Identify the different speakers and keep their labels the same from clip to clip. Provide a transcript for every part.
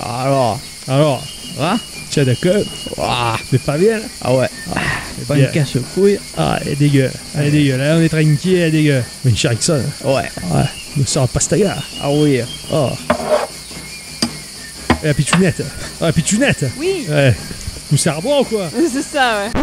Speaker 1: Alors,
Speaker 2: Alors,
Speaker 1: hein
Speaker 2: tiens d'accord,
Speaker 1: Ouah,
Speaker 2: c'est pas bien là.
Speaker 1: Ah ouais,
Speaker 2: C'est
Speaker 1: pas
Speaker 2: bien.
Speaker 1: une casse-couille.
Speaker 2: Ah, elle est dégueu, elle est dégueu. Là, on est tranquille, elle est dégueu. Mais une hein. Jackson,
Speaker 1: Ouais,
Speaker 2: ouais, me sort un pastaga.
Speaker 1: ah oui.
Speaker 2: Oh. Et la pitounette. Ah, la pitounette.
Speaker 3: Oui,
Speaker 2: Ouais. Nous c'est arbre, quoi.
Speaker 3: c'est ça, ouais.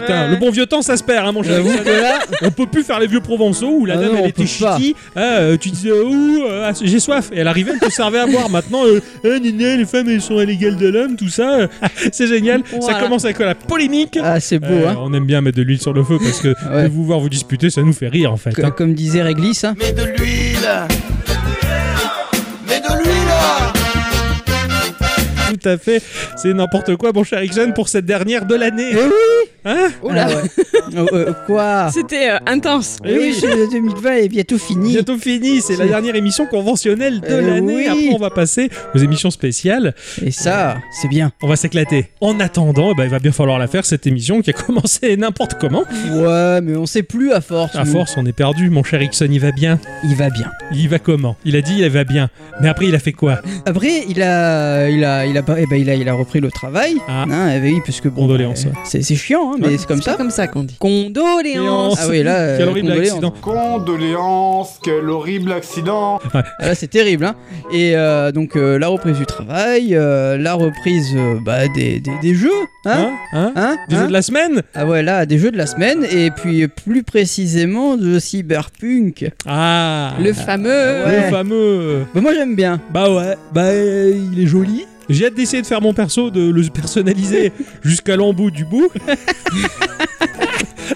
Speaker 2: Putain,
Speaker 3: Ouais.
Speaker 2: le bon vieux temps, ça se perd, hein, mon cher.
Speaker 1: J'avoue que là,
Speaker 2: On peut plus faire les vieux provençaux où la
Speaker 1: Euh, Ah
Speaker 2: dame
Speaker 1: non,
Speaker 2: elle
Speaker 1: on
Speaker 2: était
Speaker 1: peut pas.
Speaker 2: ch'ti, ah, euh, tu disais ouh, euh, ah, j'ai soif, et elle arrivait, elle te servait à boire. Maintenant, euh, Ah, nina, les femmes elles sont à l'égal de l'homme, tout ça, euh, c'est génial. Ça
Speaker 3: Voilà.
Speaker 2: commence avec euh, la polémique.
Speaker 1: ah, c'est beau,
Speaker 2: Euh,
Speaker 1: hein.
Speaker 2: On aime bien mettre de l'huile sur le feu parce que
Speaker 1: Ouais.
Speaker 2: de vous voir vous disputer, ça nous fait rire en fait.
Speaker 1: Comme,
Speaker 2: hein.
Speaker 1: comme disait Réglisse, hein.
Speaker 4: Mets de l'huile Mets de l'huile
Speaker 2: Tout à fait, c'est n'importe quoi, mon cher Ixon, pour cette dernière de l'année.
Speaker 1: Eh oui
Speaker 2: Hein
Speaker 3: Oh là.
Speaker 1: Ah ouais. Oh, euh, Quoi
Speaker 3: C'était euh, intense.
Speaker 1: Eh oui, c'est- 2020 est bientôt fini.
Speaker 2: Bientôt fini, c'est la
Speaker 1: C'est-
Speaker 2: dernière émission conventionnelle de
Speaker 1: Euh,
Speaker 2: l'année.
Speaker 1: oui.
Speaker 2: Après, on va passer aux émissions spéciales.
Speaker 1: Et ça, c'est bien.
Speaker 2: On va s'éclater. En attendant, eh ben, il va bien falloir la faire, cette émission qui a commencé n'importe comment.
Speaker 1: Ouais, mais on sait plus à force.
Speaker 2: À
Speaker 1: nous.
Speaker 2: force, on est perdu. Mon cher Ixon, il va bien.
Speaker 1: Il va bien.
Speaker 2: Il va comment Il a dit il va bien. Mais après, il a fait quoi
Speaker 1: Après, il a, il a, il a, eh ben, il a, il a repris le travail.
Speaker 2: Ah.
Speaker 1: Hein, eh ben oui, parce que bon,
Speaker 2: Condoléances.
Speaker 1: euh, c'est c'est chiant, hein, mais c'est comme
Speaker 3: C'est pas
Speaker 1: ça.
Speaker 3: comme ça qu'on dit. Condoléances.
Speaker 1: Ah oui, là, euh,
Speaker 2: Quel horrible
Speaker 1: condoléances.
Speaker 2: accident.
Speaker 4: Condoléances, quel horrible accident
Speaker 1: Ah, Là, c'est terrible. Hein. Et euh, donc, euh, la reprise du travail, euh, la reprise euh, bah, des, des, des jeux. Hein
Speaker 2: Hein Hein
Speaker 1: Hein
Speaker 2: Des
Speaker 1: Hein
Speaker 2: jeux de la semaine
Speaker 1: Ah ouais, là, des jeux de la semaine, et puis euh, plus précisément de Cyberpunk.
Speaker 2: Ah
Speaker 3: Le fameux.
Speaker 1: Ouais.
Speaker 2: Le fameux.
Speaker 1: Bah, moi, j'aime bien.
Speaker 2: Bah ouais, bah euh, il est joli. J'ai hâte d'essayer de faire mon perso, de le personnaliser jusqu'à l'embout du bout.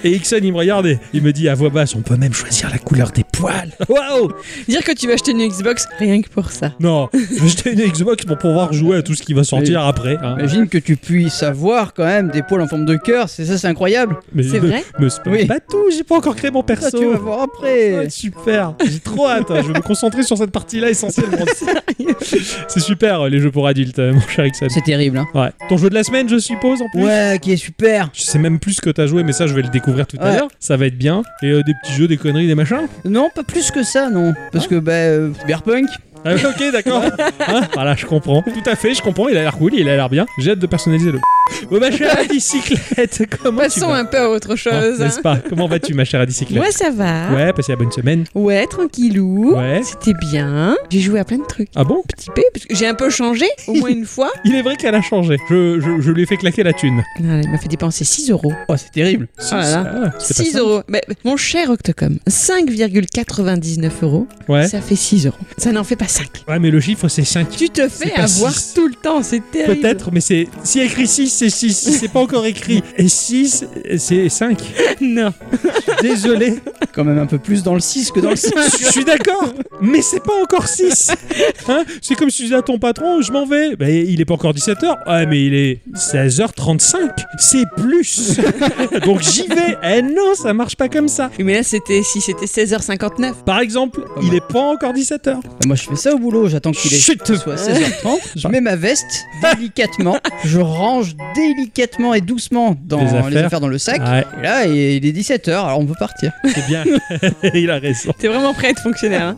Speaker 2: Et Ixon, il me regardait. Il me dit à voix basse, on peut même choisir la couleur des poils. Waouh
Speaker 3: euh, Dire que tu vas acheter une Xbox rien que pour ça.
Speaker 2: Non, je vais acheter une Xbox pour pouvoir jouer à tout ce qui va sortir après. hein.
Speaker 1: Imagine que tu puisses avoir quand même des poils en forme de cœur, c'est ça, c'est incroyable.
Speaker 2: Mais
Speaker 3: C'est
Speaker 2: ne-
Speaker 3: vrai
Speaker 2: Me spoil
Speaker 1: Oui.
Speaker 2: pas tout, j'ai pas encore créé mon
Speaker 1: Ça, tu vas
Speaker 2: perso. Oh,
Speaker 1: voir après.
Speaker 2: Ouais, super, j'ai trop hâte. hein. Je vais me concentrer sur cette partie-là essentiellement. C'est super, les jeux pour adultes, euh, mon cher Ixon.
Speaker 1: C'est terrible. Hein.
Speaker 2: Ouais. Ton jeu de la semaine, je suppose, en plus
Speaker 1: Ouais, qui est super.
Speaker 2: Je sais même plus ce que t'as joué, mais ça, je vais le découvrir tout à
Speaker 1: Ouais.
Speaker 2: l'heure. Ça va être bien. Et euh, des petits jeux, des conneries, des machins.
Speaker 1: Non, pas plus que ça, non. Parce que, bah, euh, Cyberpunk,
Speaker 2: Ah, ok, d'accord. Hein voilà, je comprends. Tout à fait, je comprends. Il a l'air cool, il a l'air bien. J'ai hâte de personnaliser le. Oh, ma chère à bicyclette, comment tu
Speaker 3: Passons
Speaker 2: vas
Speaker 3: un peu à autre
Speaker 2: Hein,
Speaker 3: chose.
Speaker 2: N'est-ce pas Comment vas-tu, ma chère à bicyclette
Speaker 3: Moi, ça va. Ouais,
Speaker 2: Ouais, passez la bonne semaine.
Speaker 3: tranquillou.
Speaker 2: Ouais.
Speaker 3: C'était bien. J'ai joué à plein de trucs.
Speaker 2: Ah bon
Speaker 3: Petit peu, parce que j'ai un peu changé, au moins une fois.
Speaker 2: Il est vrai qu'elle a changé. Je, je, je lui ai fait claquer la thune.
Speaker 3: Non, il m'a fait dépenser 6 euros.
Speaker 1: oh, c'est terrible.
Speaker 3: Ah là
Speaker 2: Ah, c'est pas
Speaker 3: 6
Speaker 2: ça.
Speaker 3: euros. Mais, mon cher Octocom, 5,99 euros,
Speaker 2: Ouais.
Speaker 3: ça fait 6 euros. Ça n'en fait pas 5.
Speaker 2: ouais, mais le chiffre, c'est 5.
Speaker 3: Tu te
Speaker 2: C'est
Speaker 3: fais
Speaker 2: pas
Speaker 3: avoir
Speaker 2: six.
Speaker 3: tout le temps, c'est terrible.
Speaker 2: Peut-être, mais c'est. Si écrit 6, c'est 6. Si c'est pas encore écrit. Et 6, c'est 5.
Speaker 3: Non.
Speaker 2: Désolé.
Speaker 1: Quand même un peu plus dans le 6 que dans le 5.
Speaker 2: Je suis d'accord, mais c'est pas encore 6. Hein c'est comme si tu disais à ton patron, je m'en vais. Bah, il est pas encore 17h. Ouais, mais il est 16h35. C'est plus. Donc j'y vais. Eh non, ça marche pas comme ça.
Speaker 3: Oui, Mais là, c'était si c'était 16h59.
Speaker 2: Par exemple,
Speaker 1: Pas
Speaker 2: il
Speaker 1: mal.
Speaker 2: est pas encore 17h.
Speaker 1: Moi, je fais ça au boulot, j'attends qu'il est
Speaker 2: Chut.
Speaker 1: soit 16h30. Je mets ma veste délicatement, je range délicatement et doucement dans
Speaker 2: Les
Speaker 1: les
Speaker 2: affaires. Ah.
Speaker 1: affaires, dans le sac.
Speaker 2: Ouais,
Speaker 1: Et là, il est 17h, alors on peut partir.
Speaker 2: c'est bien. il a raison.
Speaker 3: T'es vraiment prêt à être fonctionnaire. hein.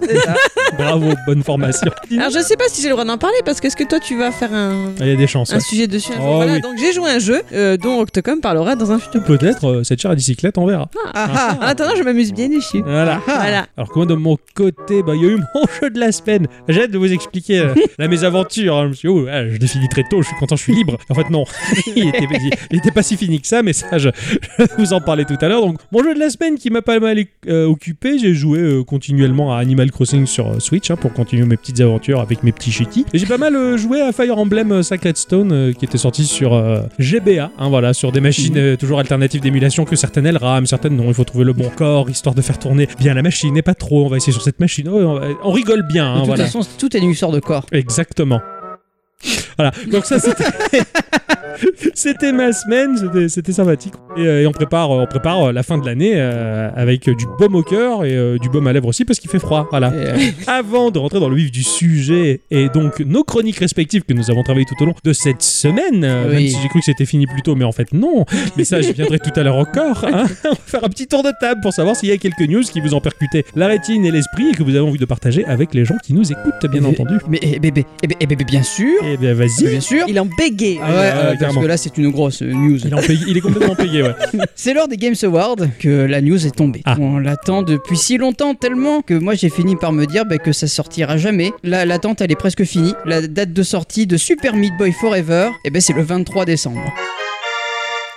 Speaker 2: Bravo, bonne formation.
Speaker 1: Ah.
Speaker 3: Alors, je sais pas si j'ai le droit d'en parler parce que est-ce que toi, tu vas faire un,
Speaker 2: Il y a des chances.
Speaker 3: un sujet dessus un jour
Speaker 2: Oh,
Speaker 3: Voilà,
Speaker 2: oui.
Speaker 3: donc j'ai joué à un jeu euh, dont Octocom parlera dans un futur.
Speaker 2: ouais. Peut-être euh, cette chère à bicyclette, on verra.
Speaker 1: Ah,
Speaker 3: En attendant, je m'amuse bien ici.
Speaker 2: Voilà.
Speaker 3: Voilà.
Speaker 2: Alors que moi, de mon côté, bah, il y a eu mon jeu de la semaine. J'ai hâte de vous expliquer euh, la mésaventure. hein. Je me suis dit, oh, ah, je l'ai fini très tôt, je suis content, je suis libre. En fait, non. il, était, il- il était pas si fini que ça, mais ça, je, je vous en parlais tout à l'heure. Donc, mon jeu de la semaine qui m'a pas mal euh, occupé, j'ai joué euh, continuellement à Animal Crossing sur euh, Switch hein, pour continuer mes petites aventures avec mes petits chutis. Et j'ai pas mal euh, joué à Fire Emblem euh, Sacred Stone euh, qui était sorti sur euh, GBA, hein, voilà, sur des machines euh, toujours alternatives d'émulation que certaines elles rament, certaines non. Il faut trouver le bon corps histoire de faire tourner bien la machine et pas trop. On va essayer sur cette machine. Oh, on, va- on rigole bien, hein,
Speaker 1: de toute
Speaker 2: voilà.
Speaker 1: façon, tout est une histoire de corps.
Speaker 2: Exactement. Voilà, donc ça c'était c'était ma semaine, c'était- c'était sympathique. Et, euh, et on prépare, euh, on prépare euh, la fin de l'année euh, avec euh, du baume au cœur et euh, du baume à lèvres aussi parce qu'il fait froid. Voilà.
Speaker 1: Et, euh,
Speaker 2: Avant de rentrer dans le vif du sujet et donc nos chroniques respectives que nous avons travaillées tout au long de cette semaine, euh, même
Speaker 1: Oui.
Speaker 2: si j'ai cru que c'était fini plus tôt, mais en fait non. Mais ça, j'y viendrai tout à l'heure encore. hein. On va faire un petit tour de table pour savoir s'il y a quelques news qui vous ont percuté la rétine et l'esprit et que vous avez envie de partager avec les gens qui nous écoutent, bien
Speaker 1: Mais-
Speaker 2: entendu.
Speaker 1: mais eh, bébé, eh, bébé, eh, ben, bébé, bien sûr.
Speaker 2: Eh bien,
Speaker 1: Mais
Speaker 2: vas-y.
Speaker 1: Bien sûr.
Speaker 3: Il en bégait.
Speaker 1: Ah ouais, euh, parce
Speaker 2: carrément.
Speaker 1: que là, c'est une grosse news.
Speaker 2: Il est, en paye- il est complètement payé, ouais.
Speaker 1: C'est lors des Games Awards que la news est tombée.
Speaker 2: Ah.
Speaker 1: On l'attend depuis si longtemps, tellement que moi j'ai fini par me dire bah, que ça sortira jamais. Là, l'attente elle est presque finie. La date de sortie de Super Meat Boy Forever, eh ben, c'est le 23 décembre.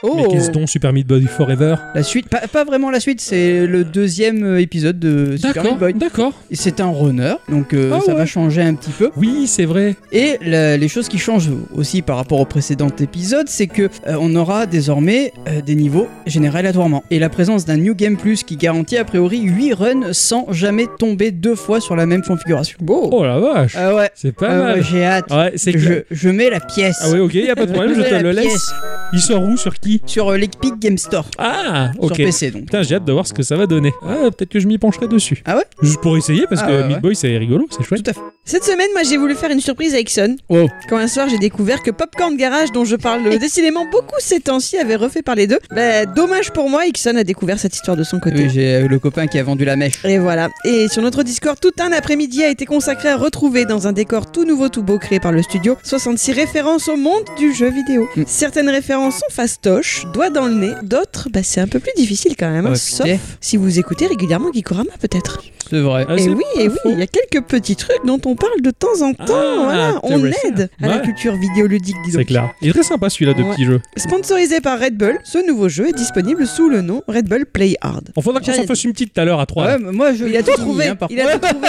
Speaker 1: Oh.
Speaker 2: Mais qu'est-ce donc Super Meat Boy Forever
Speaker 1: La suite, pas, pas vraiment la suite, c'est le deuxième euh, épisode de Super Meat
Speaker 2: D'accord,
Speaker 1: Boy.
Speaker 2: d'accord.
Speaker 1: Et C'est un runner, donc euh,
Speaker 2: Ah
Speaker 1: ça va
Speaker 2: ouais.
Speaker 1: changer un petit peu.
Speaker 2: Oui, c'est vrai.
Speaker 1: Et la- les choses qui changent aussi par rapport au précédent épisode, c'est que euh, on aura désormais euh, des niveaux générés aléatoirement. Et la présence d'un New Game Plus qui garantit a priori 8 runs sans jamais tomber deux fois sur la même configuration.
Speaker 2: Oh la vache.
Speaker 1: Ah ouais,
Speaker 2: C'est pas
Speaker 1: ah ouais,
Speaker 2: mal.
Speaker 1: j'ai hâte.
Speaker 2: Ouais, c'est
Speaker 1: Je,
Speaker 2: que.
Speaker 1: je mets la pièce.
Speaker 2: Ah ouais, ok, y a pas de problème, je te
Speaker 1: mets
Speaker 2: le
Speaker 1: la
Speaker 2: laisse.
Speaker 1: pièce
Speaker 2: Il sort où Sur qui
Speaker 1: Sur euh, l'Epic Game Store.
Speaker 2: Ah,
Speaker 1: Sur
Speaker 2: ok.
Speaker 1: PC donc.
Speaker 2: Putain, j'ai hâte de voir ce que ça va donner. Ah, peut-être que je m'y pencherai dessus.
Speaker 1: Ah ouais
Speaker 2: Juste pour essayer, parce
Speaker 1: Ah
Speaker 2: que
Speaker 1: ouais,
Speaker 2: Meat
Speaker 1: ouais.
Speaker 2: Boy, c'est rigolo, c'est chouette.
Speaker 1: Tout à fait.
Speaker 3: Cette semaine, moi, j'ai voulu faire une surprise à Ixon.
Speaker 2: Oh.
Speaker 1: Wow.
Speaker 3: Quand un soir, j'ai découvert que Popcorn Garage, dont je parle euh, décidément beaucoup ces temps-ci, avait refait parler d'eux. Bah, dommage pour moi, Ixon a découvert cette histoire de son côté.
Speaker 1: Oui, j'ai euh, le copain qui a vendu la mèche.
Speaker 3: Et voilà. Et sur notre Discord, tout un après-midi a été consacré à retrouver dans un décor tout nouveau, tout beau créé par le studio 66 références au monde du jeu vidéo.
Speaker 1: Mm.
Speaker 3: Certaines références sont fastoches, doigts dans le nez. D'autres, bah, c'est un peu plus difficile quand même. hein.
Speaker 1: Ouais,
Speaker 3: sauf
Speaker 1: putain,
Speaker 3: si vous écoutez régulièrement Gikorama peut-être.
Speaker 1: C'est vrai.
Speaker 2: Ah,
Speaker 3: Et
Speaker 2: c'est
Speaker 3: oui,
Speaker 2: pas
Speaker 3: et oui,
Speaker 2: faux.
Speaker 3: il y a quelques petits trucs dont on parle de temps en temps.
Speaker 2: Ah,
Speaker 3: voilà,
Speaker 2: t'es
Speaker 3: on
Speaker 2: vrai, ça.
Speaker 3: aide à la
Speaker 2: Ouais.
Speaker 3: culture vidéoludique, disons.
Speaker 2: C'est clair. Il est très sympa celui-là de
Speaker 3: Ouais.
Speaker 2: petit jeu.
Speaker 3: Sponsorisé par Red Bull, ce nouveau jeu est disponible sous le nom Red Bull Play Hard.
Speaker 2: On faudra qu'on s'en
Speaker 3: J'allais-
Speaker 2: fasse une petite tout à l'heure à 3.
Speaker 1: Ouais, mais moi je
Speaker 3: Il a
Speaker 1: l'ai
Speaker 3: tout
Speaker 1: dit,
Speaker 3: trouvé,
Speaker 1: hein, par
Speaker 3: il a tout trouvé.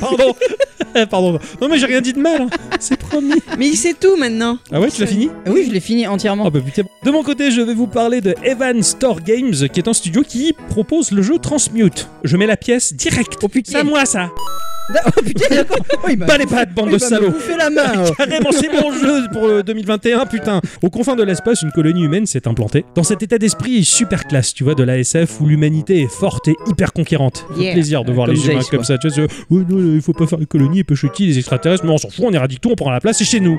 Speaker 2: Pardon. Eh, Pardon. Non, mais j'ai rien dit de mal. hein. C'est promis.
Speaker 3: Mais il sait tout maintenant.
Speaker 2: Ah ouais, tu l'as fini
Speaker 1: contre. Oui, je l'ai fini entièrement.
Speaker 2: Oh bah putain. De mon côté, je vais vous parler de Evan Store Games, qui est un studio qui propose le jeu Transmute. Je mets la pièce direct.
Speaker 1: Oh, putain.
Speaker 2: C'est à moi ça.
Speaker 1: Oh putain, d'accord. Oh, il m'a-
Speaker 2: Pas les pattes, bande
Speaker 1: il
Speaker 2: de
Speaker 1: m'a
Speaker 2: salauds.
Speaker 1: bouffé la main. oh.
Speaker 2: Carrément, c'est mon jeu pour euh, 2021, putain. Aux confins de l'espace, une colonie humaine s'est implantée. Dans cet état d'esprit super classe, tu vois, de la SF où l'humanité est forte et hyper conquérante. Ça fait
Speaker 3: Yeah.
Speaker 2: plaisir de voir
Speaker 1: Euh, Comme
Speaker 2: les humains
Speaker 1: Jace,
Speaker 2: comme
Speaker 1: quoi.
Speaker 2: ça. Tu vois, c'est, ouais, non, il faut pas faire une colonie et pêche les extraterrestres, mais on s'en fout, on éradique tout, on prend la place, c'est chez nous.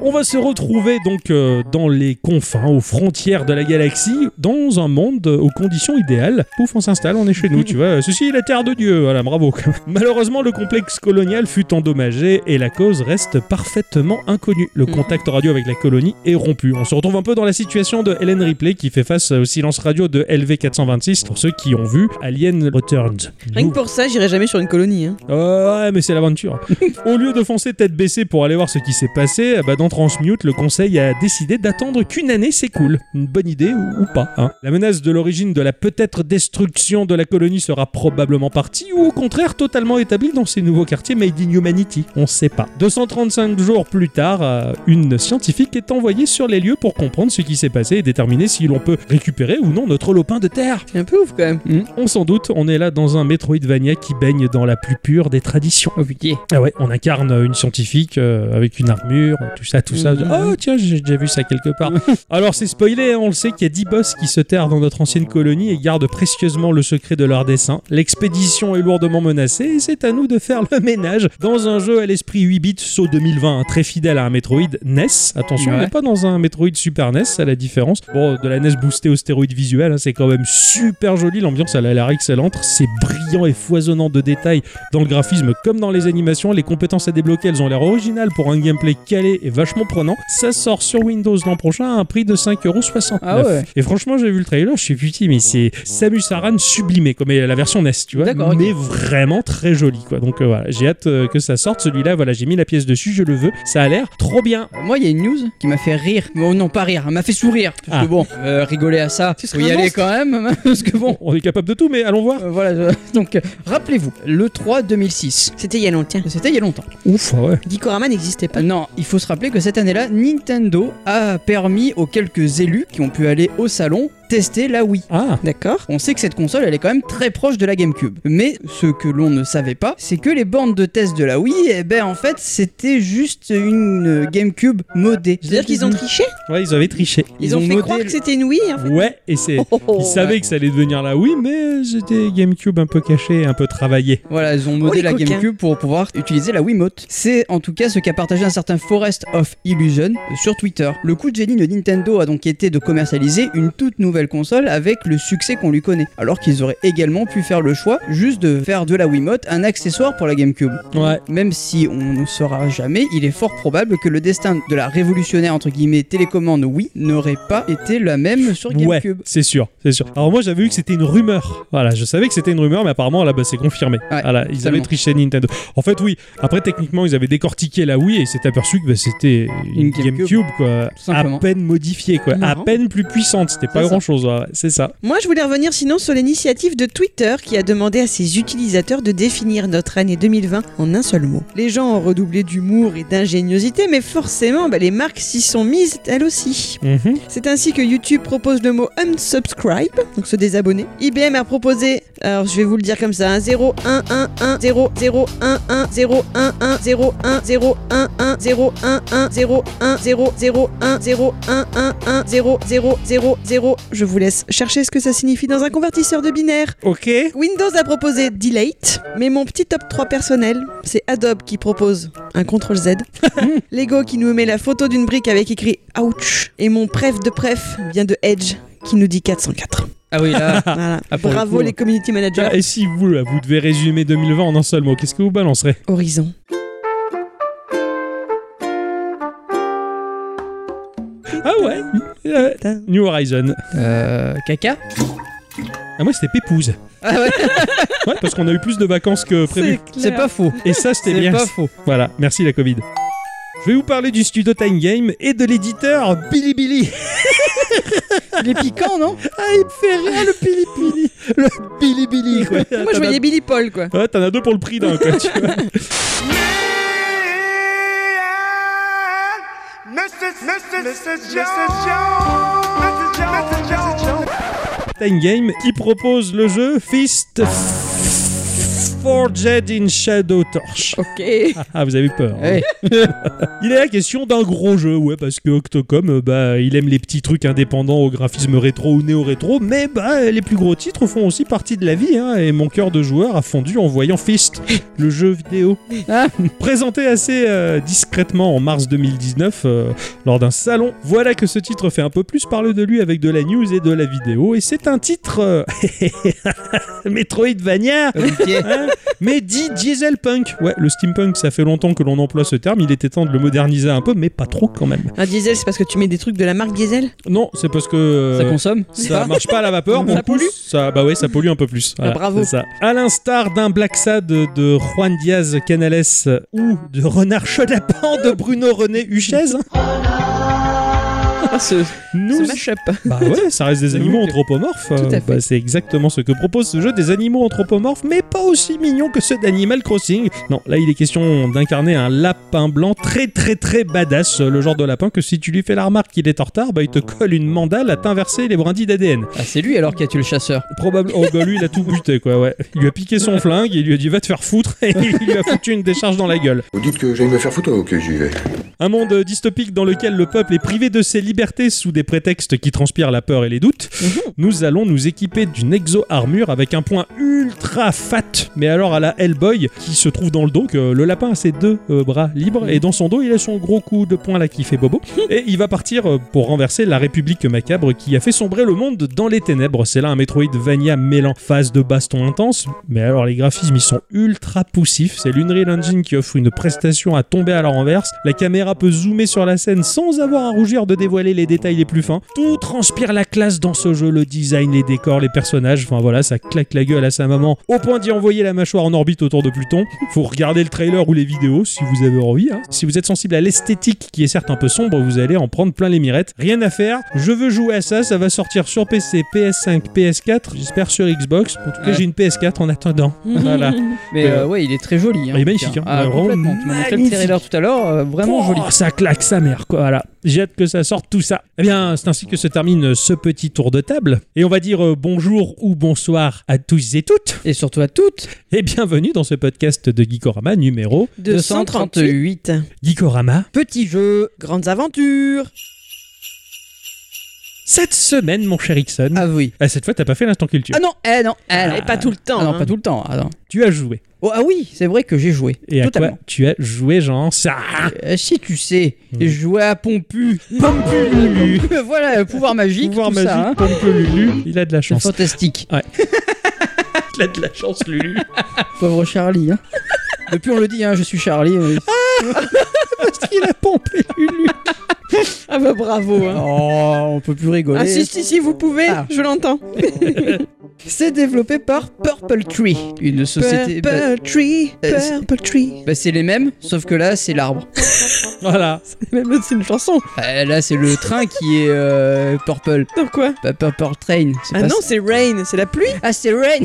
Speaker 2: On va se retrouver donc euh, dans les confins, aux frontières de la galaxie, dans un monde euh, aux conditions idéales. Pouf, on s'installe, on est chez nous, tu vois. Ceci est la terre de Dieu, voilà, bravo. Malheureusement, le complexe colonial fut endommagé et la cause reste parfaitement inconnue.
Speaker 3: Mm.
Speaker 2: Le contact radio avec la colonie est rompu. On se retrouve un peu dans la situation de Helen Ripley qui fait face au silence radio de LV426 pour ceux qui ont vu Alien Returns.
Speaker 3: Rien que pour ça, j'irai jamais sur une colonie. hein.
Speaker 2: Euh, ouais, mais c'est l'aventure. Au lieu de foncer tête baissée pour aller voir ce qui s'est passé, euh, bah, dans Transmute, le conseil a décidé d'attendre qu'une année s'écoule. Une bonne idée ou, ou pas. hein. La menace de l'origine de la peut-être destruction de la colonie sera probablement partie ou au contraire totalement établie dans ces nouveaux quartiers Made in Humanity. On sait pas. 235 jours plus tard, euh, une scientifique est envoyée sur les lieux pour comprendre ce qui s'est passé et déterminer si l'on peut récupérer ou non notre lopin de terre.
Speaker 3: C'est un peu ouf quand même.
Speaker 2: On s'en doute, on est là dans un Metroidvania qui baigne dans la plus pure des traditions.
Speaker 1: Oh putain.
Speaker 2: Ah ouais, on incarne euh, une scientifique euh, avec une armure, tout ça, tout ça.
Speaker 1: Mhm.
Speaker 2: Oh tiens, j'ai déjà vu ça quelque part. Alors c'est spoilé, hein, on le sait qu'il y a 10 boss qui se terrent dans notre ancienne colonie et gardent précieusement le secret de leur dessin. L'expédition est lourdement menacée et c'est à nous de faire le ménage dans un jeu à l'esprit 8 bits saut 2020, hein, très fidèle à un Metroid NES. Attention, on
Speaker 1: Ouais.
Speaker 2: n'est pas dans un Metroid Super NES, à la différence. Bon, de la NES boostée au stéroïde visuel, hein, c'est quand même super joli, l'ambiance elle a l'air excellente, c'est brillant et foisonnant de détails dans le graphisme comme dans les animations, les compétences à débloquer, elles ont l'air originales pour un gameplay calé et vachement prenant. Ça sort sur Windows l'an prochain à un prix de 5,69€.
Speaker 1: Ah ouais.
Speaker 2: Et franchement, j'ai vu le trailer, je suis putain, mais c'est Samus Aran sublimé, comme est la version NES, tu vois.
Speaker 1: D'accord, ok.
Speaker 2: Mais vraiment très joli, quoi. Donc euh, voilà, j'ai hâte euh, que ça sorte. Celui-là, voilà, j'ai mis la pièce dessus, je le veux. Ça a l'air trop bien.
Speaker 1: Euh, Moi, il y a une news qui m'a fait rire. Bon, non, pas rire, elle m'a fait sourire. Parce
Speaker 2: Ah.
Speaker 1: que bon, euh, rigoler à ça,
Speaker 3: Tu
Speaker 1: faut
Speaker 3: serais
Speaker 1: y
Speaker 3: un
Speaker 1: aller
Speaker 3: monstre.
Speaker 1: quand même. hein, Parce que bon,
Speaker 2: On est capable de tout, mais allons voir.
Speaker 1: euh, voilà. euh, donc, euh, rappelez-vous, le 3 2006.
Speaker 3: C'était il y a longtemps.
Speaker 1: C'était il y a longtemps.
Speaker 2: Ouf, ah ouais.
Speaker 3: Gikorama n'existait
Speaker 1: Euh,
Speaker 3: pas.
Speaker 1: non, il faut se rappeler que cette année-là, Nintendo a permis aux quelques élus qui ont pu aller au salon tester la Wii.
Speaker 2: Ah,
Speaker 3: D'accord
Speaker 1: On sait que cette console, elle est quand même très proche de la GameCube. Mais ce que l'on ne savait pas, c'est que les bornes de test de la Wii, eh ben en fait, c'était juste une GameCube modée.
Speaker 3: C'est-à-dire qu'ils ont triché
Speaker 2: ouais, ils avaient triché.
Speaker 3: Ils, ont, fait
Speaker 1: modé
Speaker 3: croire
Speaker 1: le-
Speaker 3: que c'était une Wii en fait.
Speaker 2: Ouais, et c'est.
Speaker 3: Oh, oh,
Speaker 2: Ils savaient que ça allait devenir la Wii, mais c'était GameCube un peu caché, un peu travaillé.
Speaker 1: Voilà, ils ont modé
Speaker 3: Oh, les
Speaker 1: la
Speaker 3: coquins.
Speaker 1: GameCube pour pouvoir utiliser la Wiimote. C'est en tout cas ce qu'a partagé un certain Forest of Illusion sur Twitter. Le coup de génie de Nintendo a donc été de commercialiser une toute nouvelle console avec le succès qu'on lui connaît, alors qu'ils auraient également pu faire le choix juste de faire de la Wiimote un accessoire pour la GameCube.
Speaker 2: Ouais.
Speaker 1: Même si on ne saura jamais, il est fort probable que le destin de la révolutionnaire entre guillemets télécommande Wii n'aurait pas été la même sur
Speaker 2: Ouais,
Speaker 1: GameCube.
Speaker 2: c'est sûr, c'est sûr. Alors moi j'avais vu que c'était une rumeur. Voilà, je savais que c'était une rumeur, mais apparemment là, bah, c'est confirmé.
Speaker 1: Ouais,
Speaker 2: voilà, ils avaient
Speaker 1: totalement.
Speaker 2: triché Nintendo. En fait, oui. Après, techniquement, ils avaient décortiqué la Wii et ils s'étaient aperçus que bah, c'était une
Speaker 1: Une GameCube.
Speaker 2: GameCube, quoi,
Speaker 1: Tout
Speaker 2: à
Speaker 1: simplement.
Speaker 2: peine modifiée, quoi,
Speaker 3: Marrant.
Speaker 2: à peine plus puissante. C'était pas
Speaker 1: C'est ça.
Speaker 2: grand chose. C'est ça.
Speaker 3: Moi, je voulais revenir sinon sur l'initiative de Twitter qui a demandé à ses utilisateurs de définir notre année 2020 en un seul mot. Les gens ont redoublé d'humour et d'ingéniosité, mais forcément, bah, les marques s'y sont mises elles aussi.
Speaker 2: Mhm.
Speaker 3: C'est ainsi que YouTube propose le mot unsubscribe, donc se désabonner. IBM a proposé, alors je vais vous le dire comme ça, hein, 0 1 1 1 0 0 1 1 0 1 1 0 1 0 1 1 0 1 1 0 1 0 0 1 0 1 1 1 0 0 0 0 Je vous laisse chercher ce que ça signifie dans un convertisseur de binaire.
Speaker 2: Ok.
Speaker 3: Windows a proposé Delete, mais mon petit top 3 personnel, c'est Adobe qui propose un CTRL Z, Lego qui nous met la photo d'une brique avec écrit Ouch, et mon pref de pref vient de Edge qui nous dit 404.
Speaker 1: Ah oui, là,
Speaker 3: Voilà.
Speaker 1: Ah, pour le
Speaker 3: Bravo
Speaker 1: coup,
Speaker 3: les community managers.
Speaker 2: Ah, Et si vous, là, vous devez résumer 2020 en un seul mot, qu'est-ce que vous balancerez
Speaker 3: Horizon.
Speaker 2: Ah ouais euh,
Speaker 3: Putain.
Speaker 2: New Horizon.
Speaker 1: euh, caca
Speaker 2: Ah moi c'était Pépouze.
Speaker 1: Ah ouais,
Speaker 2: Ouais, parce qu'on a eu plus de vacances que prévu.
Speaker 1: c'est pas faux.
Speaker 2: Et ça c'était
Speaker 1: C'est
Speaker 2: bien.
Speaker 1: pas faux.
Speaker 2: Voilà, merci la Covid. Je vais vous parler du studio Time Game et de l'éditeur Bilibili.
Speaker 1: Il est piquant, non
Speaker 2: Ah, il me fait rire le Bilibili. Le Bilibili, quoi.
Speaker 1: Ah,
Speaker 3: Moi je voyais Billy Paul quoi.
Speaker 2: Ouais, t'en as deux pour le prix d'un, quoi. tu vois.
Speaker 4: Mrs. Mrs. Mrs. Jones. Mrs. Jones. Mrs. Jones.
Speaker 2: Time Game qui propose le jeu Fist Forged in Shadow Torch.
Speaker 3: Ok.
Speaker 2: Ah, vous avez peur. hein.
Speaker 1: Eh,
Speaker 2: Il est la question d'un gros jeu, ouais, parce que Octocom, euh, bah, il aime les petits trucs indépendants au graphisme rétro ou néo-rétro, mais bah, les plus gros titres font aussi partie de la vie, hein, et mon cœur de joueur a fondu en voyant Fist, le jeu vidéo.
Speaker 1: Ah.
Speaker 2: Présenté assez euh, discrètement en mars 2019 euh, lors d'un salon, voilà que ce titre fait un peu plus parler de lui avec de la news et de la vidéo, et c'est un titre euh, Metroidvania
Speaker 1: ok.
Speaker 2: Hein mais dit dieselpunk. Ouais, le steampunk, ça fait longtemps que l'on emploie ce terme. Il était temps de le moderniser un peu, mais pas trop quand même.
Speaker 3: Un diesel c'est parce que tu mets des trucs de la marque diesel
Speaker 2: Non, c'est parce que euh,
Speaker 1: Ça consomme
Speaker 2: ça marche pas à la vapeur.
Speaker 3: Ça
Speaker 2: donc
Speaker 3: pollue
Speaker 2: ça, Bah ouais, ça pollue un peu plus. Voilà,
Speaker 3: bravo.
Speaker 2: c'est Ça. À l'instar d'un Black Sad de Juan Diaz Canales euh, ou de Renard Chedapant de Bruno René Huchez, hein,
Speaker 1: Ah, ce,
Speaker 2: nous
Speaker 1: mashup.
Speaker 2: Bah ouais, ça reste des animaux
Speaker 1: Oui.
Speaker 2: anthropomorphes.
Speaker 1: Tout à
Speaker 2: Euh,
Speaker 1: fait.
Speaker 2: bah, c'est exactement ce que propose ce jeu, des animaux anthropomorphes, mais pas aussi mignons que ceux d'Animal Crossing. Non, là il est question d'incarner un lapin blanc très très très badass, le genre de lapin que si tu lui fais la remarque qu'il est en retard, bah il te colle une mandale à t'inverser les brindilles d'ADN.
Speaker 1: Ah, c'est lui alors qui a tué le chasseur.
Speaker 2: Probablement. Oh bah lui il a tout buté quoi, ouais. Il lui a piqué son flingue, il lui a dit va te faire foutre, et il lui a foutu une décharge dans la gueule.
Speaker 5: Vous dites que j'aille me faire foutre Ok, j'y vais.
Speaker 2: Un monde dystopique dans lequel le peuple est privé de ses libertés sous des prétextes qui transpirent la peur et les doutes. Nous allons nous équiper d'une exo-armure avec un point ultra fat, mais alors à la Hellboy, qui se trouve dans le dos, que le lapin a ses deux euh, bras libres, et dans son dos, il a son gros coup de poing là qui fait bobo. Et il va partir euh, pour renverser la République macabre qui a fait sombrer le monde dans les ténèbres. C'est là un Metroidvania mêlant phase de baston intense, mais alors les graphismes ils sont ultra poussifs. C'est l'Unreal Engine qui offre une prestation à tomber à la renverse. La caméra peut zoomer sur la scène sans avoir à rougir de dévoiler les détails les plus fins. Tout transpire la classe dans ce jeu, le design, les décors, les personnages. Enfin voilà, ça claque la gueule à sa maman au point d'y envoyer la mâchoire en orbite autour de Pluton. Faut regarder le trailer ou les vidéos si vous avez envie. hein. Si vous êtes sensible à l'esthétique qui est certes un peu sombre, vous allez en prendre plein les mirettes. Rien à faire. Je veux jouer à ça. Ça va sortir sur PC, PS5, PS4. J'espère sur Xbox. En tout cas,
Speaker 1: Ouais.
Speaker 2: j'ai une PS4 en attendant. voilà.
Speaker 1: Mais
Speaker 2: Euh,
Speaker 1: euh, ouais, il est très joli. hein,
Speaker 2: il est magnifique,
Speaker 1: tiens. Ah,
Speaker 2: hein. Vraiment
Speaker 1: complètement. Tu m'as montré le
Speaker 2: magnifique.
Speaker 1: trailer tout à l'heure, euh, vraiment
Speaker 2: Oh,
Speaker 1: joli. joli.
Speaker 2: Oh, ça claque sa mère, quoi. Voilà. J'ai hâte que ça sorte tout ça. Eh bien, c'est ainsi que se termine ce petit tour de table. Et on va dire euh, bonjour ou bonsoir à tous et toutes.
Speaker 1: Et surtout à toutes,
Speaker 2: Et bienvenue dans ce podcast de Geekorama numéro
Speaker 1: 238.
Speaker 2: Geekorama.
Speaker 1: Petit jeu
Speaker 3: Grandes aventures.
Speaker 2: Cette semaine, mon cher Ixon.
Speaker 1: Ah oui.
Speaker 2: Ah, Cette fois, t'as pas fait l'instant culture.
Speaker 1: Ah non, eh non, eh non.
Speaker 3: Et pas tout le temps.
Speaker 1: Ah non,
Speaker 3: hein.
Speaker 1: pas tout le temps. Ah, non.
Speaker 2: Tu as joué.
Speaker 1: Oh, ah oui, c'est vrai que j'ai joué.
Speaker 2: Et à quoi
Speaker 1: Totalement.
Speaker 2: tu as joué, Jean Ça
Speaker 1: Euh, si tu sais,
Speaker 2: Mm.
Speaker 1: j'ai joué à Pompu.
Speaker 2: Pompu Lulu.
Speaker 1: voilà, pouvoir magique,
Speaker 2: Pouvoir
Speaker 1: tout
Speaker 2: magique,
Speaker 1: ça. hein.
Speaker 2: Pompe Lulu. Il a de la
Speaker 1: C'est
Speaker 2: chance.
Speaker 1: fantastique.
Speaker 2: Il a de la chance, Lulu.
Speaker 1: Pauvre Charlie. hein. Depuis, on le dit, hein, je suis Charlie. oui. Ah,
Speaker 2: Il a pompé
Speaker 1: hein.
Speaker 2: Lulu.
Speaker 3: Ah bah bravo. hein.
Speaker 1: Oh, on peut plus rigoler.
Speaker 3: Ah si, si, si, vous pouvez,
Speaker 1: Ah.
Speaker 3: je l'entends.
Speaker 1: C'est développé par Purple Tree, une société. bah-
Speaker 3: Purple tree,
Speaker 1: Euh, c'est-
Speaker 3: purple tree.
Speaker 1: bah, c'est les mêmes, sauf que là, c'est l'arbre.
Speaker 2: Voilà.
Speaker 3: Même là, c'est une chanson.
Speaker 1: Euh, là, c'est le train qui est euh, purple.
Speaker 3: Donc quoi
Speaker 1: Pas purple train. c'est
Speaker 3: Ah
Speaker 1: pas
Speaker 3: non,
Speaker 1: ça.
Speaker 3: c'est rain, c'est la pluie.
Speaker 1: Ah, c'est rain.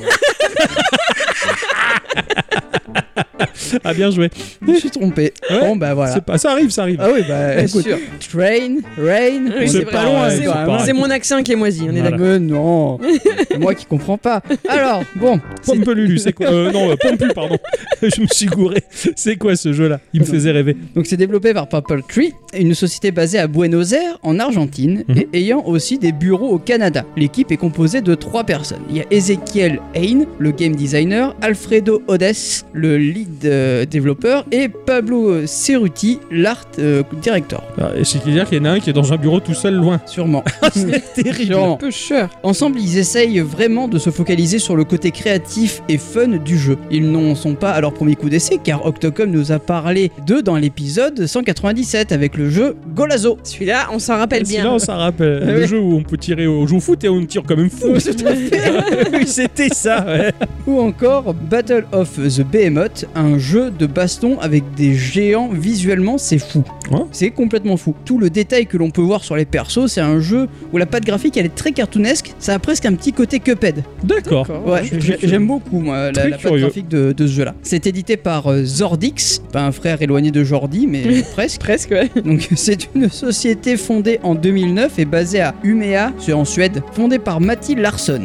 Speaker 2: Ah, bien joué.
Speaker 1: je me suis trompé.
Speaker 2: Ouais,
Speaker 1: Bon, bah voilà.
Speaker 2: C'est pas... Ça arrive, ça arrive.
Speaker 1: Ah oui, bah
Speaker 3: Bien
Speaker 1: écoute,
Speaker 3: sûr.
Speaker 1: train, rain,
Speaker 3: Oui,
Speaker 1: on
Speaker 2: c'est
Speaker 1: est
Speaker 2: pas
Speaker 1: pas
Speaker 2: loin,
Speaker 1: loin. quand
Speaker 2: c'est
Speaker 1: même,
Speaker 2: pas
Speaker 1: hein.
Speaker 2: pareil.
Speaker 3: C'est mon accent qui est moisi, on est
Speaker 2: Voilà.
Speaker 3: d'accord.
Speaker 1: Mais non, moi qui comprends pas. Alors, bon, c'est-
Speaker 2: Pompe Lulu, c'est quoi euh, Non, euh, Pompu, pardon. Je me suis gouré. C'est quoi ce jeu-là Il me faisait rêver.
Speaker 1: donc c'est développé par Purple Tree, une société basée à Buenos Aires, en Argentine,
Speaker 2: Mhm.
Speaker 1: et ayant aussi des bureaux au Canada. L'équipe est composée de trois personnes. Il y a Ezekiel Hain, le game designer, Alfredo Odes, le lead euh, développeur, et Pablo Cerruti, l'art euh, director.
Speaker 2: Ah, et C'est dire qu'il y en a un qui est dans un bureau tout seul, loin.
Speaker 1: Sûrement.
Speaker 2: C'est terrible.
Speaker 1: Sûrement.
Speaker 3: Peu cher.
Speaker 1: Ensemble, ils essayent vraiment de se focaliser sur le côté créatif et fun du jeu. Ils n'en sont pas à leur premier coup d'essai car Octocom nous a parlé d'eux dans l'épisode 197 avec le jeu Golazo.
Speaker 3: Celui-là, on s'en rappelle bien.
Speaker 2: Celui-là, on s'en rappelle. Le
Speaker 1: Ouais.
Speaker 2: jeu où on peut tirer au jeu au foot et on tire comme un fou. Oui, c'était ça, ouais.
Speaker 1: Ou encore Battle of the Behemoth, un jeu de baston avec des géants visuellement, c'est fou.
Speaker 2: Ouais.
Speaker 1: C'est complètement fou. Tout le détail que l'on peut voir sur les persos, c'est un jeu où la patte graphique elle est très cartoonesque, ça a presque un petit côté Cuphead.
Speaker 2: D'accord.
Speaker 1: Ouais,
Speaker 2: je suis
Speaker 1: j'ai-
Speaker 2: curieux.
Speaker 1: j'aime beaucoup moi, la,
Speaker 2: Très
Speaker 1: la patte
Speaker 2: curieux.
Speaker 1: graphique de, de ce jeu-là. C'est édité par euh, Zordix, pas un frère éloigné de Jordi, mais presque.
Speaker 3: Presque, ouais.
Speaker 1: Donc c'est une société fondée en 2009 et basée à Umeå, c'est en Suède, fondée par Matti Larsson.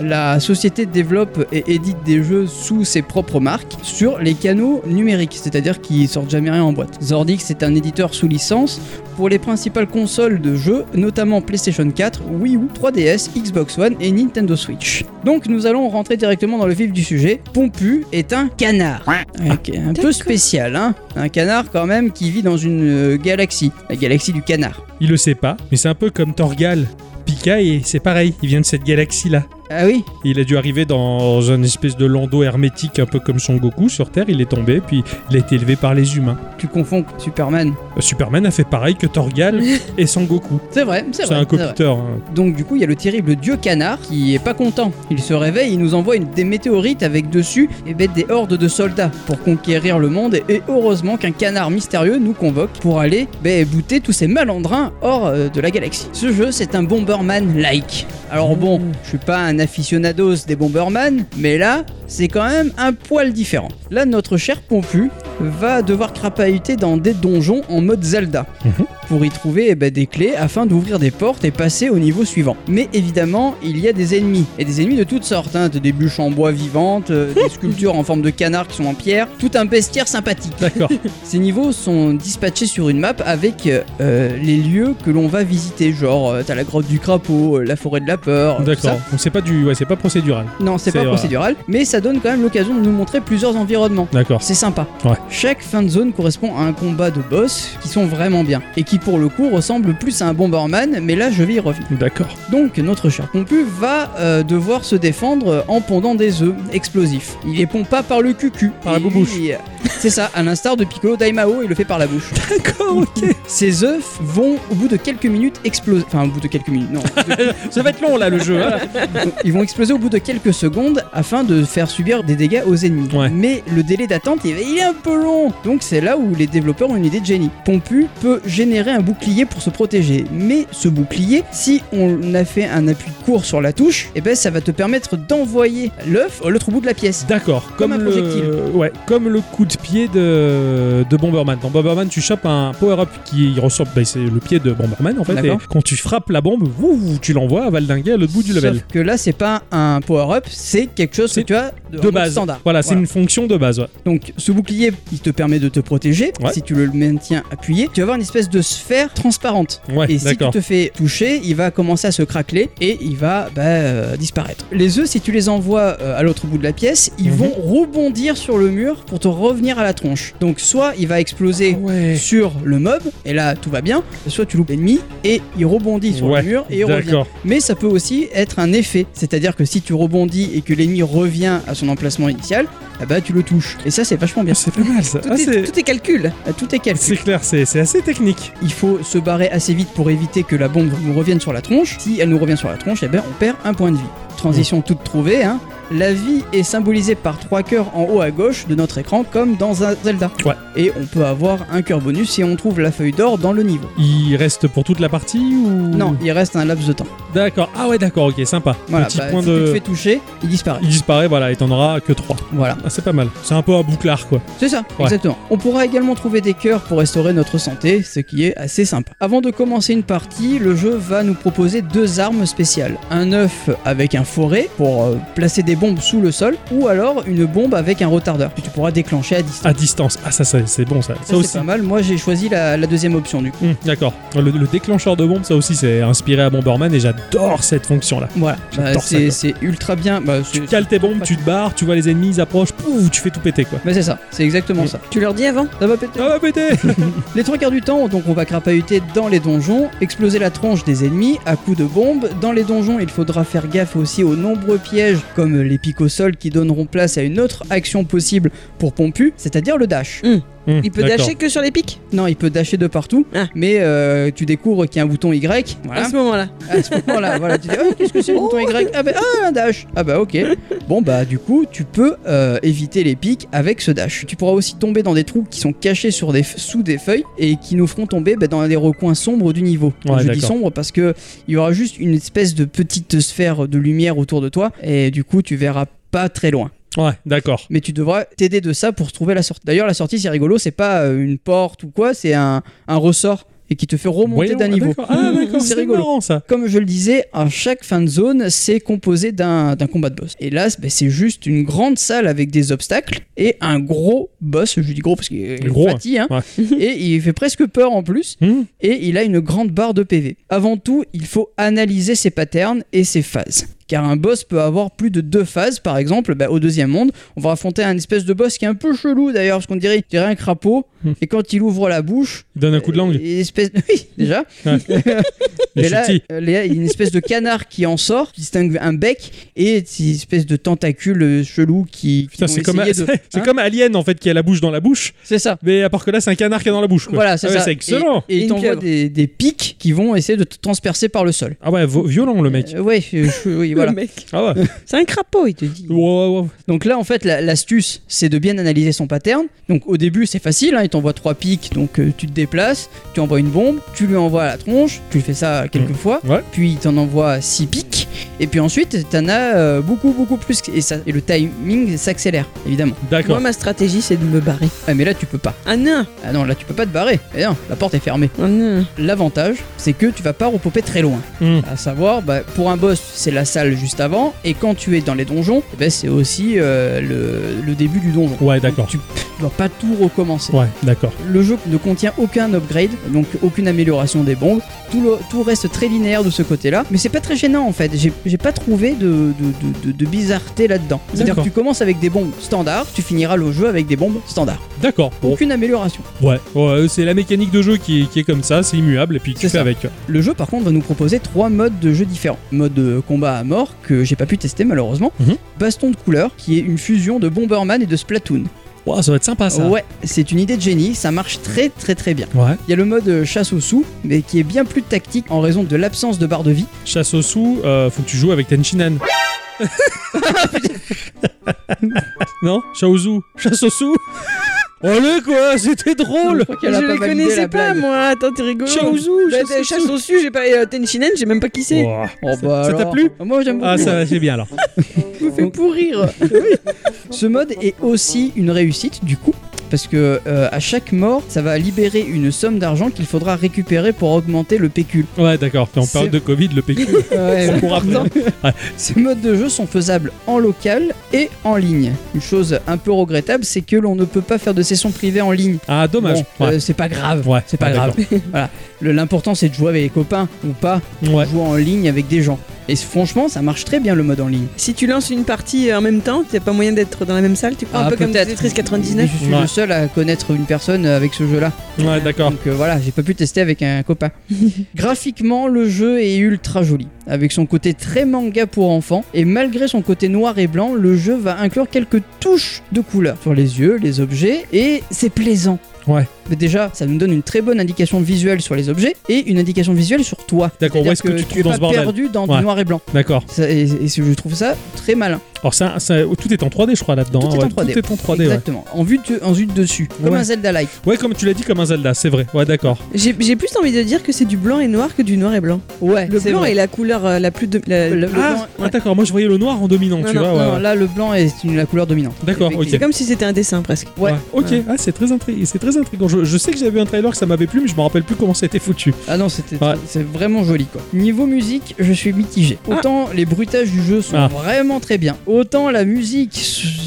Speaker 1: La société développe et édite des jeux sous ses propres marques sur les canaux numériques, c'est-à-dire qui sortent jamais rien en boîte. Zordix est un éditeur sous licence pour les principales consoles de jeux, notamment PlayStation 4, Wii U, 3DS, Xbox One et Nintendo Switch. Donc nous allons rentrer directement dans le vif du sujet. Pompu est un canard. Ok, un peu
Speaker 3: D'accord.
Speaker 1: spécial, hein Un canard quand même qui vit dans une euh, galaxie, la galaxie du canard.
Speaker 2: Il le sait pas, mais c'est un peu comme Torgal. Pika, et c'est pareil, il vient de cette galaxie-là.
Speaker 1: Ah oui
Speaker 2: Il a dû arriver dans une espèce de landau hermétique, un peu comme Son Goku sur Terre. Il est tombé, puis il a été élevé par les humains.
Speaker 1: Tu confonds Superman.
Speaker 2: Euh, Superman a fait pareil que Torgal et Son Goku.
Speaker 1: C'est vrai, c'est
Speaker 2: C'est
Speaker 1: vrai.
Speaker 2: un
Speaker 1: c'est vrai.
Speaker 2: copiteur. hein.
Speaker 1: Donc du coup, il y a le terrible dieu canard qui est pas content. Il se réveille, il nous envoie une, des météorites avec dessus et bête des hordes de soldats pour conquérir le monde. Et, et heureusement qu'un canard mystérieux nous convoque pour aller ben, bouter tous ces malandrins hors euh, de la galaxie. Ce jeu, c'est un Bomberman-like. Alors bon, je suis pas un aficionados des Bomberman, mais là, c'est quand même un poil différent. Là, notre cher Pompu va devoir crapahuter dans des donjons en mode Zelda
Speaker 2: Mhm.
Speaker 1: pour y trouver eh ben, des clés afin d'ouvrir des portes et passer au niveau suivant. Mais évidemment, il y a des ennemis, et des ennemis de toutes sortes, hein, des bûches en bois vivantes, euh, des sculptures en forme de canard qui sont en pierre, tout un bestiaire sympathique.
Speaker 2: D'accord.
Speaker 1: Ces niveaux sont dispatchés sur une map avec euh, les lieux que l'on va visiter, genre euh, t'as la grotte du crapaud, euh, la forêt de la peur, euh, tout ça.
Speaker 2: D'accord. Donc c'est pas du, ouais, c'est pas procédural.
Speaker 1: Non, c'est
Speaker 2: C'est
Speaker 1: pas
Speaker 2: vrai.
Speaker 1: procédural, mais ça donne quand même l'occasion de nous montrer plusieurs environnements.
Speaker 2: D'accord.
Speaker 1: C'est sympa.
Speaker 2: Ouais.
Speaker 1: Chaque fin de zone correspond à un combat de boss qui sont vraiment bien et qui pour le coup ressemble plus à un Bomberman, mais là je vais y revenir.
Speaker 2: D'accord.
Speaker 1: Donc notre cher Pompu va euh, devoir se défendre euh, en pondant des œufs explosifs. Il les pond pas par le cucu,
Speaker 2: Par la
Speaker 1: Il-
Speaker 2: boubouche.
Speaker 1: il- C'est ça, à l'instar de Piccolo Daimao, il le fait par la bouche.
Speaker 2: D'accord. Ok.
Speaker 1: Ces œufs vont au bout de quelques minutes exploser. Enfin, au bout de quelques minutes, non.
Speaker 2: Ça va être long là le jeu. hein.
Speaker 1: Ils vont exploser au bout de quelques secondes afin de faire subir des dégâts aux ennemis.
Speaker 2: Ouais.
Speaker 1: Mais le délai d'attente, il il est un peu long. Donc c'est là où les développeurs ont une idée de génie. Pompu peut générer insérer un bouclier pour se protéger. Mais ce bouclier, si on a fait un appui court sur la touche, et ben ça va te permettre d'envoyer l'œuf à l'autre bout de la pièce.
Speaker 2: D'accord,
Speaker 1: Comme
Speaker 2: comme,
Speaker 1: un projectile.
Speaker 2: le... ouais, comme le coup de pied de, de Bomberman. Dans Bomberman, tu chopes un power-up qui ressemble, bah, c'est le pied de Bomberman en fait, et
Speaker 1: D'accord.
Speaker 2: quand tu frappes la bombe, ouh, tu l'envoies à valdinguer à l'autre bout du level.
Speaker 1: Sauf que là, c'est pas un power-up, c'est quelque chose que
Speaker 2: C'est
Speaker 1: tu as de, en
Speaker 2: De
Speaker 1: mode
Speaker 2: base.
Speaker 1: standard.
Speaker 2: Voilà, c'est une fonction de base. ouais.
Speaker 1: Donc ce bouclier, il te permet de te protéger.
Speaker 2: Ouais.
Speaker 1: Si tu le maintiens appuyé, tu vas avoir une espèce de sphère transparente.
Speaker 2: Ouais,
Speaker 1: et si tu
Speaker 2: d'accord.
Speaker 1: te fais toucher, il va commencer à se craqueler et il va bah, euh, disparaître. Les œufs, si tu les envoies euh, à l'autre bout de la pièce, ils
Speaker 2: Mhm.
Speaker 1: vont rebondir sur le mur pour te revenir à la tronche. Donc soit il va exploser
Speaker 2: Ah Ouais.
Speaker 1: sur le mob et là tout va bien, soit tu loupes l'ennemi et il rebondit sur
Speaker 2: Ouais,
Speaker 1: le mur et il revient.
Speaker 2: D'accord.
Speaker 1: Mais ça peut aussi être un effet, c'est-à-dire que si tu rebondis et que l'ennemi revient à son emplacement initial, ah bah tu le touches. Et ça c'est vachement bien.
Speaker 2: C'est pas mal ça.
Speaker 3: Tout,
Speaker 2: Ah,
Speaker 3: est,
Speaker 2: c'est-
Speaker 3: tout est calcul.
Speaker 1: Ah, Tout est calculé.
Speaker 2: c'est clair, c'est c'est assez technique.
Speaker 1: Il faut se barrer assez vite pour éviter que la bombe nous revienne sur la tronche. Si elle nous revient sur la tronche, eh ben on perd un point de vie. Transition toute trouvée. Hein. La vie est symbolisée par trois cœurs en haut à gauche de notre écran, comme dans un Zelda.
Speaker 2: Ouais.
Speaker 1: Et on peut avoir un cœur bonus si on trouve la feuille d'or dans le niveau.
Speaker 2: Il reste pour toute la partie ou
Speaker 1: Non, il reste un laps de temps.
Speaker 2: D'accord. Ah ouais, d'accord. Ok, sympa.
Speaker 1: Voilà,
Speaker 2: Petit
Speaker 1: bah,
Speaker 2: point
Speaker 1: si tu te
Speaker 2: de.
Speaker 1: fais toucher, il disparaît.
Speaker 2: Il disparaît, voilà, et t'en auras que 3.
Speaker 1: Voilà,
Speaker 2: Ah, c'est pas mal. C'est un peu un bouclard, quoi.
Speaker 1: c'est ça,
Speaker 2: Ouais.
Speaker 1: exactement. On pourra également trouver des cœurs pour restaurer notre santé, ce qui est assez simple. Avant de commencer une partie, le jeu va nous proposer deux armes spéciales. Un œuf avec un forêt pour euh, placer des bombes sous le sol, ou alors une bombe avec un retardeur que tu pourras déclencher à distance.
Speaker 2: À distance. Ah, ça, ça, c'est bon, ça. Ça,
Speaker 1: Ça, c'est
Speaker 2: aussi.
Speaker 1: pas mal, moi j'ai choisi la, la deuxième option du coup.
Speaker 2: Hum, d'accord. Le, le déclencheur de bombe, ça aussi, c'est inspiré à Bomberman et j'adore cette fonction-là.
Speaker 1: Voilà,
Speaker 2: J'adore
Speaker 1: Bah,
Speaker 2: ça,
Speaker 1: c'est
Speaker 2: quoi.
Speaker 1: c'est ultra bien. Bah, c'est-
Speaker 2: Tu cales tes bombes, tu te barres, tu vois les ennemis, ils approchent, pouf, tu fais tout péter, quoi.
Speaker 1: Bah, c'est ça, c'est exactement ça.
Speaker 3: Tu leur dis avant
Speaker 1: Ça va Ah, péter.
Speaker 2: Ça va péter
Speaker 1: Les trois quarts du temps, donc on va crapahuter dans les donjons, exploser la tronche des ennemis à coups de bombes. Dans les donjons, il faudra faire gaffe aussi aux nombreux pièges, comme les pics au sol qui donneront place à une autre action possible pour Pompu, c'est-à-dire le dash.
Speaker 2: Hum,
Speaker 3: Il peut
Speaker 2: d'accord.
Speaker 3: dasher que sur les pics
Speaker 1: Non, il peut dasher de partout,
Speaker 3: Ah.
Speaker 1: mais euh, tu découvres qu'il y a un bouton Y. Voilà.
Speaker 3: à ce moment-là.
Speaker 1: À ce moment-là, Ah, voilà, tu dis oh, qu'est-ce que c'est le bouton Y Ah bah ah, un dash. Ah bah ok. Bon bah du coup, tu peux euh, éviter les pics avec ce dash. Tu pourras aussi tomber dans des trous qui sont cachés sur des f- sous des feuilles et qui nous feront tomber bah, dans des recoins sombres du niveau.
Speaker 2: Ouais,
Speaker 1: Je dis
Speaker 2: d'accord.
Speaker 1: sombre parce que il y aura juste une espèce de petite sphère de lumière autour de toi et du coup, tu verras pas très loin.
Speaker 2: Ouais, d'accord.
Speaker 1: Mais tu devras t'aider de ça pour trouver la sortie. D'ailleurs, la sortie, c'est rigolo, c'est pas euh, une porte ou quoi, c'est un, un ressort et qui te fait remonter
Speaker 2: Ouais,
Speaker 1: d'un
Speaker 2: ah,
Speaker 1: niveau. Mmh,
Speaker 2: d'accord. Ah, d'accord,
Speaker 1: c'est
Speaker 2: c'est
Speaker 1: rigolo.
Speaker 2: marrant, ça.
Speaker 1: Comme je le disais, à chaque fin de zone, c'est composé d'un d'un combat de boss. Et là, c'est- ben, c'est juste une grande salle avec des obstacles et un gros boss. Je dis gros parce qu'il est
Speaker 2: Gros,
Speaker 1: fatigué. hein. et il fait presque peur en plus.
Speaker 2: Hum,
Speaker 1: Et il a une grande barre de PV. Avant tout, il faut analyser ses patterns et ses phases. Car un boss peut avoir plus de deux phases. Par exemple, ben, au deuxième monde, on va affronter un espèce de boss qui est un peu chelou d'ailleurs, parce qu'on dirait, on dirait un crapaud.
Speaker 2: Hmm.
Speaker 1: Et quand il ouvre la bouche,
Speaker 2: il donne un coup de langue.
Speaker 1: il- espèce... oui, déjà.
Speaker 2: Les
Speaker 1: Mais là,
Speaker 2: chutis.
Speaker 1: euh, Léa, il y a une espèce de canard qui en sort, qui distingue un bec et une espèce de tentacule euh, chelou qui. qui
Speaker 2: Putain,
Speaker 1: vont
Speaker 2: c'est comme,
Speaker 1: essayer de-
Speaker 2: c'est- c'est
Speaker 1: hein
Speaker 2: comme Alien en fait qui a la bouche dans la bouche,
Speaker 1: C'est ça.
Speaker 2: mais à part que là c'est un canard qui est dans la bouche. quoi.
Speaker 1: Voilà, c'est
Speaker 2: Ah ouais,
Speaker 1: ça.
Speaker 2: C'est excellent.
Speaker 1: Et,
Speaker 3: Et
Speaker 1: il
Speaker 3: une
Speaker 1: t'envoie
Speaker 3: pieuvre.
Speaker 1: des, des pics qui vont essayer de te transpercer par le sol.
Speaker 2: Ah ouais, vo- violent le mec.
Speaker 1: Euh, ouais, euh, je- oui, voilà.
Speaker 3: Le mec.
Speaker 2: Ah ouais.
Speaker 3: C'est un crapaud, il te dit.
Speaker 2: Wow, wow, wow.
Speaker 1: Donc là, en fait, la- l'astuce, c'est de bien analyser son pattern. Donc au début, c'est facile, hein, il t'envoie trois pics, donc euh, tu te déplaces, tu envoies une bombe, tu lui envoies à la tronche, tu fais ça quelques fois,
Speaker 2: Ouais.
Speaker 1: puis il t'en envoie six pics, et puis ensuite, t'en as euh, beaucoup, beaucoup plus, et, ça, et le timing s'accélère, évidemment.
Speaker 2: D'accord.
Speaker 3: Moi, ma stratégie, c'est de me barrer.
Speaker 1: Ah, mais là, tu peux pas.
Speaker 3: Ah non,
Speaker 1: Ah non, là, tu peux pas te barrer. Eh non, la porte est fermée.
Speaker 3: ah non.
Speaker 1: L'avantage, c'est que tu vas pas repoper très loin.
Speaker 2: Hmm.
Speaker 1: À savoir, bah, pour un boss, c'est la salle juste avant, et quand tu es dans les donjons, eh ben, c'est aussi euh, le- le début du donjon.
Speaker 2: Ouais, d'accord.
Speaker 1: Tu ne dois pas tout recommencer.
Speaker 2: Ouais, d'accord.
Speaker 1: Le jeu ne contient aucun upgrade, donc aucune amélioration des bombes. Tout, le- tout reste très linéaire de ce côté-là, mais c'est pas très gênant en fait. J'ai j'ai pas trouvé de, de- de- de- de bizarreté là-dedans. C'est-à-dire que
Speaker 2: D'accord.
Speaker 1: tu commences avec des bombes standards, tu finiras le jeu avec des bombes standards.
Speaker 2: D'accord. Bon.
Speaker 1: Aucune amélioration.
Speaker 2: Ouais. Ouais, c'est la mécanique de jeu qui est, qui est comme ça, c'est immuable et puis tu
Speaker 1: C'est
Speaker 2: fais
Speaker 1: ça.
Speaker 2: avec.
Speaker 1: Le jeu par contre va nous proposer trois modes de jeu différents. Mode de combat à mort que j'ai pas pu tester malheureusement.
Speaker 2: Mhm.
Speaker 1: Baston de couleur qui est une fusion de Bomberman et de Splatoon.
Speaker 2: Wow, ça va être sympa Ah, ça.
Speaker 1: Ouais, c'est une idée de génie, ça marche très très très bien.
Speaker 2: Ouais.
Speaker 1: Il y a le mode euh, chasse au sous, mais qui est bien plus tactique en raison de l'absence de barre de vie.
Speaker 2: Chasse au sous, euh, faut que tu joues avec Tenchinan. non Shaozu Chasse au sous Allez quoi, c'était drôle
Speaker 1: crois qu'elle a
Speaker 3: Je
Speaker 1: pas
Speaker 3: les
Speaker 1: validé,
Speaker 3: connaissais
Speaker 1: la
Speaker 3: pas,
Speaker 1: blague.
Speaker 3: moi. Attends, t'es rigolo.
Speaker 2: Chaouzou,
Speaker 3: Bah,
Speaker 2: Chaouzou.
Speaker 3: t'as- Chasse au su, j'ai pas. euh, Tenshinen, j'ai même pas qui c'est.
Speaker 2: Oh,
Speaker 1: Oh, bah
Speaker 2: ça t'a
Speaker 1: alors.
Speaker 2: plu
Speaker 1: Moi j'aime beaucoup.
Speaker 2: Ah, ça, c'est bien alors.
Speaker 3: Je me fais pourrir.
Speaker 1: Ce mode est aussi une réussite du coup. Parce que euh, à chaque mort, ça va libérer une somme d'argent qu'il faudra récupérer pour augmenter le pécule.
Speaker 2: Ouais, d'accord. En
Speaker 1: C'est-
Speaker 2: période de Covid, le PQ,
Speaker 1: Ouais,
Speaker 2: c'est pour
Speaker 1: pourtant,
Speaker 2: après.
Speaker 1: Ces modes de jeu sont faisables en local et en ligne. Une chose un peu regrettable, c'est que l'on ne peut pas faire de session privée en ligne.
Speaker 2: Ah, dommage.
Speaker 1: Bon,
Speaker 2: Ouais.
Speaker 1: euh, c'est pas grave.
Speaker 2: Ouais,
Speaker 1: c'est pas
Speaker 2: ouais,
Speaker 1: grave. voilà. Le- L'important c'est de jouer avec les copains ou pas,
Speaker 2: Ouais.
Speaker 1: jouer en ligne avec des gens. Et franchement, ça marche très bien le mode en ligne.
Speaker 3: Si tu lances une partie euh, en même temps, t'as pas moyen d'être dans la même salle, tu crois
Speaker 1: Ah,
Speaker 3: Un peu comme
Speaker 1: peut-être.
Speaker 3: Tetris
Speaker 1: Mais
Speaker 3: 99.
Speaker 1: je suis
Speaker 2: Ouais. Ah.
Speaker 1: le seul à connaître une personne avec ce jeu-là.
Speaker 2: Ouais, d'accord.
Speaker 1: Donc euh, voilà, j'ai pas pu tester avec un copain. Graphiquement, le jeu est ultra joli, avec son côté très manga pour enfants, et malgré son côté noir et blanc, le jeu va inclure quelques touches de couleur sur les yeux, les objets, et c'est plaisant.
Speaker 2: Ouais.
Speaker 1: Mais déjà, ça nous donne une très bonne indication visuelle sur les objets et une indication visuelle sur toi.
Speaker 2: D'accord, où
Speaker 1: C'est-à-dire
Speaker 2: est-ce que tu te
Speaker 1: es
Speaker 2: trouves dans
Speaker 1: pas
Speaker 2: ce bordel
Speaker 1: perdu dans
Speaker 2: Ouais.
Speaker 1: du noir et blanc.
Speaker 2: D'accord.
Speaker 1: Ça- et, et je trouve ça très malin.
Speaker 2: Alors, ça, ça- tout est en 3D, je crois, là-dedans.
Speaker 1: Tout est
Speaker 2: hein, ouais.
Speaker 1: en 3D.
Speaker 2: Tout est en 3D, ouais.
Speaker 1: Exactement. En vue de, en vue de dessus, comme
Speaker 2: Ouais.
Speaker 1: un Zelda-like.
Speaker 2: Ouais, comme tu l'as dit, comme un Zelda, c'est vrai. Ouais, d'accord.
Speaker 3: J'ai j'ai plus envie de dire que c'est du blanc et noir que du noir et blanc.
Speaker 1: Ouais.
Speaker 3: Le
Speaker 1: c'est
Speaker 3: blanc
Speaker 1: vrai.
Speaker 3: est la couleur euh, la plus. de- la-
Speaker 1: Le- le
Speaker 3: Ah,
Speaker 1: blanc-
Speaker 2: Ah, d'accord. Moi, je voyais le noir en dominant,
Speaker 3: Non,
Speaker 2: tu
Speaker 3: non,
Speaker 2: vois. ouais,
Speaker 1: Non,
Speaker 2: ouais.
Speaker 1: là, le blanc est une- la couleur dominante.
Speaker 2: D'accord, ok.
Speaker 3: C'est comme si c'était un dessin presque.
Speaker 1: Ouais.
Speaker 2: Ok, ah, c'est très, intri- c'est très intriguant. Je, je sais que j'avais vu un trailer que ça m'avait plu, mais je me rappelle plus comment ça a été foutu.
Speaker 1: Ah non, c'était
Speaker 2: Ouais.
Speaker 1: c'est vraiment joli quoi. Niveau musique, je suis mitigé. Autant les bruitages du jeu sont
Speaker 2: Ah.
Speaker 1: vraiment très bien, autant la musique,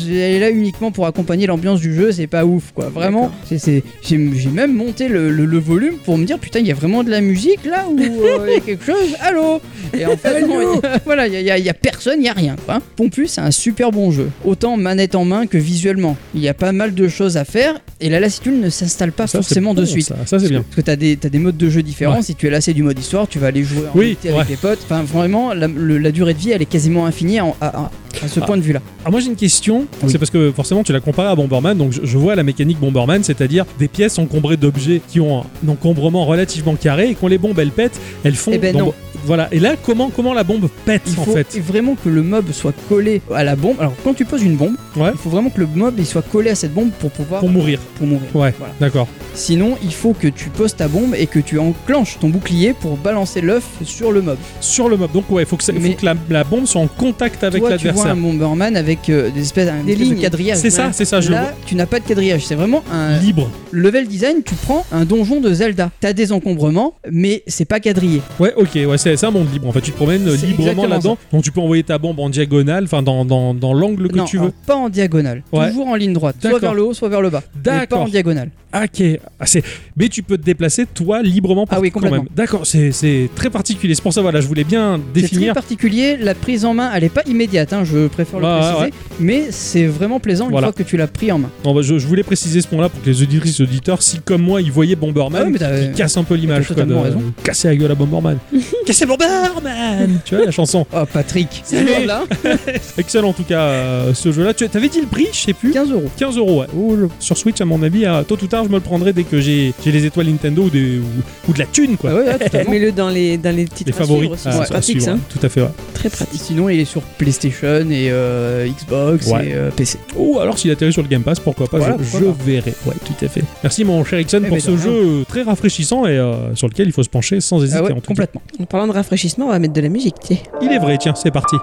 Speaker 1: elle est là uniquement pour accompagner l'ambiance du jeu, c'est pas ouf quoi. Vraiment, c'est- c'est- j'ai j'ai même monté le, le- le volume pour me dire putain, il y a vraiment de la musique là ou euh, il y a quelque chose Allô Et en fait, non, il y a- voilà, il y, a- il y a personne, il y a rien quoi. Pompus, c'est un super bon jeu, autant manette en main que visuellement. Il y a pas mal de choses à faire et la lassitude ne s'installe pas
Speaker 2: Ça, c'est
Speaker 1: forcément de
Speaker 2: bon,
Speaker 1: suite.
Speaker 2: Ça, ça, c'est bien.
Speaker 1: Parce que t'as des, t'as des modes de jeu différents.
Speaker 2: Ouais.
Speaker 1: Si tu es lassé du mode histoire, tu vas aller jouer en
Speaker 2: Oui,
Speaker 1: multi avec
Speaker 2: ouais.
Speaker 1: tes potes. Enfin, vraiment, la, le- la durée de vie, elle est quasiment infinie en- à, à- à ce
Speaker 2: Ah.
Speaker 1: point de vue-là.
Speaker 2: Alors moi j'ai une question,
Speaker 1: Oui.
Speaker 2: c'est parce que forcément tu l'as comparé à Bomberman, donc je, je vois la mécanique Bomberman, c'est-à-dire des pièces encombrées d'objets qui ont un encombrement relativement carré et quand les bombes elles pètent, elles font...
Speaker 1: Eh ben
Speaker 2: dans-
Speaker 1: non.
Speaker 2: Voilà, et là comment, comment la bombe pète
Speaker 1: Il
Speaker 2: en
Speaker 1: faut
Speaker 2: fait
Speaker 1: vraiment que le mob soit collé à la bombe. Alors, quand tu poses une bombe,
Speaker 2: Ouais.
Speaker 1: il faut vraiment que le mob il soit collé à cette bombe pour pouvoir
Speaker 2: Pour mourir.
Speaker 1: pour mourir.
Speaker 2: Ouais,
Speaker 1: Voilà.
Speaker 2: d'accord.
Speaker 1: Sinon, il faut que tu poses ta bombe et que tu enclenches ton bouclier pour balancer l'œuf sur le mob.
Speaker 2: Sur le mob, donc ouais, il faut que, ça- faut
Speaker 1: Mais-
Speaker 2: que la, la bombe soit en contact avec
Speaker 1: Toi, tu vois un
Speaker 2: l'adversaire.
Speaker 1: Bomberman avec euh, des espèces, un
Speaker 3: Des
Speaker 1: espèce de
Speaker 3: lignes.
Speaker 1: quadrillage.
Speaker 2: C'est ça, c'est ça, je le
Speaker 1: Là, euh, tu n'as pas de quadrillage. C'est vraiment un,
Speaker 2: vois. Libre.
Speaker 1: Level design, tu prends un donjon de Zelda. T'as des encombrements, mais c'est pas quadrillé.
Speaker 2: Ouais, ok, ouais, c'est c'est un monde libre. En fait, tu te promènes euh,
Speaker 1: C'est
Speaker 2: librement
Speaker 1: exactement
Speaker 2: là-dedans. Donc tu peux envoyer ta bombe en diagonale, enfin dans, dans, dans l'angle que
Speaker 1: non,
Speaker 2: tu
Speaker 1: alors,
Speaker 2: veux.
Speaker 1: pas en diagonale.
Speaker 2: Ouais.
Speaker 1: Toujours en ligne droite. Soit
Speaker 2: D'accord.
Speaker 1: vers le haut, soit vers le bas. Mais pas
Speaker 2: D'accord.
Speaker 1: en diagonale.
Speaker 2: Ok, ah, c'est- mais tu peux te déplacer toi librement
Speaker 1: Ah
Speaker 2: partout
Speaker 1: oui,
Speaker 2: quand
Speaker 1: complètement.
Speaker 2: même. D'accord, c'est- c'est très particulier. C'est pour ça, voilà, je voulais bien
Speaker 1: C'est très
Speaker 2: définir.
Speaker 1: particulier. La prise en main, elle est pas immédiate, hein, je préfère le
Speaker 2: Ouais, ouais,
Speaker 1: préciser. Mais c'est vraiment plaisant une
Speaker 2: Voilà.
Speaker 1: fois que tu l'as pris en main.
Speaker 2: Non, bah, je, je voulais préciser ce point-là pour que les auditrices et auditeurs, si comme moi ils voyaient
Speaker 1: Ah oui,
Speaker 2: Bomberman,
Speaker 1: mais t'as-
Speaker 2: ils cassent un peu l'image.
Speaker 1: t'as
Speaker 2: quoi,
Speaker 1: totalement
Speaker 2: de-
Speaker 1: raison.
Speaker 2: Casser la gueule à Bomberman. Casser Bomberman Tu vois la chanson
Speaker 1: Oh, Patrick.
Speaker 2: Salut.
Speaker 1: Alors là,
Speaker 2: Excellent en tout cas euh, ce jeu-là. Tu avais dit le prix, je sais plus.
Speaker 1: 15 euros.
Speaker 2: 15 euros, ouais. Oh, le- sur Switch, à mon avis, à- tôt ou tard, je me le prendrai dès que j'ai j'ai les étoiles Nintendo ou, des- ou- ou de la thune, quoi.
Speaker 1: Ah ouais, ouais, totalement.
Speaker 3: Mets-le dans les, dans les petites
Speaker 2: Les favoris.
Speaker 1: c'est
Speaker 2: Ah,
Speaker 3: c'est
Speaker 2: à
Speaker 3: pratique
Speaker 2: suivre,
Speaker 1: hein.
Speaker 3: ça.
Speaker 2: ouais. Tout à fait, ouais.
Speaker 3: Très pratique.
Speaker 1: Sinon, il est sur PlayStation et euh, Xbox
Speaker 2: Ouais.
Speaker 1: et euh, PC.
Speaker 2: Ou Oh, alors s'il atterrit sur le Game Pass, pourquoi pas,
Speaker 1: Voilà,
Speaker 2: je,
Speaker 1: pourquoi
Speaker 2: je
Speaker 1: pas.
Speaker 2: verrai. Ouais, tout à fait. Merci mon cher Ixon
Speaker 1: Eh
Speaker 2: pour
Speaker 1: ben,
Speaker 2: ce
Speaker 1: de
Speaker 2: jeu très rafraîchissant et euh, sur lequel il faut se pencher sans hésiter
Speaker 1: Ah ouais,
Speaker 2: en tout cas.
Speaker 1: complètement.
Speaker 3: En parlant de rafraîchissement, on va mettre de la musique, tiens.
Speaker 2: Il est vrai, tiens, c'est parti.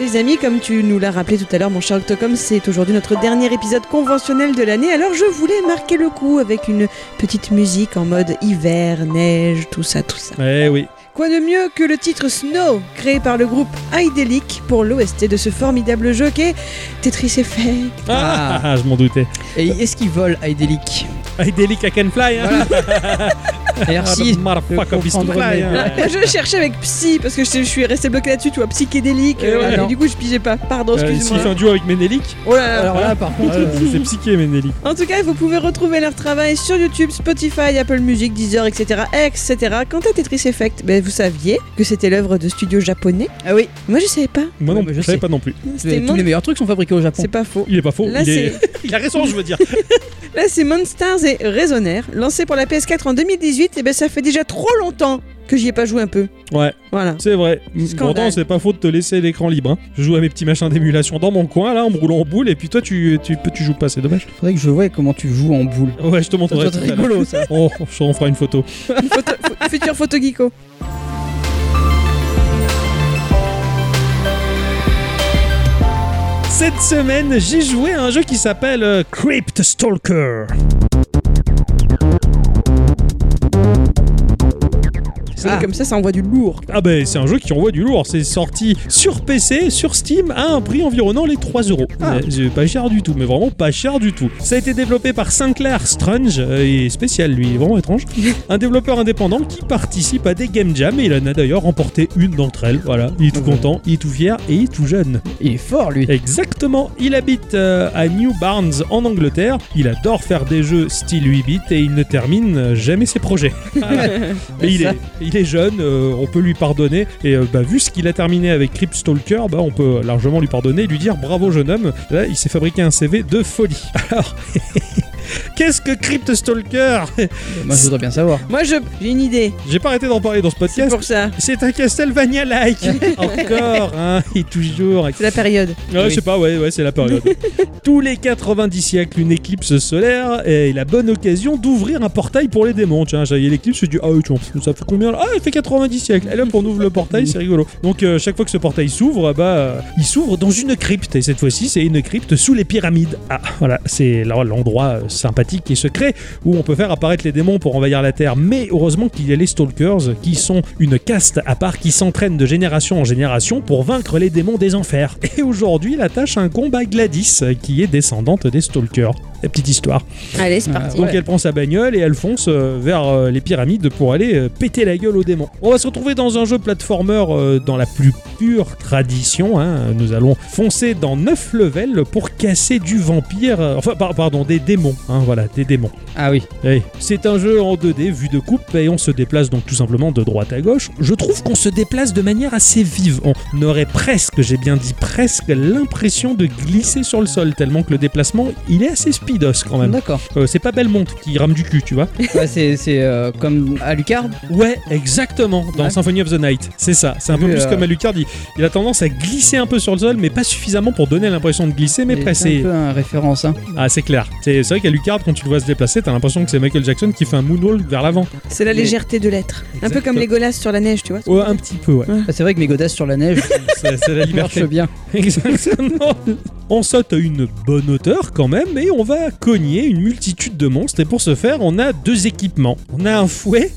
Speaker 3: Les amis, comme tu nous l'as rappelé tout à l'heure, mon cher Octocom, c'est aujourd'hui notre dernier épisode conventionnel de l'année. Alors je voulais marquer le coup avec une petite musique en mode hiver, neige, tout ça, tout ça.
Speaker 2: Eh oui.
Speaker 3: Quoi de mieux que le titre Snow, créé par le groupe Idelic pour l'OST de ce formidable jeu qu'est Tetris Effect.
Speaker 1: Ah.
Speaker 2: Ah, je m'en doutais.
Speaker 1: Et est-ce qu'ils volent, Idelic
Speaker 2: I delic I can fly. Hein.
Speaker 1: Merci.
Speaker 2: Motherfucker,
Speaker 1: de
Speaker 2: beast to
Speaker 1: comprendre
Speaker 2: fly.
Speaker 1: mes-
Speaker 2: hein.
Speaker 3: Moi, Euh, je cherchais avec psy parce que je, je suis resté bloqué là-dessus, tu vois, psychédélique.
Speaker 2: Eh
Speaker 3: euh,
Speaker 2: ouais,
Speaker 3: et
Speaker 1: non.
Speaker 3: du coup, je pigeais pas. Pardon,
Speaker 2: Euh, S'il fait
Speaker 3: excuse-moi.
Speaker 2: un duo avec Ménélique,
Speaker 3: Oh là là.
Speaker 1: Alors là, par contre, euh,
Speaker 2: ah, c'est psyché Ménélique.
Speaker 3: En tout cas, vous pouvez retrouver leur travail sur YouTube, Spotify, Apple Music, Deezer, etc., etc. Quant à Tetris Effect, ben, vous saviez que c'était l'œuvre de studio japonais.
Speaker 1: ah oui,
Speaker 3: Moi, je savais pas.
Speaker 2: Moi
Speaker 1: Ouais,
Speaker 2: non,
Speaker 1: mais
Speaker 2: plus,
Speaker 1: je
Speaker 2: je savais
Speaker 1: sais.
Speaker 2: pas non plus.
Speaker 3: C'était
Speaker 1: tous
Speaker 3: Mon-
Speaker 1: les meilleurs trucs sont fabriqués au Japon.
Speaker 3: C'est pas faux.
Speaker 2: Il est pas faux.
Speaker 3: Là,
Speaker 2: il, est- il a raison, je veux dire.
Speaker 3: Là, c'est Monsters et Raisonnaire, lancé pour la PS4 en 2018. Et ben, ça fait déjà trop longtemps que j'y ai pas joué un peu.
Speaker 2: Ouais,
Speaker 3: Voilà.
Speaker 2: c'est vrai. Mm,
Speaker 3: Scandale.
Speaker 2: Pourtant, c'est pas faux de te laisser l'écran libre. hein. Je joue à mes petits machins d'émulation dans mon coin, là, en me roulant en boule, et puis toi, tu, tu, tu joues pas, c'est dommage.
Speaker 1: Faudrait que je vois comment tu joues en boule.
Speaker 2: Ouais, je te
Speaker 1: Ça doit
Speaker 2: montrerai.
Speaker 1: être
Speaker 2: tout à l'heure.
Speaker 1: rigolo, ça.
Speaker 2: Oh, on fera une photo.
Speaker 3: Photo- fo- futur photo geeko.
Speaker 2: Cette semaine, j'ai joué à un jeu qui s'appelle euh, Crypt Stalker.
Speaker 3: Ah, Comme ça, ça envoie du lourd.
Speaker 2: Ah ben c'est un jeu qui envoie du lourd, c'est sorti sur PC, sur Steam, à un prix environnant les 3 euros.
Speaker 1: Ah.
Speaker 2: Euh, C'est pas cher du tout, mais vraiment pas cher du tout. Ça a été développé par Sinclair Strange, euh, il est spécial lui, il est vraiment étrange. un développeur indépendant qui participe à des game jams et il en a d'ailleurs remporté une d'entre elles. Voilà, il est tout
Speaker 1: Ouais.
Speaker 2: content, il est tout fier et il est tout jeune.
Speaker 1: Il est fort, lui.
Speaker 2: Exactement, il habite euh, à New Barnes en Angleterre, il adore faire des jeux style 8 bits et il ne termine euh, jamais ses projets.
Speaker 3: Ah
Speaker 2: Mais il,
Speaker 1: Ça.
Speaker 2: est, il est jeune, euh, on peut lui pardonner et euh, bah, vu ce qu'il a terminé avec Crypt Stalker, bah, on peut largement lui pardonner et lui dire bravo jeune homme, là il s'est fabriqué un CV de folie. Alors, qu'est-ce que Crypt Stalker
Speaker 1: Moi, je voudrais bien savoir.
Speaker 3: Moi, je- j'ai une idée.
Speaker 2: J'ai pas arrêté d'en parler dans ce
Speaker 3: C'est
Speaker 2: podcast.
Speaker 3: pour ça.
Speaker 2: C'est un Castlevania-like Encore, hein, et toujours,
Speaker 3: C'est la période.
Speaker 2: Ouais,
Speaker 1: Oui.
Speaker 2: Ah, je sais pas, ouais, ouais, c'est la période. Tous les 90 siècles, une éclipse solaire est la bonne occasion d'ouvrir un portail pour les démons. Tiens, j'avais l'éclipse, je dis, ah, oui, tiens, ça fait combien là Ah, elle fait 90 siècles. Elle, hop, on ouvre le portail, c'est rigolo. Donc, euh, chaque fois que ce portail s'ouvre, bah, euh, il s'ouvre dans une crypte. Et cette fois-ci, c'est une crypte sous les pyramides. Ah, voilà, c'est là l'endroit euh, sympathique et secret où on peut faire apparaître les démons pour envahir la Terre. Mais heureusement qu'il y a les Stalkers, qui sont une caste à part qui s'entraînent de génération en génération pour vaincre les démons des enfers. Et aujourd'hui, la tâche incombe à Gladys, qui est descendante des Stalkers. La petite histoire.
Speaker 3: Allez, c'est
Speaker 1: Ah,
Speaker 3: parti.
Speaker 2: Donc
Speaker 1: ouais.
Speaker 2: elle prend sa bagnole et elle fonce euh, vers euh, les pyramides pour aller euh, péter la gueule aux démons. On va se retrouver dans un jeu platformer euh, dans la plus pure tradition. hein. Nous allons foncer dans 9 levels pour casser du vampire, euh, enfin par- pardon, des démons. hein, voilà, des démons.
Speaker 1: Ah oui.
Speaker 2: Eh, C'est un jeu en 2D vu de coupe et on se déplace donc tout simplement de droite à gauche. Je trouve qu'on se déplace de manière assez vive. On aurait presque, j'ai bien dit presque, l'impression de glisser sur le sol tellement que le déplacement il est assez speedos quand même.
Speaker 1: D'accord.
Speaker 2: Euh, c'est pas Belmont qui rame du cul, tu vois.
Speaker 1: Ouais, c'est c'est, euh, comme Alucard.
Speaker 2: Ouais, exactement, dans
Speaker 1: Ouais.
Speaker 2: Symphony of the Night. C'est ça, c'est un peu
Speaker 1: Lui,
Speaker 2: plus
Speaker 1: euh,
Speaker 2: comme Alucard. Il, il a tendance à glisser un peu sur le sol, mais pas suffisamment pour donner l'impression de glisser, mais
Speaker 1: C'est un
Speaker 2: presque.
Speaker 1: peu un référence. Hein.
Speaker 2: Ah, c'est clair. C'est c'est vrai qu'Alucard, quand tu le vois se déplacer, t'as l'impression que c'est Michael Jackson qui fait un moonwalk vers l'avant.
Speaker 3: C'est la légèreté de l'être. Un peu
Speaker 2: Exactement.
Speaker 3: comme les golas sur la neige, tu vois.
Speaker 2: Ouais, un petit peu, ouais.
Speaker 1: Ah, C'est vrai que mes godasses sur la neige
Speaker 2: C'est c'est la
Speaker 1: marchent
Speaker 2: liberté.
Speaker 1: bien.
Speaker 2: Exactement. On saute à une bonne hauteur quand même et on va cogner une multitude de monstres. Et pour ce faire, on a deux équipements. On a un fouet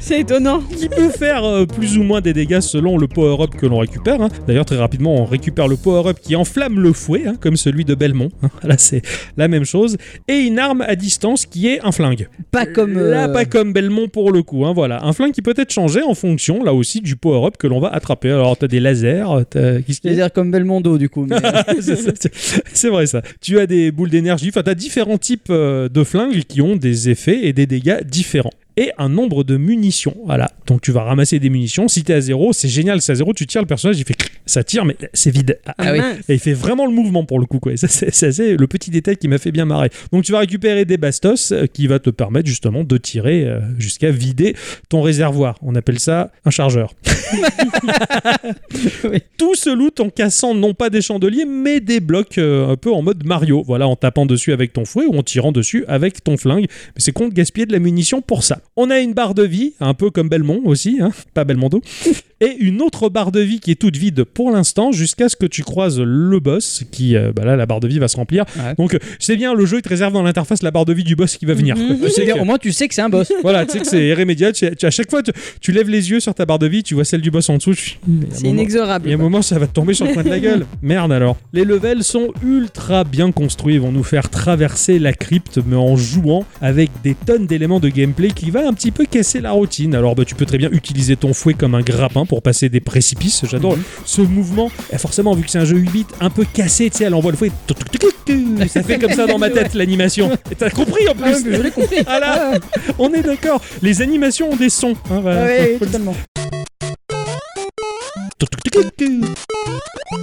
Speaker 3: C'est étonnant.
Speaker 2: qui peut faire euh, plus ou moins des dégâts selon le power-up que l'on récupère. hein. D'ailleurs, très rapidement, on récupère le power-up qui enflamme le fouet, hein, comme celui de Belmont. hein. Là, c'est la même chose. Et une arme à distance qui est un flingue.
Speaker 1: Pas comme.
Speaker 2: Là,
Speaker 1: euh,
Speaker 2: pas comme Belmont pour le coup. hein, voilà. Un flingue qui peut être changé en fonction, là aussi, du power-up que l'on va attraper. Alors, t'as des lasers, t'as... Qu'est-ce qu'il y a
Speaker 1: J'allais dire comme Belmondo, du coup. mais- euh,
Speaker 2: C'est ça, c'est- c'est vrai ça. Tu as des boules d'énergie, enfin t'as différents types euh, de flingues qui ont des effets et des dégâts différents. Et un nombre de munitions. Voilà. Donc tu vas ramasser des munitions. Si t'es à zéro, c'est génial. Si t'es à zéro, tu tires le personnage, il fait clic, ça tire, mais c'est vide. Ah,
Speaker 1: Ah oui.
Speaker 2: et il fait vraiment le mouvement pour le coup. Quoi. Et ça, c'est ça, c'est le petit détail qui m'a fait bien marrer. Donc tu vas récupérer des bastos euh, qui va te permettre justement de tirer euh, jusqu'à vider ton réservoir. On appelle ça un chargeur.
Speaker 1: Oui.
Speaker 2: Tout se loot en cassant non pas des chandeliers mais des blocs euh, un peu en mode Mario. Voilà, en tapant dessus avec ton fouet ou en tirant dessus avec ton flingue. Mais c'est con de gaspiller de la munition pour ça. On a une barre de vie, un peu comme Belmont aussi, hein, pas Belmondo. et une autre barre de vie qui est toute vide pour l'instant jusqu'à ce que tu croises le boss qui euh, bah là la barre de vie va se remplir.
Speaker 1: Ouais.
Speaker 2: Donc euh, c'est bien le jeu il te réserve dans l'interface la barre de vie du boss qui va venir. quoi.
Speaker 3: Mhm.
Speaker 2: Tu sais
Speaker 1: C'est-à-dire,
Speaker 2: que-
Speaker 1: au moins, tu sais que c'est un boss.
Speaker 2: voilà, tu sais que c'est irrémédiable. Tu- tu- à chaque fois, tu, tu lèves les yeux sur ta barre de vie, tu vois celle du boss en dessous. tu- Il y a un
Speaker 3: C'est
Speaker 2: moment-
Speaker 3: inexorable.
Speaker 2: il y a un moment, ça va te tomber sur le coin de la gueule. Merde alors. Les levels sont ultra bien construits, ils vont nous faire traverser la crypte, mais en jouant avec des tonnes d'éléments de gameplay qui va un petit peu casser la routine. Alors bah, tu peux très bien utiliser ton fouet comme un grappin pour passer des précipices. J'adore
Speaker 1: Mhm.
Speaker 2: ce mouvement. Et forcément, vu que c'est un jeu 8 bits, un peu cassé, tu sais, elle envoie le fouet. Tuk, tuk, tuk, tuk. Ça fait comme ça dans ma tête l'animation. Et t'as compris en
Speaker 1: Ah ouais,
Speaker 2: plus.
Speaker 1: mais je l'ai compris.
Speaker 2: Ah là, on est d'accord. Les animations ont des sons. hein, voilà.
Speaker 1: Ah ouais, totalement.
Speaker 2: Tuk, tuk, tuk, tuk.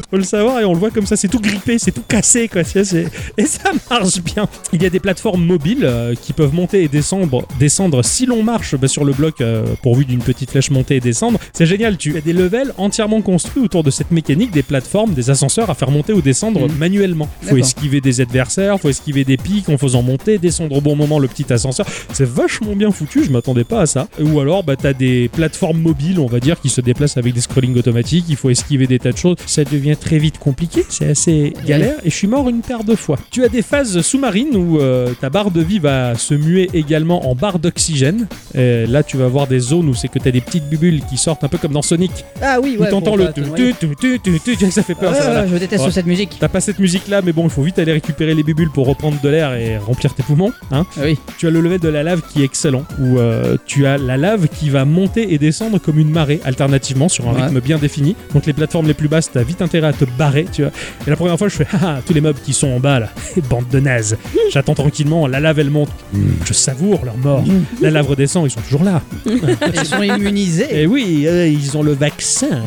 Speaker 2: Faut le savoir et on le voit comme ça, c'est tout grippé, c'est tout cassé quoi. tu vois, c'est- Et ça marche bien. Il y a des plateformes mobiles euh, qui peuvent monter et descendre, descendre si l'on marche bah, sur le bloc euh, pourvu d'une petite flèche montée et descendre. C'est génial. Tu as des levels entièrement construits autour de cette mécanique des plateformes, des ascenseurs à faire monter ou descendre
Speaker 1: Mhm.
Speaker 2: manuellement. Faut
Speaker 1: D'accord.
Speaker 2: esquiver des adversaires, faut esquiver des pics en faisant monter, descendre au bon moment le petit ascenseur. C'est vachement bien foutu, je m'attendais pas à ça. Ou alors, bah, t'as des plateformes mobiles, on va dire, qui se déplacent avec des scrollings automatiques, il faut esquiver des tas de choses. Ça devient très vite compliqué, c'est assez galère, et je suis mort une paire de fois. Tu as des phases sous-marines où euh, ta barre de vie va se muer également en barre d'oxygène. Et Là, tu vas voir des zones où c'est que t'as des petites bulles qui sortent un peu comme dans Sonic.
Speaker 1: Ah oui,
Speaker 2: où
Speaker 1: ouais.
Speaker 2: t'entends
Speaker 1: bon,
Speaker 2: le
Speaker 1: bah,
Speaker 2: tu-
Speaker 1: ouais.
Speaker 2: tu- tu- tu- tu- tu- ça fait
Speaker 1: Ah
Speaker 2: peur.
Speaker 1: ouais,
Speaker 2: ça, voilà.
Speaker 1: ouais, Je déteste
Speaker 2: Ouais.
Speaker 1: cette musique.
Speaker 2: T'as pas cette musique là, mais bon, il faut vite aller récupérer les bulles pour reprendre de l'air et remplir tes poumons. Hein
Speaker 1: Ah oui.
Speaker 2: tu as le level de la lave qui est excellent, où euh, tu as la lave qui va monter et descendre comme une marée, alternativement, sur un
Speaker 1: Ouais.
Speaker 2: rythme bien défini. Donc les plateformes les plus basses, t'as vite intérêt à te barrer, tu vois. Et la première fois, je fais, ah, tous les mobs qui sont en bas, là, bande de nazes. J'attends tranquillement, la lave, elle monte.
Speaker 1: Mm.
Speaker 2: Je savoure leur mort. La lave redescend, ils sont toujours là.
Speaker 1: Ils sont immunisés.
Speaker 2: Eh oui, euh, ils ont le vaccin.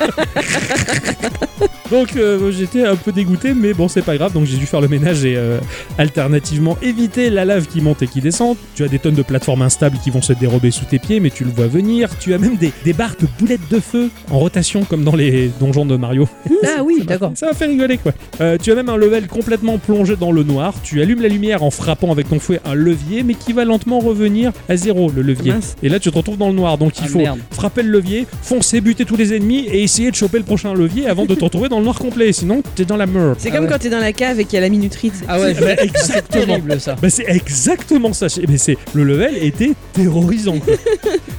Speaker 2: donc euh, j'étais un peu dégoûté, mais bon, c'est pas grave. Donc j'ai dû faire le ménage et euh, alternativement éviter la lave qui monte et qui descend. Tu as des tonnes de plateformes instables qui vont se dérober sous tes pieds, mais tu le vois venir. Tu as même des, des barres de boulettes de feu en rotation, comme dans les donjons de Mario.
Speaker 1: Ah oui, d'accord.
Speaker 2: Ça m'a fait rigoler quoi. Euh, tu as même un level complètement plongé dans le noir. Tu allumes la lumière en frappant avec ton fouet un levier, mais qui va lentement revenir à zéro le levier.
Speaker 3: Mince.
Speaker 2: Et là tu te retrouves dans le noir, donc il
Speaker 1: Ah,
Speaker 2: faut
Speaker 1: merde.
Speaker 2: frapper le levier, foncer, buter tous les ennemis et essayer de choper le prochain levier avant de te retrouver dans le noir complet. Sinon t'es dans la merde.
Speaker 3: C'est
Speaker 1: Ah
Speaker 3: comme
Speaker 1: ouais.
Speaker 3: quand t'es dans la cave et qu'il y a la minuterie. tu sais.
Speaker 1: Ah ouais, je-
Speaker 2: Bah,
Speaker 1: ah, c'est
Speaker 2: exactement.
Speaker 1: terrible ça.
Speaker 2: Bah, c'est exactement ça. C'est- Mais c'est le level était terrorisant. quoi.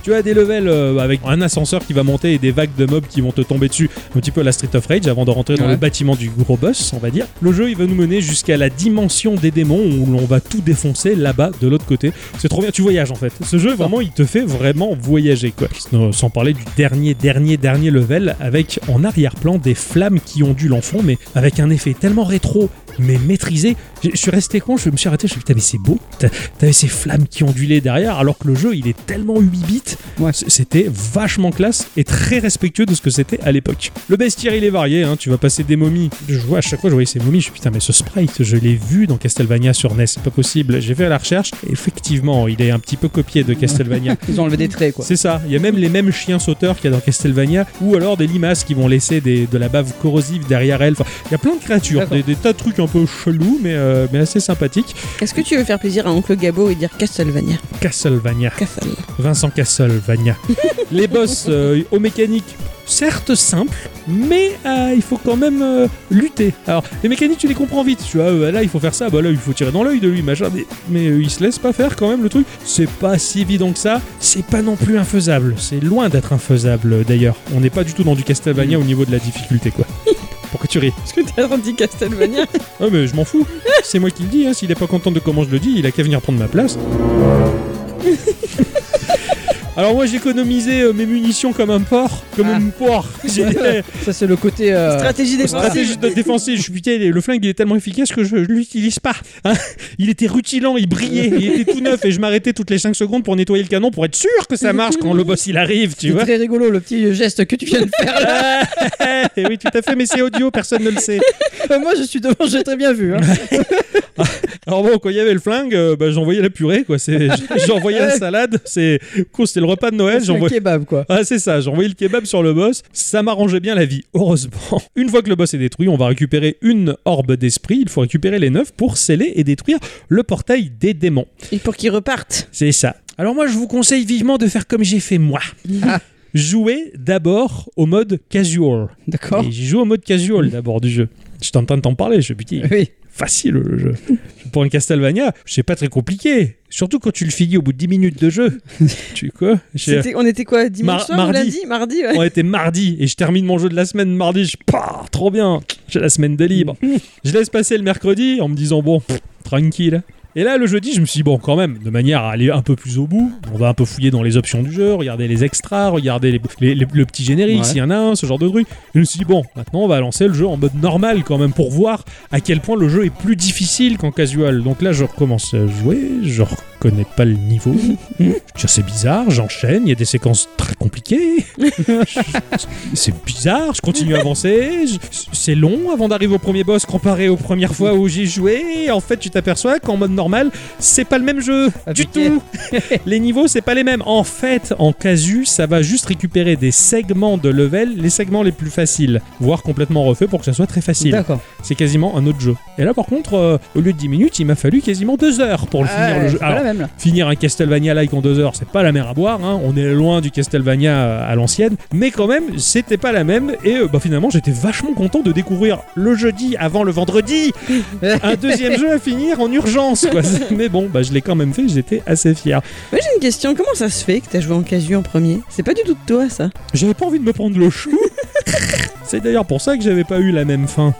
Speaker 2: tu as des levels euh, avec un ascenseur qui va monter et des vagues de mobs qui vont te tomber dessus, un petit peu à la Street of Rage avant de rentrer dans
Speaker 1: Ouais.
Speaker 2: le bâtiment du gros boss, on va dire. Le jeu il va nous mener jusqu'à la dimension des démons où l'on va tout défoncer là-bas de l'autre côté. C'est trop bien, tu voyages en fait. Ce jeu vraiment il te fait vraiment voyager quoi. Sans- Sans parler du dernier dernier dernier level avec en arrière-plan des flammes qui ondulent en fond mais avec un effet tellement rétro mais maîtrisé. J'ai- Je suis resté con, je me suis arrêté, je me suis dit putain mais c'est beau. T'as- T'avais ces flammes qui ondulaient derrière alors que le jeu il est tellement 8 bits
Speaker 1: Ouais.
Speaker 2: C- C'était vachement classe et très respectueux de ce que c'était à l'époque. Le bestiaire, il est varié. hein. Tu vas passer des momies. Je vois à chaque fois, je voyais ces momies. Je me suis dit, putain, mais ce sprite, je l'ai vu dans Castlevania sur NES. C'est pas possible. J'ai fait la recherche. Effectivement, il est un petit peu copié de Castlevania.
Speaker 1: Ils ont enlevé des traits quoi.
Speaker 2: C'est ça. Il y a même les mêmes chiens sauteurs qu'il y a dans Castlevania, ou alors des limaces qui vont laisser des- de la bave corrosive derrière elles. Enfin, il y a plein de créatures,
Speaker 1: D'accord.
Speaker 2: des, des tas de trucs un peu chelous, mais, euh, mais assez sympathiques.
Speaker 3: Est-ce que tu veux faire plaisir à Oncle Gabo et dire Castlevania
Speaker 2: Castlevania.
Speaker 3: Castle.
Speaker 2: Vincent Castlevania. les boss euh, aux mécaniques, certes simples, mais euh, il faut quand même euh, lutter. Alors, les mécaniques, tu les comprends vite. Tu vois, euh, là, il faut faire ça, bah là, il faut tirer dans l'œil de lui, machin. Mais, mais euh, il se laisse pas faire quand même le truc. C'est pas si évident que ça. C'est pas non plus infaisable. C'est loin d'être infaisable euh, d'ailleurs. On n'est pas du tout dans du Castlevania au niveau de la difficulté, quoi. Pourquoi tu ris
Speaker 3: Est-ce que t'as rendu Castlevania
Speaker 2: Ah, mais je m'en fous. C'est moi qui le dis. hein. S'il est pas content de comment je le dis, il a qu'à venir prendre ma place. Alors moi j'économisais euh, mes munitions comme un porc, comme
Speaker 1: Ah.
Speaker 2: un porc. J'ai des
Speaker 1: Ça c'est le côté. euh,
Speaker 3: Stratégie
Speaker 2: stratégies
Speaker 3: défensive.
Speaker 2: de défensive. Je suis putain, le flingue il est tellement efficace que je, je l'utilise pas. hein. il était rutilant, il brillait, il était tout neuf et je m'arrêtais toutes les 5 secondes pour nettoyer le canon pour être sûr que ça marche quand le boss il arrive, tu
Speaker 1: C'est
Speaker 2: vois.
Speaker 1: très rigolo le petit geste que tu viens de faire.
Speaker 2: Ah, eh oui tout à fait, mais c'est audio, personne ne le sait.
Speaker 1: Euh, Moi je suis devant, j'ai très bien vu. hein.
Speaker 2: Alors bon, quand il y avait le flingue, euh, bah, j'envoyais la purée, quoi. C'est, j'envoyais la salade. C'est, quoi, c'était le repas de Noël.
Speaker 1: C'est le
Speaker 2: J'envoyais.
Speaker 1: kebab quoi.
Speaker 2: Ah, c'est ça, j'envoyais le kebab sur le boss, ça m'arrangeait bien la vie, heureusement. Une fois que le boss est détruit, on va récupérer une orbe d'esprit, il faut récupérer les neuf pour sceller et détruire le portail des démons.
Speaker 3: Et pour qu'ils repartent.
Speaker 2: C'est ça. Alors moi, je vous conseille vivement de faire comme j'ai fait moi. jouer d'abord au mode casual.
Speaker 1: D'accord
Speaker 2: Et j'y joue au mode casual d'abord du jeu. Je t'entends t'en parler, je putain,
Speaker 1: Oui.
Speaker 2: facile le jeu. Pour un Castlevania, c'est pas très compliqué. Surtout quand tu le finis au bout de 10 minutes de jeu. tu quoi J'ai-
Speaker 3: C'était- On était quoi Dimanche
Speaker 2: Mar-
Speaker 3: soir ou
Speaker 2: mardi.
Speaker 3: lundi Mardi, ouais.
Speaker 2: On était mardi et je termine mon jeu de la semaine mardi. Je pars, trop bien. J'ai la semaine de libre. Je laisse passer le mercredi en me disant bon, pff, tranquille. Et là, le jeudi, je me suis dit, bon, quand même, de manière à aller un peu plus au bout, on va un peu fouiller dans les options du jeu, regarder les extras, regarder les, les- les- le petit générique,
Speaker 1: Ouais.
Speaker 2: s'il y en a un, ce genre de truc. Et je me suis dit, bon, maintenant, on va lancer le jeu en mode normal quand même pour voir à quel point le jeu est plus difficile qu'en casual. Donc là, je recommence à jouer, je reconnais pas le niveau. Je dis, c'est bizarre, j'enchaîne, il y a des séquences très compliquées. c'est bizarre, je continue à avancer, je- c'est long avant d'arriver au premier boss comparé aux premières fois où j'ai joué. En fait, tu t'aperçois qu'en mode normal, c'est pas le même jeu
Speaker 1: Ah,
Speaker 2: du
Speaker 1: putain.
Speaker 2: tout. les niveaux, c'est pas les mêmes. En fait, en casu, ça va juste récupérer des segments de level, les segments les plus faciles, voire complètement refaits pour que ça soit très facile
Speaker 1: D'accord.
Speaker 2: c'est quasiment un autre jeu. Et là, par contre, euh, au lieu de 10 minutes, il m'a fallu quasiment 2 heures pour le finir
Speaker 1: Ah,
Speaker 2: le jeu.
Speaker 1: c'est pas
Speaker 2: Alors,
Speaker 1: la même là.
Speaker 2: finir un Castlevania-like en 2 heures, c'est pas la mer à boire, hein. on est loin du Castlevania euh, à l'ancienne, mais quand même, c'était pas la même. Et euh, bah, finalement, j'étais vachement content de découvrir le jeudi avant le vendredi un deuxième jeu à finir en urgence. quoi. Mais bon, bah, je l'ai quand même fait, j'étais assez fier.
Speaker 3: Moi j'ai une question, comment ça se fait que t'as joué en casu en premier C'est pas du tout de toi ça.
Speaker 2: J'avais pas envie de me prendre le chou. C'est d'ailleurs pour ça que j'avais pas eu la même fin.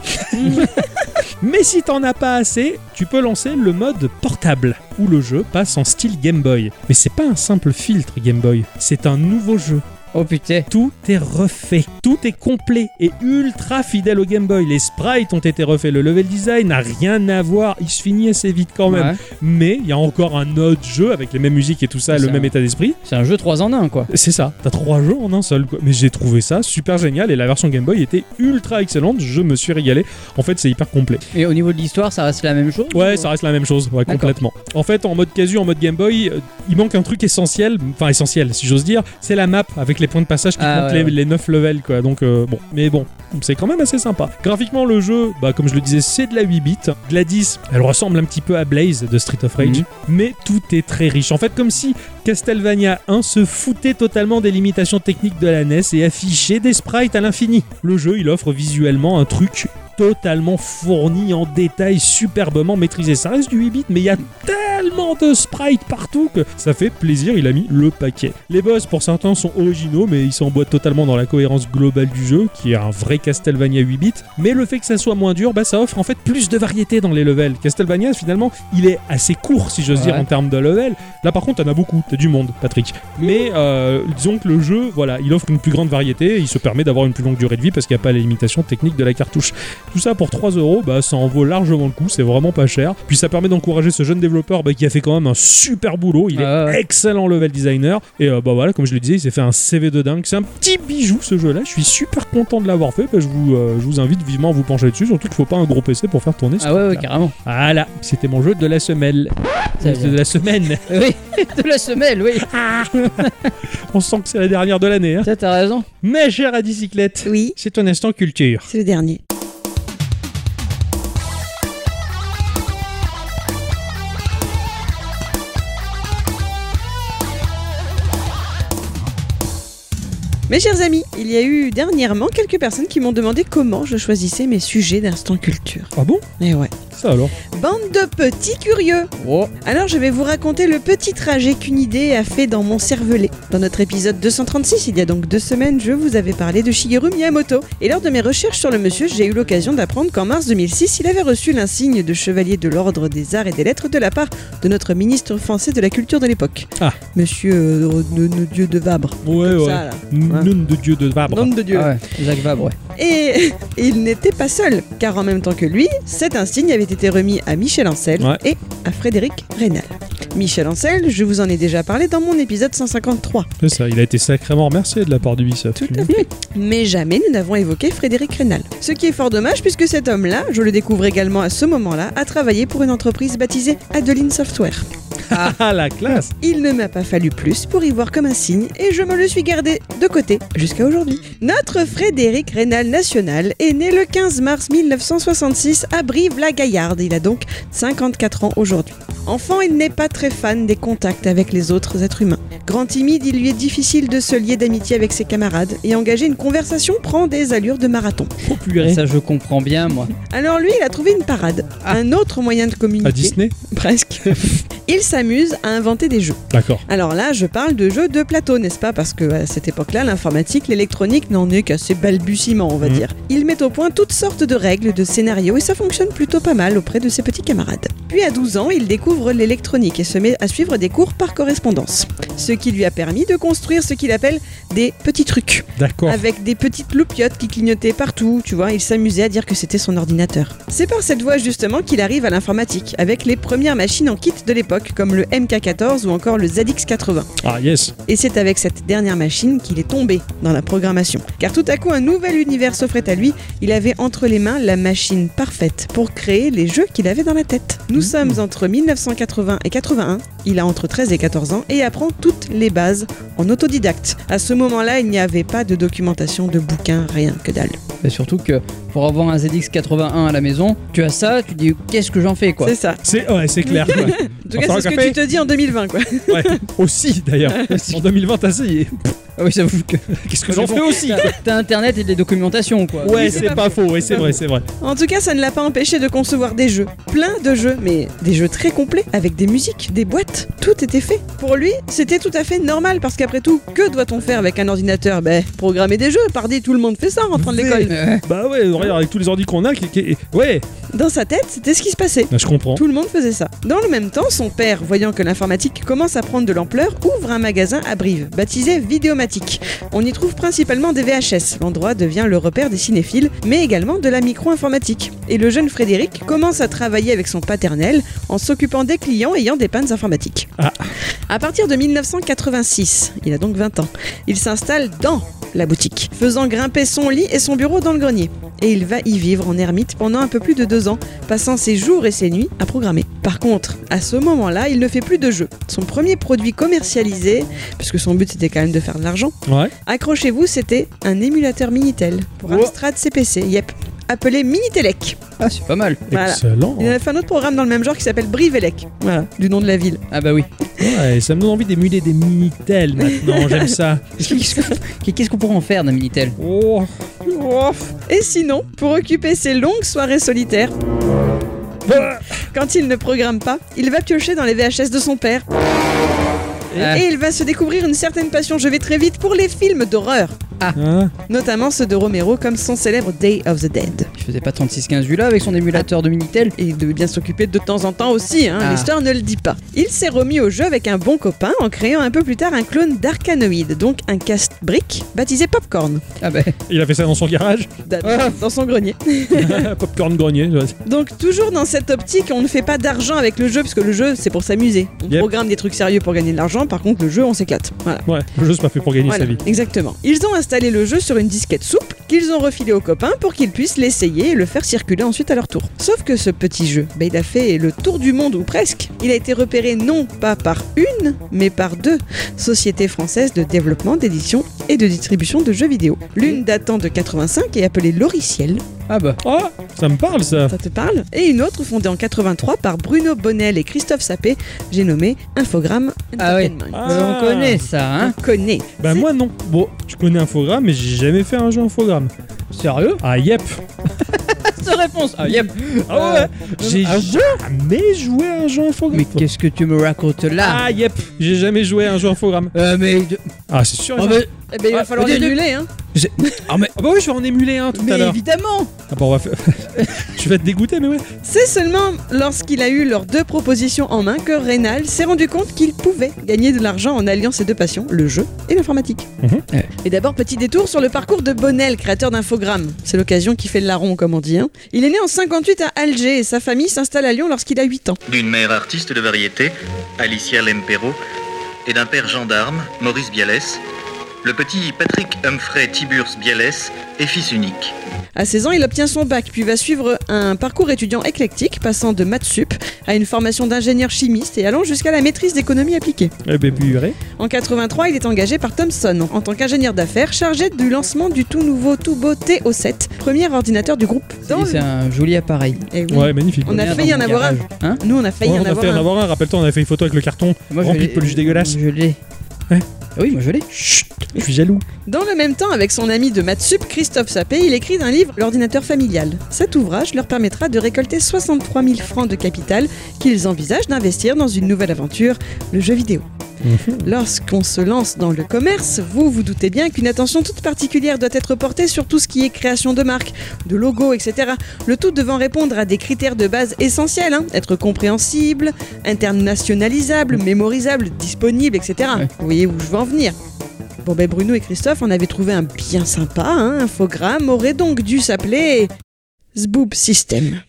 Speaker 2: Mais si t'en as pas assez, tu peux lancer le mode portable, où le jeu passe en style Game Boy. Mais c'est pas un simple filtre Game Boy, c'est un nouveau jeu.
Speaker 1: Oh putain.
Speaker 2: Tout est refait, tout est complet et ultra fidèle au Game Boy. Les sprites ont été refaits, le level design n'a rien à voir, il se finit assez vite quand même.
Speaker 1: Ouais.
Speaker 2: Mais il y a encore un autre jeu avec les mêmes musiques et tout ça,
Speaker 1: C'est
Speaker 2: le
Speaker 1: ça.
Speaker 2: même état d'esprit.
Speaker 1: C'est un jeu 3 en 1 quoi.
Speaker 2: C'est ça, t'as trois jeux en un seul. Quoi. Mais j'ai trouvé ça super génial et la version Game Boy était ultra excellente. Je me suis régalé. En fait, c'est hyper complet.
Speaker 1: Et au niveau de l'histoire, ça reste la même chose
Speaker 2: Ouais,
Speaker 1: ou-
Speaker 2: ça reste la même chose, ouais,
Speaker 1: D'accord.
Speaker 2: complètement. En fait, en mode casu, en mode Game Boy, euh, il manque un truc essentiel, enfin essentiel, si j'ose dire, c'est la map avec les points de passage qui
Speaker 1: Ah,
Speaker 2: comptent
Speaker 1: ouais,
Speaker 2: les,
Speaker 1: ouais.
Speaker 2: 9 levels, quoi. Donc euh, bon, mais bon, c'est quand même assez sympa. Graphiquement, le jeu, bah comme je le disais, c'est de la 8 bits. De la 10, elle ressemble un petit peu à Blaze de Street of Rage,
Speaker 1: Mhm.
Speaker 2: mais tout est très riche. En fait, comme si Castlevania 1 se foutait totalement des limitations techniques de la NES et affichait des sprites à l'infini. Le jeu, il offre visuellement un truc totalement fourni en détail, superbement maîtrisé. Ça reste du 8 bits, mais il y a tellement de sprites partout que ça fait plaisir, il a mis le paquet. Les boss, pour certains, sont originaux, mais ils s'emboîtent totalement dans la cohérence globale du jeu, qui est un vrai Castlevania 8 bits. Mais le fait que ça soit moins dur, bah, ça offre en fait plus de variété dans les levels. Castlevania, finalement, il est assez court, si j'ose dire,
Speaker 1: Ouais.
Speaker 2: en termes de level. Là, par contre, t'en as beaucoup, t'as du monde, Patrick. Mais euh, disons que le jeu, voilà, il offre une plus grande variété, et il se permet d'avoir une plus longue durée de vie parce qu'il n'y a pas les limitations techniques de la cartouche. Tout ça pour 3 euros, bah, ça en vaut largement le coup, c'est vraiment pas cher. Puis ça permet d'encourager ce jeune développeur bah, qui a fait quand même un super boulot. Il
Speaker 1: Ah
Speaker 2: est
Speaker 1: ouais.
Speaker 2: excellent level designer. Et euh, bah voilà, comme je le disais, il s'est fait un CV de dingue. C'est un petit bijou ce jeu-là. Je suis super content de l'avoir fait. Bah, je, vous, euh, je vous invite vivement à vous pencher dessus. Surtout qu'il faut pas un gros PC pour faire tourner ce
Speaker 1: Ah ouais, ouais,
Speaker 2: truc-là.
Speaker 1: carrément.
Speaker 2: Voilà, c'était mon jeu de la semaine.
Speaker 1: Ça
Speaker 2: De
Speaker 1: vient.
Speaker 2: la semaine.
Speaker 1: Oui, de la semelle, oui.
Speaker 2: On sent que c'est la dernière de l'année. hein.
Speaker 1: Ça, t'as raison.
Speaker 2: Ma chère à bicyclette,
Speaker 3: Oui,
Speaker 2: c'est ton instant culture.
Speaker 3: c'est le dernier. Mes chers amis, il y a eu dernièrement quelques personnes qui m'ont demandé comment je choisissais mes sujets d'instant culture.
Speaker 2: Ah bon
Speaker 3: Et ouais.
Speaker 2: Ça alors
Speaker 3: Bande de petits curieux
Speaker 1: Oh.
Speaker 3: Alors je vais vous raconter le petit trajet qu'une idée a fait dans mon cervelet. Dans notre épisode 236, il y a donc deux semaines, je vous avais parlé de Shigeru Miyamoto. Et lors de mes recherches sur le monsieur, j'ai eu l'occasion d'apprendre qu'en mars 2006, il avait reçu l'insigne de chevalier de l'ordre des arts et des lettres de la part de notre ministre français de la culture de l'époque.
Speaker 2: Ah.
Speaker 3: Monsieur euh, de- de- Dieu de Vabre.
Speaker 2: Ouais,
Speaker 3: Comme
Speaker 2: ouais. Ah,
Speaker 3: ça, là.
Speaker 2: Nom de Dieu de Vabre.
Speaker 3: Nom de Dieu.
Speaker 1: Ah ouais, Jacques Vabre, ouais.
Speaker 3: Et il n'était pas seul, car en même temps que lui, cet insigne avait été remis à Michel Ancel
Speaker 2: Ouais.
Speaker 3: et à Frédéric Reynal. Michel Ancel, je vous en ai déjà parlé dans mon épisode 153.
Speaker 2: C'est ça, il a été sacrément remercié de la part du Ubisoft.
Speaker 3: Tout à fait. Mmh. Mais jamais nous n'avons évoqué Frédéric Reynal. Ce qui est fort dommage puisque cet homme-là, je le découvre également à ce moment-là, a travaillé pour une entreprise baptisée Adeline Software.
Speaker 2: Ah, la classe
Speaker 3: Il ne m'a pas fallu plus pour y voir comme un signe et je me le suis gardé de côté jusqu'à aujourd'hui. Notre Frédéric Rénal National est né le 15 mars 1966 à Brive-la-Gaillarde. Il a donc 54 ans aujourd'hui. Enfant, il n'est pas très fan des contacts avec les autres êtres humains. Grand timide, il lui est difficile de se lier d'amitié avec ses camarades et engager une conversation prend des allures de marathon.
Speaker 2: purée.
Speaker 1: Ça, je comprends bien, moi.
Speaker 3: Alors lui, il a trouvé une parade, un autre moyen de
Speaker 2: À
Speaker 3: communiquer,
Speaker 2: Disney
Speaker 3: presque. Il s'amuse à inventer des jeux.
Speaker 2: D'accord.
Speaker 3: Alors là, je parle de jeux de plateau, n'est-ce pas Parce que à cette époque-là, l'informatique, l'électronique n'en est qu'à ses balbutiements, on va
Speaker 2: Mhm.
Speaker 3: dire. Ils mettent au point toutes sortes de règles, de scénarios, et ça fonctionne plutôt pas mal auprès de ses petits camarades. Puis à 12 ans, il découvre l'électronique et se met à suivre des cours par correspondance, ce qui lui a permis de construire ce qu'il appelle des petits trucs,
Speaker 2: D'accord.
Speaker 3: avec des petites loupiottes qui clignotaient partout, tu vois, il s'amusait à dire que c'était son ordinateur. C'est par cette voie justement qu'il arrive à l'informatique, avec les premières machines en kit de l'époque, comme le MK14 ou encore le ZX80.
Speaker 2: Ah, yes.
Speaker 3: Et c'est avec cette dernière machine qu'il est tombé dans la programmation. Car tout à coup, un nouvel univers s'offrait à lui. Il avait entre les mains la machine parfaite pour créer les jeux qu'il avait dans la tête. Nous sommes entre 1980 et 81. Il a entre 13 et 14 ans et apprend toutes les bases en autodidacte. À ce moment-là, il n'y avait pas de documentation, de bouquin, rien que dalle.
Speaker 1: Mais surtout que pour avoir un ZX81 à la maison, tu as ça, tu dis qu'est-ce que j'en fais, quoi.
Speaker 3: C'est ça.
Speaker 2: C'est ouais, c'est clair. quoi.
Speaker 3: En tout
Speaker 2: On
Speaker 3: cas,
Speaker 2: fera
Speaker 3: c'est ce
Speaker 2: un
Speaker 3: que
Speaker 2: café
Speaker 3: tu te dis en 2020, quoi.
Speaker 2: Ouais. Aussi, d'ailleurs. En 2020, t'as ça. et-
Speaker 1: Ah oui, ça vous que.
Speaker 2: Qu'est-ce que j'en
Speaker 1: bon,
Speaker 2: fais aussi
Speaker 1: t'as- T'as internet et des documentations, quoi.
Speaker 2: Ouais,
Speaker 3: c'est
Speaker 2: c'est
Speaker 3: pas
Speaker 2: pas faux. Ouais, c'est vrai, c'est vrai.
Speaker 3: En tout cas, ça ne l'a pas empêché de concevoir des jeux. Plein de jeux, mais des jeux très complets, avec des musiques, des boîtes, tout était fait. Pour lui, c'était tout à fait normal, parce qu'après tout, que doit-on faire avec un ordinateur Ben, programmer des jeux, pardi, tout le monde fait ça en rentrant de l'école.
Speaker 1: Euh,
Speaker 2: Bah ouais, regarde, avec tous les ordi qu'on a. qui- qui- Ouais,
Speaker 3: Dans sa tête, c'était ce qui se passait.
Speaker 2: Bah, je comprends.
Speaker 3: Tout le monde faisait ça. Dans le même temps, son père, voyant que l'informatique commence à prendre de l'ampleur, ouvre un magasin à Brive, baptisé Vidéomatique. On y trouve principalement des VHS. L'endroit devient le repère des cinéphiles, mais également de la micro-informatique. Et le jeune Frédéric commence à travailler avec son paternel en s'occupant des clients ayant des pannes informatiques.
Speaker 2: Ah.
Speaker 3: À partir de 1986, il a donc 20 ans, il s'installe dans la boutique, faisant grimper son lit et son bureau dans le grenier. Et il va y vivre en ermite pendant un peu plus de deux ans, passant ses jours et ses nuits à programmer. Par contre, à ce moment-là, il ne fait plus de jeux. Son premier produit commercialisé, puisque son but c'était quand même de faire de l'argent,
Speaker 2: Ouais.
Speaker 3: accrochez-vous, c'était un émulateur Minitel pour
Speaker 1: Oh.
Speaker 3: Amstrad CPC, yep, appelé Minitelec.
Speaker 1: Ah, c'est pas mal.
Speaker 3: Voilà. Euh.
Speaker 2: Excellent.
Speaker 3: Il en a fait un autre programme dans le même genre qui s'appelle Brivelec, voilà, du nom de la ville.
Speaker 1: Ah bah oui.
Speaker 2: Ouais, ça me donne envie d'émuler des Minitel maintenant. J'aime ça.
Speaker 1: Qu'est-ce qu'on- qu'est-ce qu'on pourrait en faire d'un Minitel
Speaker 2: Oh.
Speaker 3: Et sinon, pour occuper ses longues soirées solitaires, quand il ne programme pas, il va piocher dans les VHS de son père
Speaker 1: Ah,
Speaker 3: et il va se découvrir une certaine passion, je vais très vite, pour les films d'horreur,
Speaker 2: Hein
Speaker 3: notamment ceux de Romero comme son célèbre Day of the Dead.
Speaker 1: Il faisait pas 3615 vu là avec son émulateur de Minitel
Speaker 3: Et il devait bien s'occuper de temps en temps aussi, hein,
Speaker 1: Ah.
Speaker 3: l'histoire ne le dit pas. Il s'est remis au jeu avec un bon copain en créant un peu plus tard un clone d'Arcanoid, donc un casse-brique baptisé Popcorn,
Speaker 1: Ah bah.
Speaker 2: Il a fait ça dans son garage.
Speaker 3: d- dans son grenier.
Speaker 2: Popcorn grenier. ouais.
Speaker 3: Donc toujours dans cette optique, on ne fait pas d'argent avec le jeu, parce que le jeu c'est pour s'amuser. On
Speaker 2: Yep.
Speaker 3: programme des trucs sérieux pour gagner de l'argent, par contre le jeu on s'éclate. Voilà.
Speaker 2: Ouais, le jeu c'est pas fait pour gagner
Speaker 3: Voilà,
Speaker 2: sa vie.
Speaker 3: exactement. Ils ont installé le jeu sur une disquette souple qu'ils ont refilé aux copains pour qu'ils puissent l'essayer et le faire circuler ensuite à leur tour. Sauf que ce petit jeu, bah, il a fait le tour du monde ou presque. Il a été repéré non pas par une, mais par deux sociétés françaises de développement, d'édition et de distribution de jeux vidéo. L'une datant de 85 et appelée Loriciel,
Speaker 1: Ah bah.
Speaker 2: Oh, ça me parle ça.
Speaker 3: ça te parle Et une autre fondée en 83 par Bruno Bonnel et Christophe Sapé, j'ai nommé Infogramme
Speaker 1: Ah ouais.
Speaker 3: Entertainment.
Speaker 2: Ah.
Speaker 1: On connaît ça, hein
Speaker 3: On connaît.
Speaker 2: Bah
Speaker 3: C'est-
Speaker 2: moi non. Bon, je connais Infogramme, mais j'ai jamais fait un jeu Infogramme.
Speaker 1: Sérieux
Speaker 2: Ah yep.
Speaker 1: Cette réponse Ah yep
Speaker 2: Ah ouais. J'ai
Speaker 1: Ah.
Speaker 2: jamais joué à un jeu Infogramme.
Speaker 1: Mais qu'est-ce que tu me racontes là
Speaker 2: Ah yep. J'ai jamais joué à un jeu Infogramme.
Speaker 1: Euh, mais.
Speaker 2: Ah c'est sûr.
Speaker 1: Ah
Speaker 2: et
Speaker 1: bah,
Speaker 2: certain.
Speaker 3: Eh ben, il va
Speaker 1: Ah,
Speaker 3: falloir
Speaker 1: mais-
Speaker 3: l'émuler, hein
Speaker 2: Ah, mais- ah bah oui, je vais en émuler un tout
Speaker 1: mais
Speaker 2: à l'heure.
Speaker 1: évidemment
Speaker 2: Ah bah on va faire. tu vas te dégoûter, mais ouais.
Speaker 3: C'est seulement lorsqu'il a eu leurs deux propositions en main que Reynal s'est rendu compte qu'il pouvait gagner de l'argent en alliant ses deux passions, le jeu et l'informatique.
Speaker 2: Mhm.
Speaker 1: Ouais.
Speaker 3: Et d'abord, petit détour sur le parcours de Bonnel, créateur d'infogrammes. C'est l'occasion qui fait le larron, comme on dit. hein. Il est né en 58 à Alger et sa famille s'installe à Lyon lorsqu'il a 8 ans.
Speaker 6: d'une mère artiste de variété, Alicia Lempero, et d'un père gendarme, Maurice Bialès, Le petit Patrick Humphrey Tiburce Bialès est fils unique.
Speaker 3: À 16 ans, il obtient son bac, puis va suivre un parcours étudiant éclectique, passant de maths sup à une formation d'ingénieur chimiste et allant jusqu'à la maîtrise d'économie appliquée.
Speaker 2: Eh ben, purée.
Speaker 3: En 83, il est engagé par Thomson en tant qu'ingénieur d'affaires chargé du lancement du tout nouveau tout beau TO7, premier ordinateur du groupe. Dans
Speaker 1: Et C'est
Speaker 3: le-
Speaker 1: un joli appareil.
Speaker 3: Eh oui.
Speaker 2: Ouais, magnifique.
Speaker 3: On a
Speaker 1: Merde,
Speaker 3: failli
Speaker 1: dans
Speaker 3: en
Speaker 1: mon
Speaker 3: avoir un.
Speaker 1: garage. Hein
Speaker 3: Nous, on a failli
Speaker 2: Ouais,
Speaker 3: en
Speaker 2: on a
Speaker 3: avoir
Speaker 2: fait en
Speaker 3: un.
Speaker 2: avoir un, rappelle-toi, on a fait une photo avec le carton.
Speaker 1: Moi,
Speaker 2: Rempli
Speaker 1: je
Speaker 2: de
Speaker 1: l'ai-
Speaker 2: peluche dégueulasse.
Speaker 1: Je l'ai.
Speaker 2: Ouais.
Speaker 1: Ah oui, moi je l'ai.
Speaker 2: Chut, je suis jaloux.
Speaker 3: Dans le même temps, avec son ami de maths sup, Christophe Sapé, il écrit un livre, L'ordinateur familial. Cet ouvrage leur permettra de récolter 63 000 francs de capital qu'ils envisagent d'investir dans une nouvelle aventure, le jeu vidéo. Lorsqu'on se lance dans le commerce, vous vous doutez bien qu'une attention toute particulière doit être portée sur tout ce qui est création de marque, de logo, etc. Le tout devant répondre à des critères de base essentiels, hein. être compréhensible, internationalisable, mémorisable, disponible, etc.
Speaker 1: Ouais.
Speaker 3: Vous voyez où je veux en venir Bon ben Bruno et Christophe en avaient trouvé un bien sympa, hein, infogramme aurait donc dû s'appeler Zboob System.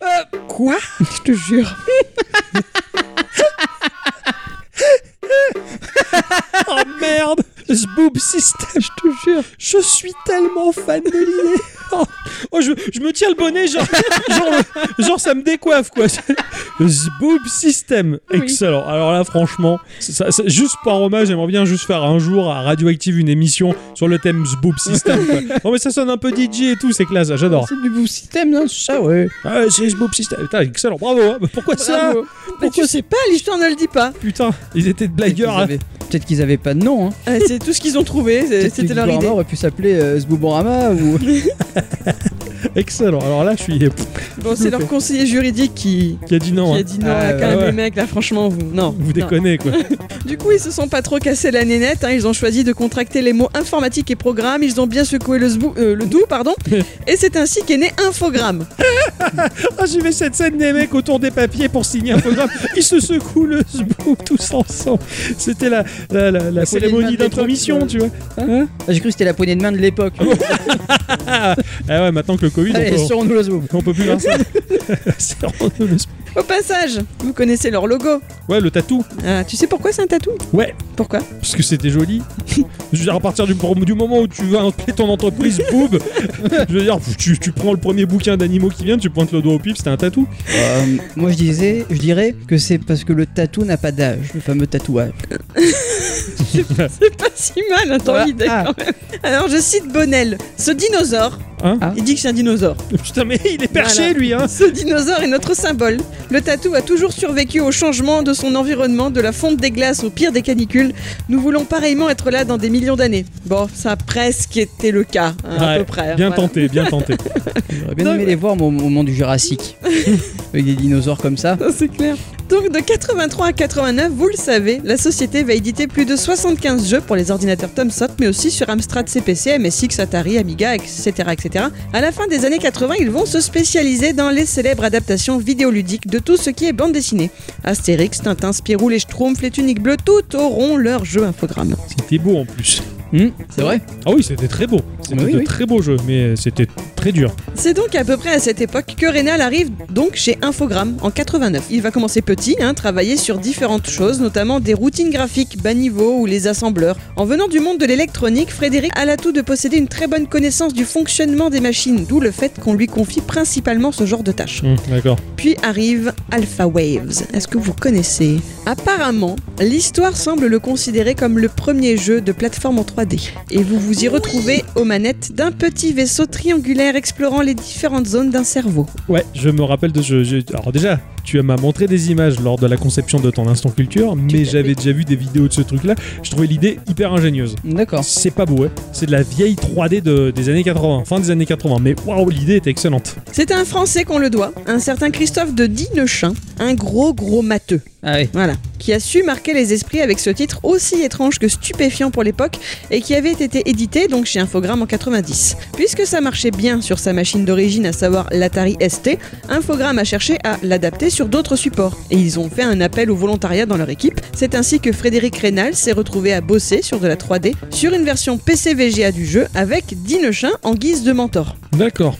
Speaker 3: quoi Je te jure.
Speaker 2: Oh merde Ce boob system, je te jure, je suis tellement fan de l'idée. Oh, oh, je, je me tiens le bonnet, genre, genre, genre, ça me décoiffe quoi. Ce boob system, excellent. Alors là, franchement, ça- ça- juste par hommage, j'aimerais bien juste faire un jour à Radioactive une émission sur le thème ce boob system. quoi. Non mais ça sonne un peu DJ et tout, c'est classe, j'adore.
Speaker 1: C'est du beau système, non Ça, ouais.
Speaker 2: Ah, c'est ce boob system, putain, excellent, bravo. hein. Pourquoi ça
Speaker 1: Bravo.
Speaker 3: Mais tu sais pas, l'histoire ne le dit pas.
Speaker 2: Putain, ils étaient de
Speaker 1: Peut-être qu'ils
Speaker 2: blagueurs. hein.
Speaker 1: avaient- peut-être qu'ils avaient pas de nom. Hein.
Speaker 3: Euh, c'est tout ce qu'ils ont trouvé, c'est-
Speaker 1: Peut-être
Speaker 3: c'était
Speaker 1: que
Speaker 3: leur
Speaker 1: Gikorama
Speaker 3: idée.
Speaker 1: aurait pu s'appeler euh, Zbouborama ou.
Speaker 2: Excellent. Alors là, je suis
Speaker 3: Bon, c'est leur conseiller juridique qui,
Speaker 2: qui a dit non.
Speaker 3: qui a
Speaker 2: hein.
Speaker 3: dit non,
Speaker 1: Ah,
Speaker 3: là, quand même,
Speaker 2: ouais.
Speaker 3: les mecs, là, franchement, vous. Non.
Speaker 2: Vous
Speaker 3: non.
Speaker 2: déconnez quoi.
Speaker 3: Du coup, ils se sont pas trop cassés la nénette, hein, ils ont choisi de contracter les mots informatique et programme, ils ont bien secoué le, zbou- euh, le doux, pardon, et c'est ainsi qu'est né Infogramme.
Speaker 2: Ah, j'ai vu cette scène des mecs autour des papiers pour signer un programme. Ils se secouent le zbou tous ensemble. C'était la, la, la, la
Speaker 1: C'est les mains
Speaker 2: cérémonie
Speaker 1: des
Speaker 2: d'intromission,
Speaker 1: trucs,
Speaker 2: tu vois.
Speaker 1: Ah, J'ai cru que c'était la poignée de main de l'époque.
Speaker 2: Ah, ah ouais, maintenant que le Covid,
Speaker 1: Allez,
Speaker 2: on, peut,
Speaker 1: sur nous le Zboub.
Speaker 2: on peut plus faire ça. C'est vraiment le zbou.
Speaker 3: Au passage, vous connaissez leur logo.
Speaker 2: ouais, le tatou.
Speaker 3: Ah, tu sais pourquoi c'est un tatou
Speaker 2: Ouais,
Speaker 3: Pourquoi
Speaker 2: parce que c'était joli. Je veux dire, à partir du, du moment où tu vas appeler ton entreprise Boob, je veux dire, tu, tu prends le premier bouquin d'animaux qui vient, tu pointes le doigt au pif, c'était un tatou.
Speaker 1: Euh, moi je disais, je dirais que c'est parce que le tatou n'a pas d'âge, le fameux tatouage.
Speaker 3: C'est pas si mal, hein, dans
Speaker 1: Voilà.
Speaker 3: l'idée
Speaker 1: Ah.
Speaker 3: quand même. Alors, je cite Bonnel. Ce dinosaure,
Speaker 2: Hein
Speaker 1: Ah.
Speaker 3: il dit que c'est un dinosaure.
Speaker 2: Putain, mais il est perché,
Speaker 3: Voilà.
Speaker 2: lui, hein.
Speaker 3: Ce dinosaure est notre symbole. Le tatou a toujours survécu au changement de son environnement, de la fonte des glaces au pire des canicules. Nous voulons pareillement être là dans des millions d'années. Bon, ça a presque été le cas, hein, à
Speaker 2: Ouais,
Speaker 3: peu près.
Speaker 2: Bien
Speaker 3: voilà.
Speaker 2: tenté, bien tenté.
Speaker 1: J'aurais bien
Speaker 3: Non,
Speaker 1: aimé
Speaker 3: mais-
Speaker 1: les voir moi, au moment du Jurassique. Avec des dinosaures comme ça.
Speaker 3: Ça, C'est clair. Donc de 83 à 89, vous le savez, la société va éditer plus de 75 jeux pour les ordinateurs Thomson, mais aussi sur Amstrad CPC, MSX, Atari, Amiga, etc., etc. À la fin des années 80, ils vont se spécialiser dans les célèbres adaptations vidéoludiques de tout ce qui est bande dessinée. Astérix, Tintin, Spirou, les Schtroumpfs, les Tuniques Bleues, tout auront leur jeu infogramme.
Speaker 2: C'était beau en plus.
Speaker 1: Hmm, c'est vrai
Speaker 2: Ah oui, c'était très beau. C'était
Speaker 1: oui,
Speaker 2: de
Speaker 1: oui.
Speaker 2: très beaux jeux, mais c'était très dur.
Speaker 3: C'est donc à peu près à cette époque que Rénal arrive donc chez Infogrames en 89. Il va commencer petit, hein, travailler sur différentes choses, notamment des routines graphiques bas niveau ou les assembleurs. En venant du monde de l'électronique, Frédéric a l'atout de posséder une très bonne connaissance du fonctionnement des machines, d'où le fait qu'on lui confie principalement ce genre de tâches.
Speaker 2: Hum, D'accord.
Speaker 3: Puis arrive Alpha Waves. Est-ce que vous connaissez Apparemment, l'histoire semble le considérer comme le premier jeu de plateforme en 3D. Et vous vous y retrouvez aux manettes d'un petit vaisseau triangulaire explorant les différentes zones d'un cerveau.
Speaker 2: Ouais, je me rappelle de ce jeu. Alors déjà, tu m'as montré des images lors de la conception de ton instant culture, mais
Speaker 3: fait.
Speaker 2: j'avais déjà vu des vidéos de ce truc-là. Je trouvais l'idée hyper ingénieuse.
Speaker 1: D'accord.
Speaker 2: C'est pas beau, hein. C'est de la vieille 3D de- des années 80, fin des années 80. Mais waouh, l'idée était excellente.
Speaker 3: C'est à un Français qu'on le doit, un certain Christophe de Dinechin, un gros gros matheux.
Speaker 1: Ah oui.
Speaker 3: Voilà, qui a su marquer les esprits avec ce titre aussi étrange que stupéfiant pour l'époque et qui avait été édité donc chez Infogrames en 90. Puisque ça marchait bien sur sa machine d'origine, à savoir l'Atari ST, Infogrames a cherché à l'adapter sur d'autres supports et ils ont fait un appel au volontariat dans leur équipe C'est ainsi que Frédéric Reynal s'est retrouvé à bosser sur de la 3D sur une version PC VGA du jeu avec Dinechin en guise de mentor.
Speaker 2: D'accord.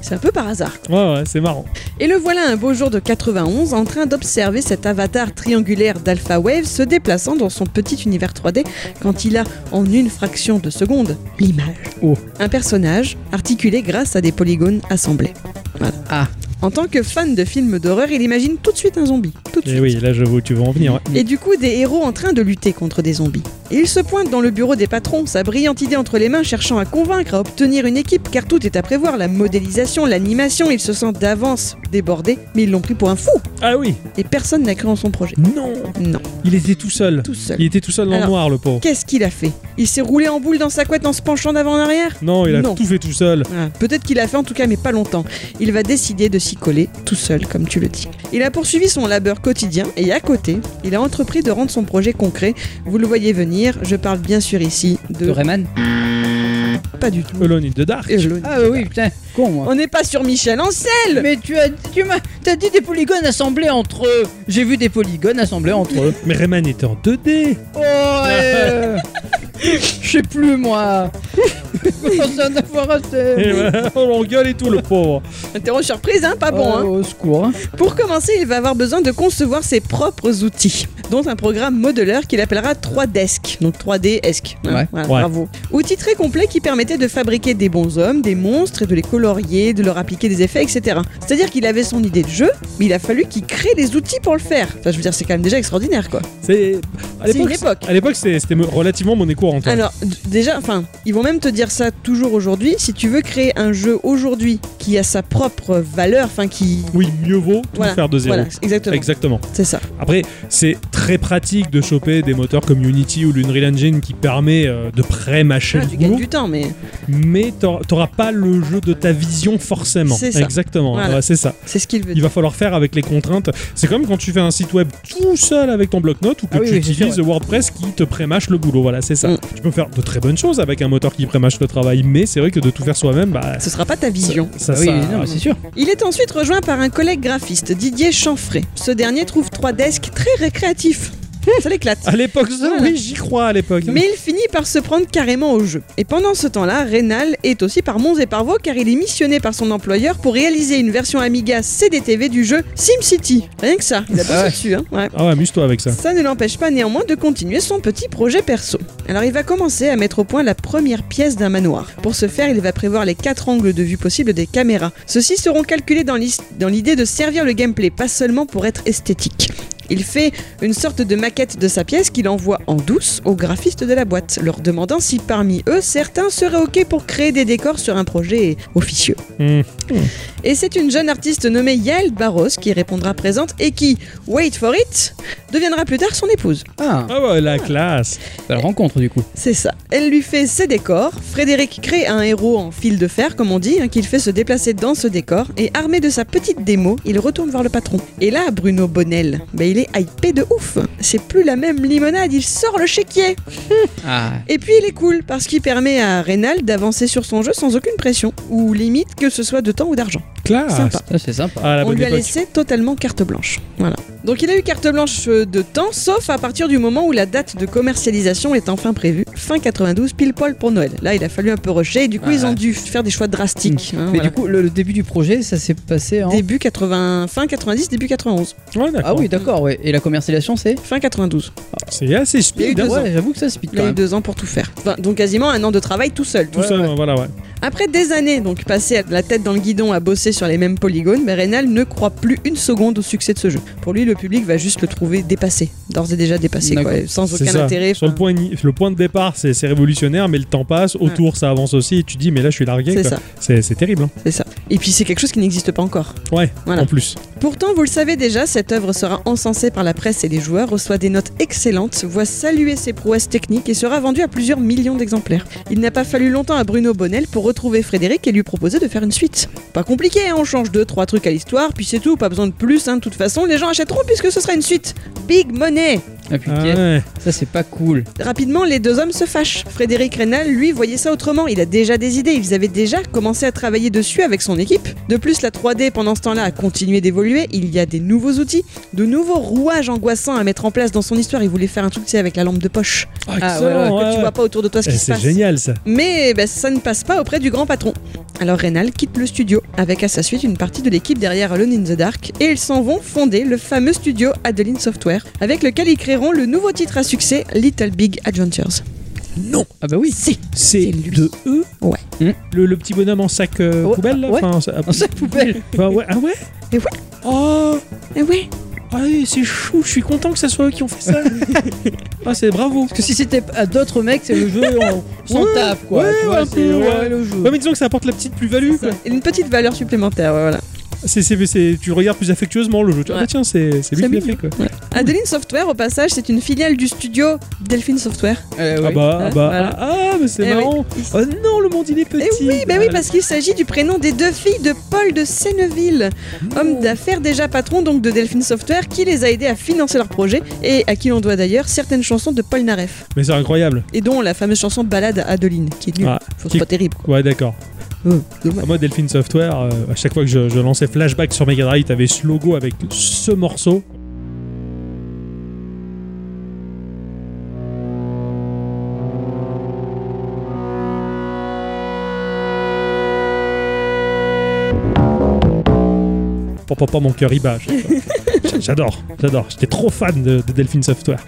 Speaker 3: C'est un peu par hasard.
Speaker 2: Ouais, ouais, c'est marrant.
Speaker 3: Et le voilà un beau jour de 91 en train d'observer cet avatar triangulaire d'Alpha Wave se déplaçant dans son petit univers 3D quand il a, en une fraction de seconde, l'image.
Speaker 2: Oh.
Speaker 3: Un personnage articulé grâce à des polygones assemblés. Voilà.
Speaker 1: Ah.
Speaker 3: En tant que fan de films d'horreur, il imagine tout de suite un zombie. Tout de
Speaker 2: Et
Speaker 3: suite.
Speaker 2: Eh oui, là, je vois où tu veux en venir. ouais.
Speaker 3: Et du coup, des héros en train de lutter contre des zombies. Et il se pointe dans le bureau des patrons, sa brillante idée entre les mains, cherchant à convaincre, à obtenir une équipe, car tout est à prévoir la modélisation, l'animation. Il se sent d'avance débordé, mais ils l'ont pris pour un fou.
Speaker 2: Ah oui
Speaker 3: Et personne n'a cru en son projet.
Speaker 2: Non
Speaker 3: Non,
Speaker 2: Il était tout seul.
Speaker 3: tout seul.
Speaker 2: Il était tout seul dans le
Speaker 3: Alors-
Speaker 2: noir, le pauvre.
Speaker 3: Qu'est-ce qu'il a fait Il s'est roulé en boule dans sa couette en se penchant d'avant en arrière
Speaker 2: Non, il a
Speaker 3: Non.
Speaker 2: tout fait tout seul.
Speaker 3: Ah, Peut-être qu'il a fait en tout cas, mais pas longtemps. Il va décider de s'y coller tout seul, comme tu le dis. Il a poursuivi son labeur quotidien et à côté, il a entrepris de rendre son projet concret. Vous le voyez venir, je parle bien sûr ici de...
Speaker 1: De Rayman
Speaker 3: Pas du tout.
Speaker 2: Alone in the dark.
Speaker 3: Elon.
Speaker 1: Ah oui, putain, con moi.
Speaker 3: On n'est pas sur Michel Ancel
Speaker 1: Mais tu as, tu m'as, t'as dit des polygones assemblés entre eux. J'ai vu des polygones assemblés entre eux.
Speaker 2: Mais Rayman était en 2D.
Speaker 1: Oh, euh, je sais plus moi. On s'en a fait rater.
Speaker 2: Et voilà, Eh ben, on l'engueule et tout, le pauvre.
Speaker 3: Interro surprise, hein Pas bon,
Speaker 1: Oh,
Speaker 3: hein
Speaker 1: Au secours. hein.
Speaker 3: Pour commencer, il va avoir besoin de concevoir ses propres outils, dont un programme modeleur qu'il appellera 3Desk, donc 3D-esque. hein,
Speaker 1: Ouais.
Speaker 3: voilà,
Speaker 2: Ouais.
Speaker 3: Bravo. Outil très complet qui permettait de fabriquer des bonshommes, des monstres, et de les colorier, de leur appliquer des effets, etc. C'est-à-dire qu'il avait son idée de jeu, mais il a fallu qu'il crée les outils pour le faire. Enfin, je veux dire, c'est quand même déjà extraordinaire, quoi.
Speaker 2: C'est à
Speaker 3: C'est une
Speaker 2: l'époque.
Speaker 3: époque.
Speaker 2: À l'époque, c'est- c'était mo- relativement monnaie courante. ouais.
Speaker 3: Alors, d- déjà, enfin, ils vont même te dire ça toujours aujourd'hui. Si tu veux créer un jeu aujourd'hui qui a sa propre valeur, enfin, qui.
Speaker 2: Oui, mieux vaut tout
Speaker 3: Voilà,
Speaker 2: faire de zéro.
Speaker 3: Voilà, exactement.
Speaker 2: Exactement.
Speaker 3: C'est ça.
Speaker 2: Après, c'est très pratique de choper des moteurs comme Unity ou l'Unreal Engine qui permet euh, de pré-mâcher
Speaker 3: Ah,
Speaker 2: le
Speaker 3: tu gagnes
Speaker 2: boulot,
Speaker 3: du temps, mais
Speaker 2: mais t'aur- t'auras pas le jeu de ta vision forcément.
Speaker 3: C'est ça.
Speaker 2: Exactement,
Speaker 3: Voilà.
Speaker 2: ouais, c'est ça.
Speaker 3: c'est ce qu'il veut
Speaker 2: Il va falloir faire avec les contraintes. C'est comme quand tu fais un site web tout seul avec ton bloc-notes ou que
Speaker 1: Ah oui,
Speaker 2: tu
Speaker 1: oui, c'est
Speaker 2: utilises
Speaker 1: sûr,
Speaker 2: WordPress qui te pré-mâche le boulot. Voilà, c'est ça.
Speaker 3: Mm.
Speaker 2: Tu peux faire de très bonnes choses avec un moteur qui pré-mâche le travail, mais c'est vrai que de tout faire soi-même, bah.
Speaker 3: Ce sera pas ta vision.
Speaker 2: Ça,
Speaker 1: Ah oui,
Speaker 2: ça-
Speaker 1: non, mais c'est sûr.
Speaker 3: Il est ensuite rejoint par un collègue graphiste, Didier Chanfray. Ce dernier trouve 3 desks très récréatifs. Ça l'éclate.
Speaker 1: Ah.
Speaker 2: À l'époque, ça,
Speaker 3: Voilà.
Speaker 2: oui, j'y crois à l'époque.
Speaker 3: Mais il finit par se prendre carrément au jeu. Et pendant ce temps-là, Rénal est aussi par Mons et Parvo car il est missionné par son employeur pour réaliser une version Amiga CDTV du jeu SimCity. Rien que ça, il a bossé
Speaker 1: Ah ouais.
Speaker 3: dessus. Hein. Ouais.
Speaker 2: Ah ouais, amuse-toi avec ça.
Speaker 3: Ça ne l'empêche pas néanmoins de continuer son petit projet perso. Alors il va commencer à mettre au point la première pièce d'un manoir. Pour ce faire, il va prévoir les quatre angles de vue possibles des caméras. Ceux-ci seront calculés dans l'is- dans l'idée de servir le gameplay, pas seulement pour être esthétique. Il fait une sorte de maquette de sa pièce qu'il envoie en douce aux graphistes de la boîte, leur demandant si parmi eux certains seraient OK pour créer des décors sur un projet officieux.
Speaker 2: Mm.
Speaker 3: Et c'est une jeune artiste nommée Yael Barros qui répondra présente et qui, wait for it, deviendra plus tard son épouse.
Speaker 1: Ah,
Speaker 2: Ah ouais, la classe.
Speaker 1: la rencontre du coup.
Speaker 3: C'est ça. Elle lui fait ses décors. Frédéric crée un héros en fil de fer, comme on dit, hein, qu'il fait se déplacer dans ce décor. Et armé de sa petite démo, il retourne voir le patron. Et là, Bruno Bonnel, bah, il est hypé de ouf. C'est plus la même limonade, il sort le chéquier.
Speaker 1: Ah,
Speaker 3: Et puis il est cool, parce qu'il permet à Reynald d'avancer sur son jeu sans aucune pression, ou limite que ce soit de temps ou d'argent.
Speaker 2: Classe.
Speaker 3: Sympa.
Speaker 1: ça c'est sympa.
Speaker 2: Ah, la
Speaker 3: on
Speaker 2: bonne
Speaker 3: lui a
Speaker 2: époque.
Speaker 3: laissé totalement carte blanche. Voilà. Donc il a eu carte blanche euh, de temps, sauf à partir du moment où la date de commercialisation est enfin prévue, fin 92, pile poil pour Noël. Là, il a fallu un peu rusher et du coup,
Speaker 1: Ah
Speaker 3: ils ont
Speaker 1: ouais. Mmh.
Speaker 3: dû faire des choix drastiques. hein,
Speaker 1: Mais
Speaker 3: voilà.
Speaker 1: du coup, le, le début du projet, ça s'est passé en.
Speaker 3: Début 80, fin 90, début 91,
Speaker 2: Ouais, d'accord.
Speaker 1: Ah oui, d'accord, ouais. Et la commercialisation, c'est
Speaker 3: fin 92.
Speaker 2: C'est assez
Speaker 1: Il y a eu
Speaker 2: speed.
Speaker 1: deux
Speaker 2: hein.
Speaker 1: ans. Ouais, j'avoue que ça speed
Speaker 3: Il
Speaker 1: quand
Speaker 3: a eu
Speaker 1: même.
Speaker 3: deux ans pour tout faire. Enfin, donc quasiment un an de travail tout seul.
Speaker 2: Tout seul, voilà, ouais.
Speaker 3: Après des années, donc passées à la tête dans le guidon à bosser sur les mêmes polygones, mais Reynal ne croit plus une seconde au succès de ce jeu. Pour lui, le public va juste le trouver dépassé, d'ores et déjà dépassé, quoi,
Speaker 1: D'accord.
Speaker 3: sans
Speaker 2: C'est
Speaker 3: aucun
Speaker 2: ça.
Speaker 3: intérêt.
Speaker 2: Sur le
Speaker 3: enfin,
Speaker 2: point, ni- le point de départ, c'est c'est révolutionnaire, mais le temps passe. Autour, ça avance aussi. Et tu dis, mais là, je suis largué.
Speaker 3: C'est
Speaker 2: quoi.
Speaker 3: ça,
Speaker 2: C'est c'est terrible. hein.
Speaker 3: c'est ça. Et puis c'est quelque chose qui n'existe pas encore.
Speaker 2: Ouais,
Speaker 3: Voilà.
Speaker 2: en plus.
Speaker 3: Pourtant, vous le savez déjà, cette œuvre sera encensée par la presse et les joueurs, reçoit des notes excellentes, voit saluer ses prouesses techniques et sera vendue à plusieurs millions d'exemplaires. Il n'a pas fallu longtemps à Bruno Bonnel pour retrouver Frédéric et lui proposer de faire une suite. Pas compliqué, hein, on change deux, trois trucs à l'histoire, puis c'est tout, pas besoin de plus, hein, de toute façon, les gens achèteront puisque ce sera une suite. Big money
Speaker 1: Ah putain,
Speaker 2: Ah ouais.
Speaker 1: ça c'est pas cool.
Speaker 3: Rapidement, les deux hommes se fâchent. Frédéric Reynal, lui, voyait ça autrement. Il a déjà des idées. Ils avaient déjà commencé à travailler dessus avec son équipe. De plus, la 3D, pendant ce temps-là, a continué d'évoluer. Il y a des nouveaux outils, de nouveaux rouages angoissants à mettre en place dans son histoire. Il voulait faire un truc, tu sais, avec la lampe de poche. Ah, ouais, ouais,
Speaker 2: Excellent,
Speaker 3: que
Speaker 2: ouais,
Speaker 3: tu
Speaker 2: ouais.
Speaker 3: vois pas autour de toi ce
Speaker 2: Eh,
Speaker 3: qui se
Speaker 2: C'est
Speaker 3: passe.
Speaker 2: génial ça.
Speaker 3: Mais ben, ça ne passe pas auprès du grand patron. Alors Reynal quitte le studio, avec à sa suite une partie de l'équipe derrière Alone in the Dark, et ils s'en vont fonder le fameux studio Adeline Software, avec lequel ils créeront le nouveau titre à succès Little Big Adventures.
Speaker 1: Ah bah oui.
Speaker 3: Si
Speaker 2: C'est
Speaker 3: lui.
Speaker 2: de eux
Speaker 3: Ouais. Oh,
Speaker 1: Hmm.
Speaker 2: Le, le petit bonhomme en sac euh,
Speaker 1: Ouais,
Speaker 2: poubelle là
Speaker 1: ouais.
Speaker 2: Enfin, ça-
Speaker 1: Dans sa poubelle.
Speaker 2: Enfin, ouais. Ah ouais
Speaker 3: Mais ouais.
Speaker 2: Oh,
Speaker 3: Eh ouais
Speaker 2: ah oui, c'est chou, je suis content que ce soit eux qui ont fait ça. ah, c'est bravo.
Speaker 1: Parce que si c'était à d'autres mecs, c'est le jeu, on, on s'en
Speaker 2: Ouais,
Speaker 1: tape quoi.
Speaker 2: ouais,
Speaker 1: tu vois,
Speaker 2: un
Speaker 1: c'est-
Speaker 2: peu, ouais.
Speaker 1: le jeu.
Speaker 2: Ouais, mais disons que ça apporte la petite plus-value. quoi.
Speaker 3: Et Une petite valeur supplémentaire, ouais, voilà.
Speaker 2: C'est, c'est, c'est- tu regardes plus affectueusement le jeu. Tu- Ah,
Speaker 3: Ouais.
Speaker 2: bah, tiens, c'est, c'est lui
Speaker 3: C'est
Speaker 2: qui l'a
Speaker 3: mignon.
Speaker 2: fait quoi.
Speaker 3: Adeline Software, au passage, c'est une filiale du studio Delphine Software.
Speaker 1: Euh,
Speaker 2: Ah
Speaker 1: oui.
Speaker 2: bah, ah
Speaker 3: Ouais,
Speaker 2: bah,
Speaker 3: voilà.
Speaker 2: ah, ah, mais c'est
Speaker 3: Eh
Speaker 2: marrant.
Speaker 3: oui.
Speaker 2: Oh non, le monde il est petit.
Speaker 3: Eh oui, bah oui,
Speaker 2: Ah,
Speaker 3: parce qu'il s'agit du prénom des deux filles de Paul de Senneville,
Speaker 2: Oh.
Speaker 3: homme d'affaires déjà patron donc de Delphine Software, qui les a aidés à financer leur projet et à qui l'on doit d'ailleurs certaines chansons de Paul Naref,
Speaker 2: Mais c'est incroyable.
Speaker 3: et dont la fameuse chanson Balade à Adeline, qui est nulle.
Speaker 2: Ah,
Speaker 3: Faut-
Speaker 2: qui-
Speaker 3: pas terrible. quoi.
Speaker 2: Ouais, d'accord. Hum, Ah,
Speaker 3: Euh, dommage.
Speaker 2: Moi, Delphine Software, euh, à chaque fois que je, je lançais Flashback sur Mega Drive, t'avais ce logo avec ce morceau. Pour papa, mon cœur, il bat. à chaque fois. J'adore, j'adore. J'étais trop fan de, de Delphine Software.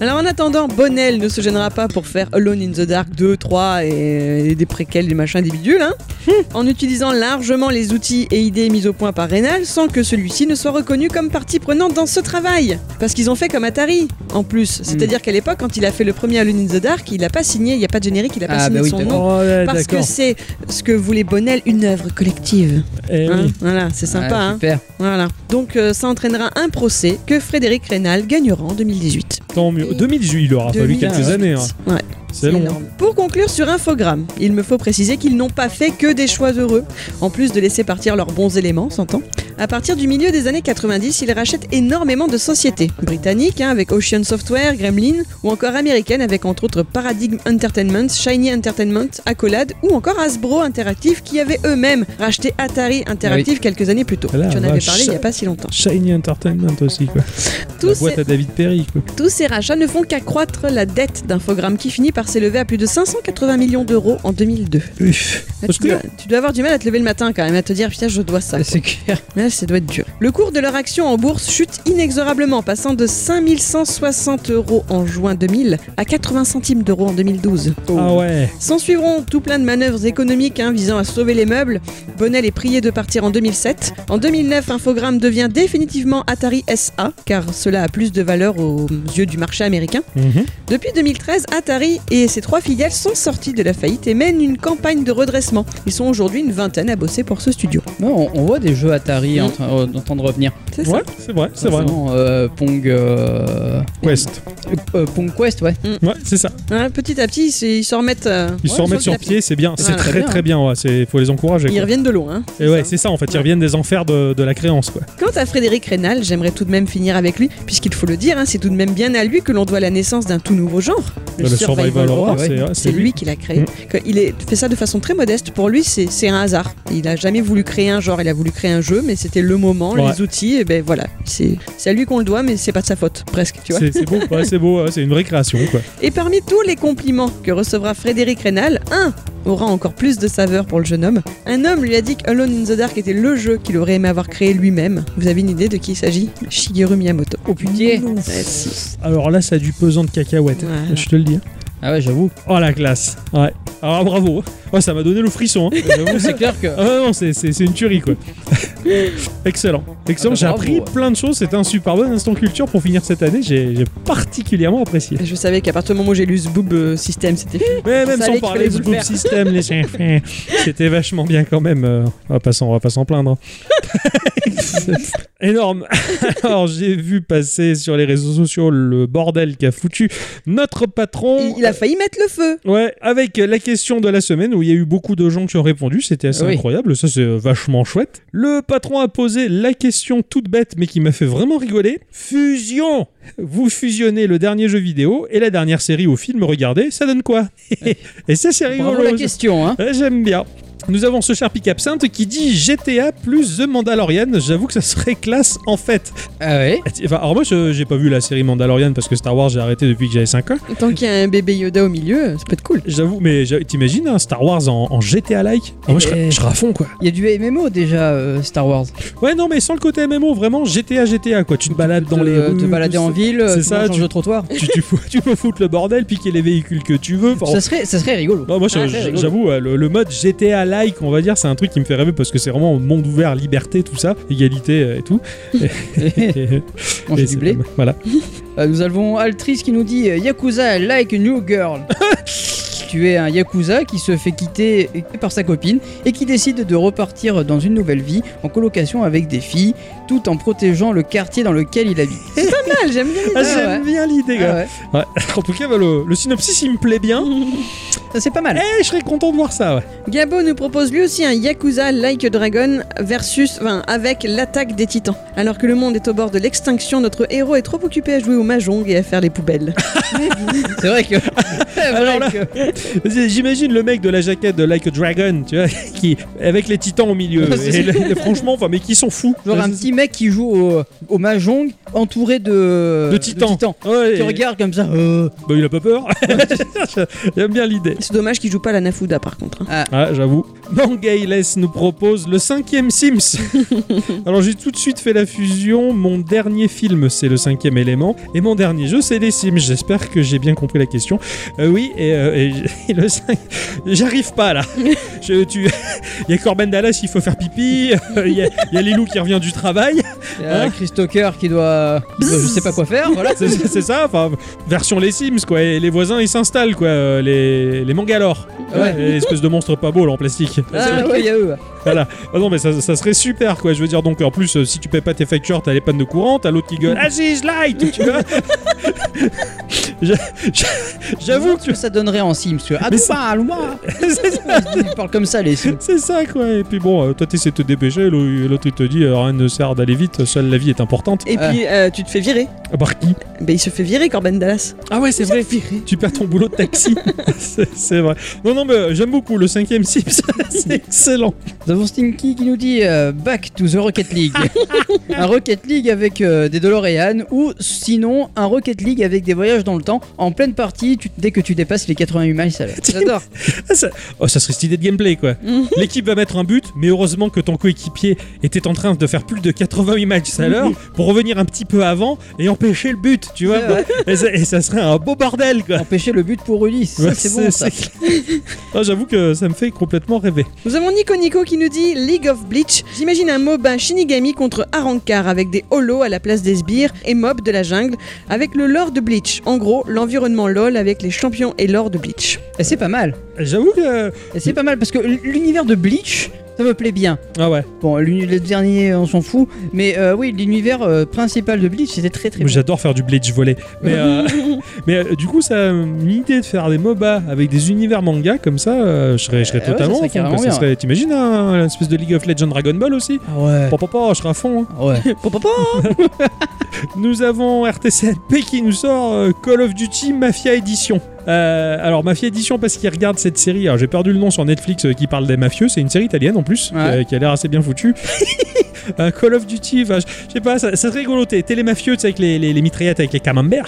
Speaker 3: Alors en attendant, Bonnel ne se gênera pas pour faire Alone in the Dark 2, 3 et, et des préquels, des machins, des bidules, hein,
Speaker 1: Hmm.
Speaker 3: en utilisant largement les outils et idées mis au point par Reynal sans que celui-ci ne soit reconnu comme partie prenante dans ce travail. Parce qu'ils ont fait comme Atari, en
Speaker 1: Hmm.
Speaker 3: plus. C'est-à-dire qu'à l'époque, quand il a fait le premier Alone in the Dark, il n'a pas signé, il n'y a pas de générique, il n'a pas
Speaker 1: Ah,
Speaker 3: signé
Speaker 1: bah oui,
Speaker 3: son
Speaker 1: d'accord.
Speaker 3: nom.
Speaker 2: Oh, ouais,
Speaker 3: Parce que
Speaker 2: d'accord.
Speaker 3: c'est ce que voulait Bonnel, une œuvre collective.
Speaker 2: Eh
Speaker 3: hein.
Speaker 2: oui.
Speaker 3: Voilà, c'est sympa.
Speaker 1: Ah,
Speaker 3: hein.
Speaker 1: Super.
Speaker 3: Voilà. Donc euh, ça entraînera un procès que Frédéric Reynal gagnera en 2018.
Speaker 2: Tant mieux. 2018, il aura fallu
Speaker 3: 2018.
Speaker 2: quelques années. hein.
Speaker 3: Ouais.
Speaker 2: C'est long.
Speaker 3: énorme. Pour conclure sur Infogrames, il me faut préciser qu'ils n'ont pas fait que des choix heureux, en plus de laisser partir leurs bons éléments, s'entend. À partir du milieu des années 90, ils rachètent énormément de sociétés. Britanniques, hein, avec Ocean Software, Gremlin, ou encore américaines, avec entre autres Paradigm Entertainment, Shiny Entertainment, Accolade, ou encore Hasbro Interactive, qui avaient eux-mêmes racheté Atari Interactive quelques années plus tôt.
Speaker 2: Ah la
Speaker 3: tu en avais
Speaker 2: vache.
Speaker 3: parlé il n'y a pas si longtemps.
Speaker 2: Shiny Entertainment aussi, quoi.
Speaker 3: Tous
Speaker 2: la
Speaker 3: ces-
Speaker 2: boîte à David Perry, quoi.
Speaker 3: Tous ces rachats ne font qu'accroître la dette d'Infogrames qui finit par s'élever à plus de 580 millions d'euros en 2002.
Speaker 2: Uff.
Speaker 3: Là,
Speaker 2: Parce
Speaker 3: tu,
Speaker 2: que-
Speaker 3: dois, tu dois avoir du mal à te lever le matin quand même, à te dire putain je dois ça.
Speaker 1: Ah, C'est clair.
Speaker 3: Là, ça doit être dur. Le cours de leur action en bourse chute inexorablement, passant de 5160 euros en juin 2000 à 80 centimes d'euros en 2012.
Speaker 2: Ah ouais.
Speaker 3: S'en suivront tout plein de manœuvres économiques hein, visant à sauver les meubles. Bonnel est prié de partir en 2007. En 2009, Infogrames devient définitivement Atari SA, car cela a plus de valeur aux yeux du marché américain.
Speaker 2: Mhm.
Speaker 3: Depuis 2013, Atari et ses trois filiales sont sortis de la faillite et mènent une campagne de redressement. Ils sont aujourd'hui une vingtaine à bosser pour ce studio.
Speaker 1: Non, on, on voit des jeux Atari
Speaker 3: Mm.
Speaker 1: en train, euh, en train de revenir.
Speaker 3: C'est ça
Speaker 2: Ouais, c'est vrai, c'est vrai.
Speaker 1: Forcément, euh, Pong. euh,
Speaker 2: Quest.
Speaker 1: euh, Pong Quest, ouais.
Speaker 2: Ouais, c'est ça.
Speaker 3: Hein, Petit à petit, ils se- ils s'en remettent. euh,
Speaker 2: Ils
Speaker 1: Ouais,
Speaker 2: se remettent
Speaker 1: sur
Speaker 2: sur
Speaker 1: le
Speaker 2: pied, c'est bien. C'est
Speaker 3: Voilà,
Speaker 2: très
Speaker 1: très bien,
Speaker 2: très bien, ouais. C'est- Faut les encourager,
Speaker 3: Ils
Speaker 2: quoi.
Speaker 3: reviennent de l'eau, hein.
Speaker 2: Et ouais, c'est ça, en fait. Ils
Speaker 3: Ouais.
Speaker 2: reviennent des enfers de, de la créance, quoi.
Speaker 3: Quant à Frédéric Reynal, j'aimerais tout de même finir avec lui, puisqu'il faut le dire, hein, c'est tout de même bien à lui que l'on doit la naissance d'un tout nouveau genre, le,
Speaker 2: Bah,
Speaker 3: survival horror.
Speaker 1: horror,
Speaker 2: c'est- ouais,
Speaker 3: C'est lui qui l'a créé.
Speaker 2: Mm.
Speaker 3: Que- Il est- fait ça de façon très modeste. Pour lui, c'est c'est un hasard. Il n'a jamais voulu créer un genre. Il a voulu créer un jeu, mais c'était le moment,
Speaker 2: Ouais.
Speaker 3: les outils. Et ben voilà, c'est c'est à lui qu'on le doit, mais c'est pas de sa faute, presque. Tu vois.
Speaker 2: C'est c'est beau, ouais, c'est beau, ouais, c'est une vraie création, quoi.
Speaker 3: Et parmi tous les compliments que recevra Frédéric Reynal, un aura encore plus de saveur pour le jeune homme. Un homme lui a dit que Alone in the Dark était le jeu qu'il aurait aimé avoir créé lui-même. Vous avez une idée de qui il s'agit Shigeru Miyamoto.
Speaker 1: Oh putain.
Speaker 3: Eh, si.
Speaker 2: Alors là, ça a du pesant de cacahuète,
Speaker 3: Voilà.
Speaker 2: je te le dis. hein.
Speaker 1: Ah ouais, j'avoue.
Speaker 2: Oh la classe. Ouais. Ah bravo. Ouais, ça m'a donné le frisson. hein. J'avoue,
Speaker 1: C'est clair que.
Speaker 2: Ah non, c'est- c'est c'est une tuerie quoi. Excellent. Excellent,
Speaker 1: Ah bah
Speaker 2: j'ai
Speaker 1: bravo,
Speaker 2: appris
Speaker 1: ouais.
Speaker 2: plein de choses. C'était un super bon instant culture pour finir cette année. J'ai j'ai particulièrement apprécié.
Speaker 3: Je savais qu'à partir du moment où j'ai lu ce boob euh, système, c'était fini.
Speaker 2: Ouais, même
Speaker 3: savais
Speaker 2: sans
Speaker 3: qu'il
Speaker 2: parler
Speaker 3: fallait
Speaker 2: du
Speaker 3: vous le
Speaker 2: Boop
Speaker 3: faire.
Speaker 2: System, les enfants. C'était vachement bien quand même. euh, on va pas s'en- on va pas s'en plaindre. hein. Énorme. Alors, j'ai vu passer sur les réseaux sociaux le bordel qu'a foutu notre patron.
Speaker 3: Il, il a a failli mettre le feu.
Speaker 2: Ouais, avec la question de la semaine où il y a eu beaucoup de gens qui ont répondu, c'était assez
Speaker 1: Oui.
Speaker 2: incroyable, ça c'est euh, vachement chouette. Le patron a posé la question toute bête mais qui m'a fait vraiment rigoler. Fusion Vous fusionnez le dernier jeu vidéo et la dernière série ou film regardez, ça donne quoi Et ça c'est rigolo.
Speaker 1: Bravo la
Speaker 2: ça.
Speaker 1: question, hein.
Speaker 2: Ouais, J'aime bien. Nous avons ce cher Pic Absinthe qui dit GTA plus The Mandalorian. J'avoue que ça serait classe en fait. Eh,
Speaker 1: Ah ouais
Speaker 2: Enfin, alors moi, je- j'ai pas vu la série Mandalorian parce que Star Wars, j'ai arrêté depuis que j'avais 5 ans.
Speaker 3: Tant qu'il y a un bébé Yoda au milieu, ça peut être cool.
Speaker 2: J'avoue, mais j'a- t'imagines un Star Wars en, en GTA-like Ah, Moi, je, serais-
Speaker 1: Eh.
Speaker 2: je serais à fond, quoi.
Speaker 1: Il y a du MMO déjà, euh, Star Wars.
Speaker 2: Ouais, non, mais sans le côté MMO, vraiment GTA, GTA, quoi. Tu te balades dans
Speaker 1: te, euh,
Speaker 2: les rues,
Speaker 1: te balader
Speaker 2: tout
Speaker 1: en
Speaker 2: ça.
Speaker 1: ville,
Speaker 2: C'est
Speaker 1: tu
Speaker 2: ça,
Speaker 1: manges
Speaker 2: tu-
Speaker 1: sur le trottoir.
Speaker 2: Tu, tu fous- tu peux foutre le bordel, piquer les véhicules que tu veux. Enfin,
Speaker 1: Ça serait, ça serait rigolo.
Speaker 2: Non, moi, je-
Speaker 1: Ah, c'est
Speaker 2: je-
Speaker 1: rigolo.
Speaker 2: j'avoue, euh, le, le mode GTA-like, on va dire, c'est un truc qui me fait rêver parce que c'est vraiment monde ouvert, liberté, tout ça, égalité euh, et tout. Et-
Speaker 1: Manger du
Speaker 2: et c'est
Speaker 1: blé.
Speaker 2: pas mal. Voilà.
Speaker 1: Euh, nous avons Altrice qui nous dit euh, Yakuza like a new girl. tu es un Yakuza qui se fait quitter par sa copine et qui décide de repartir dans une nouvelle vie en colocation avec des filles tout en protégeant le quartier dans lequel il habite.
Speaker 3: Pas mal, j'aime bien.
Speaker 2: Ah,
Speaker 1: Ah,
Speaker 2: J'aime bien l'idée,
Speaker 1: Ah
Speaker 2: gars.
Speaker 1: ouais.
Speaker 2: En tout cas, bah, le, le synopsis, il me plaît bien.
Speaker 1: Ça, c'est pas mal.
Speaker 2: Eh, je serais content de voir ça, ouais.
Speaker 3: Gabo nous propose lui aussi un Yakuza Like a Dragon versus, enfin, avec l'attaque des titans. Alors que le monde est au bord de l'extinction, notre héros est trop occupé à jouer au mahjong et à faire les poubelles.
Speaker 1: C'est vrai que. C'est vrai
Speaker 2: Ah, Alors là-
Speaker 1: que-
Speaker 2: J'imagine le mec de la jaquette de Like a Dragon, tu vois, qui, avec les titans au milieu.
Speaker 1: Ouais, c'est
Speaker 2: Et le- franchement, enfin, mais qui sont fous.
Speaker 1: Genre un petit mec qui joue au, au Mahjong entouré de.
Speaker 2: de titans. Ouais,
Speaker 1: Qui
Speaker 2: et-
Speaker 1: regarde comme ça. euh,
Speaker 2: bah, il a pas peur. J'aime bien l'idée.
Speaker 3: C'est dommage qu'il joue pas la Nafuda par contre. hein.
Speaker 2: Ah, j'avoue. Mangailes nous propose le cinquième Sims. Alors, j'ai tout de suite fait la fusion. Mon dernier film, c'est le cinquième élément. Et mon dernier jeu, c'est les Sims. J'espère que j'ai bien compris la question. Euh, oui, et, euh, et j- et le cin- J'arrive pas, là. Je- tu- Il y a Corben Dallas, il faut faire pipi. Euh, Il y, a- il y a Lilou qui revient du travail.
Speaker 1: il y a
Speaker 2: Hein
Speaker 1: euh, Chris Tucker qui doit. qui doit je sais pas quoi faire, voilà.
Speaker 2: C'est c'est ça, enfin, version les Sims, quoi. Et les voisins, ils s'installent, quoi. Euh, Les, les Mangalores.
Speaker 1: Ouais.
Speaker 2: Les espèces de monstres pas beaux, là, en plastique.
Speaker 1: Ah, ouais, il y a eux.
Speaker 2: Ah non, mais ça, ça serait super, quoi. Je veux dire, donc, en plus, euh, si tu payes pas tes factures, t'as les pannes de courant, t'as l'autre qui gueule. Aziz Light Tu vois Je- je- J'avoue que
Speaker 1: ce que ça donnerait en Sims. tu vois. Ah,
Speaker 2: Mais
Speaker 1: tout
Speaker 2: ça-
Speaker 1: pas, loin.
Speaker 2: c'est ça,
Speaker 1: Ils parlent comme ça, les Sims.
Speaker 2: c'est ça, quoi. Et puis bon, euh, toi, t'essaies de te dépêcher, l'au- l'autre, il te dit, euh, rien ne sert d'aller vite, seule la vie est importante.
Speaker 3: Et
Speaker 1: Ah.
Speaker 3: puis euh, tu te fais virer.
Speaker 2: Ah, Par qui
Speaker 3: Ben il se fait virer Corben Dallas.
Speaker 2: Ah ouais, c'est vrai. Tu perds ton boulot de taxi. c'est c'est vrai. Non, non, mais euh, j'aime beaucoup le cinquième Sims. c'est excellent.
Speaker 1: Nous avons Stinky qui nous dit euh, Back to the Rocket League. un Rocket League avec euh, des DeLorean ou sinon un Rocket League avec des voyages dans le temps en pleine partie tu- dès que tu dépasses les 88 miles à l'heure. J'adore.
Speaker 2: Ah, ça, oh, ça serait cette idée de gameplay, quoi. L'équipe va mettre un but, mais heureusement que ton coéquipier était en train de faire plus de 88 matchs à l'heure pour revenir un petit peu avant et empêcher le but, tu vois.
Speaker 1: Ouais, ouais.
Speaker 2: Et, ça, et ça serait un beau bordel, quoi.
Speaker 1: Empêcher le but pour Ulysse. Ça,
Speaker 2: Ouais,
Speaker 1: c'est bon ça.
Speaker 2: c'est clair. Ah, J'avoue que ça me fait complètement rêver.
Speaker 3: Nous avons Nico Nico qui nous dit League of Bleach. J'imagine un MOBA Shinigami contre Arankar avec des holos à la place des sbires et mobs de la jungle avec le lore de Bleach. En gros, l'environnement LOL avec les champions et lore de Bleach.
Speaker 1: Et c'est pas mal.
Speaker 2: J'avoue que.
Speaker 1: Et c'est pas mal parce que l- l'univers de Bleach, ça me plaît bien.
Speaker 2: Ah ouais,
Speaker 1: Bon, l'uni- le dernier, on s'en fout. Mais euh, oui, l'univers euh, principal de Bleach, c'était très très
Speaker 2: Mais j'adore faire du bleach volet. Mais, euh, mais euh, du coup, ça, une idée de faire des MOBA avec des univers manga comme ça, euh, je serais, je serais
Speaker 1: Euh, ouais, ça
Speaker 2: totalement.
Speaker 1: serait
Speaker 2: à fond, quoi.
Speaker 1: carrément
Speaker 2: Ça
Speaker 1: bien,
Speaker 2: serait- T'imagines un, une espèce de League of Legends Dragon Ball aussi
Speaker 1: Ah ouais.
Speaker 2: Papa, je serais à fond. hein.
Speaker 1: Ah ouais.
Speaker 2: Nous avons RTCNP qui nous sort euh, Call of Duty Mafia Edition. Euh, alors Mafia Edition parce qu'il regarde cette série. Alors j'ai perdu le nom sur Netflix euh, qui parle des mafieux. C'est une série italienne en plus
Speaker 1: Ouais.
Speaker 2: qui a- qui a l'air assez bien foutue. Euh, Call of Duty, enfin, je je sais pas, ça, ça serait rigolo. T'es t'es les mafieux, tu sais, avec les, les- les mitraillettes, avec les camemberts,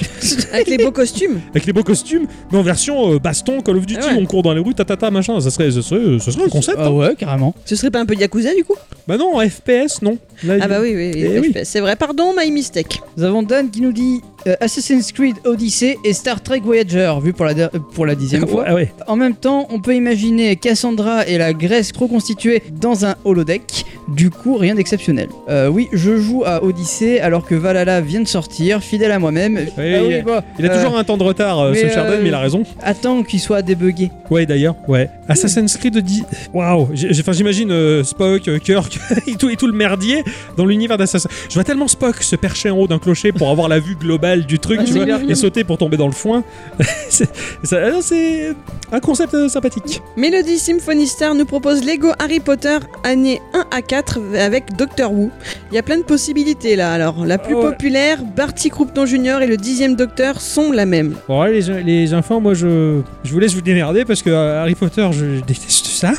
Speaker 3: Avec les beaux costumes.
Speaker 2: avec les beaux costumes, mais en version euh, baston Call of Duty,
Speaker 3: Ah ouais.
Speaker 2: on court dans les rues, tatata, machin. Ça serait, ce serait, ce serait un concept.
Speaker 1: Eh Ah
Speaker 2: hein.
Speaker 1: ouais, carrément.
Speaker 3: Ce serait pas un peu Yakuza du coup
Speaker 2: Bah non, en FPS, non. Là,
Speaker 3: Ah bah oui, oui, oui,
Speaker 2: Eh oui.
Speaker 3: c'est vrai. Pardon, my mistake.
Speaker 1: Nous avons Dan qui nous dit euh, Assassin's Creed Odyssey et Star Trek Voyager, vu pour la, der- euh, pour la dixième fois.
Speaker 2: Ah ouais.
Speaker 1: En même temps, on peut imaginer Cassandra et la Grèce reconstituées dans un holodeck, Du coup, rien d'exceptionnel. Euh, oui, je joue à Odyssey alors que Valhalla vient de sortir, fidèle à moi-même.
Speaker 2: Oui,
Speaker 1: Ah
Speaker 2: il-
Speaker 1: bah,
Speaker 2: Il a
Speaker 1: euh,
Speaker 2: toujours un temps de retard, euh,
Speaker 1: mais,
Speaker 2: ce Chardin,
Speaker 1: euh,
Speaker 2: mais il a raison.
Speaker 1: Attends qu'il soit débugué.
Speaker 2: Ouais, d'ailleurs, ouais. Assassin's Creed dit. Waouh j'ai- j'ai- Enfin, j'imagine euh, Spock, euh, Kirk et, tout, et tout le merdier dans l'univers d'Assassin's Je vois tellement Spock se percher en haut d'un clocher pour avoir la vue globale du truc,
Speaker 3: Ah,
Speaker 2: tu
Speaker 3: c'est
Speaker 2: vois,
Speaker 3: clair.
Speaker 2: et sauter pour tomber dans le foin. c'est ça- ah, c'est un concept euh, sympathique.
Speaker 3: Melody Symphony Star nous propose Lego Harry Potter année 1 à 4 avec Doctor Who. Il y a plein de possibilités là. Alors, la plus
Speaker 2: Oh là.
Speaker 3: populaire, Barty Croupton Jr. et le dixième Docteur sont la même.
Speaker 2: Bon, allez, les, les enfants, moi, je, je vous laisse vous démerder parce que euh, Harry Potter, je, je déteste ça.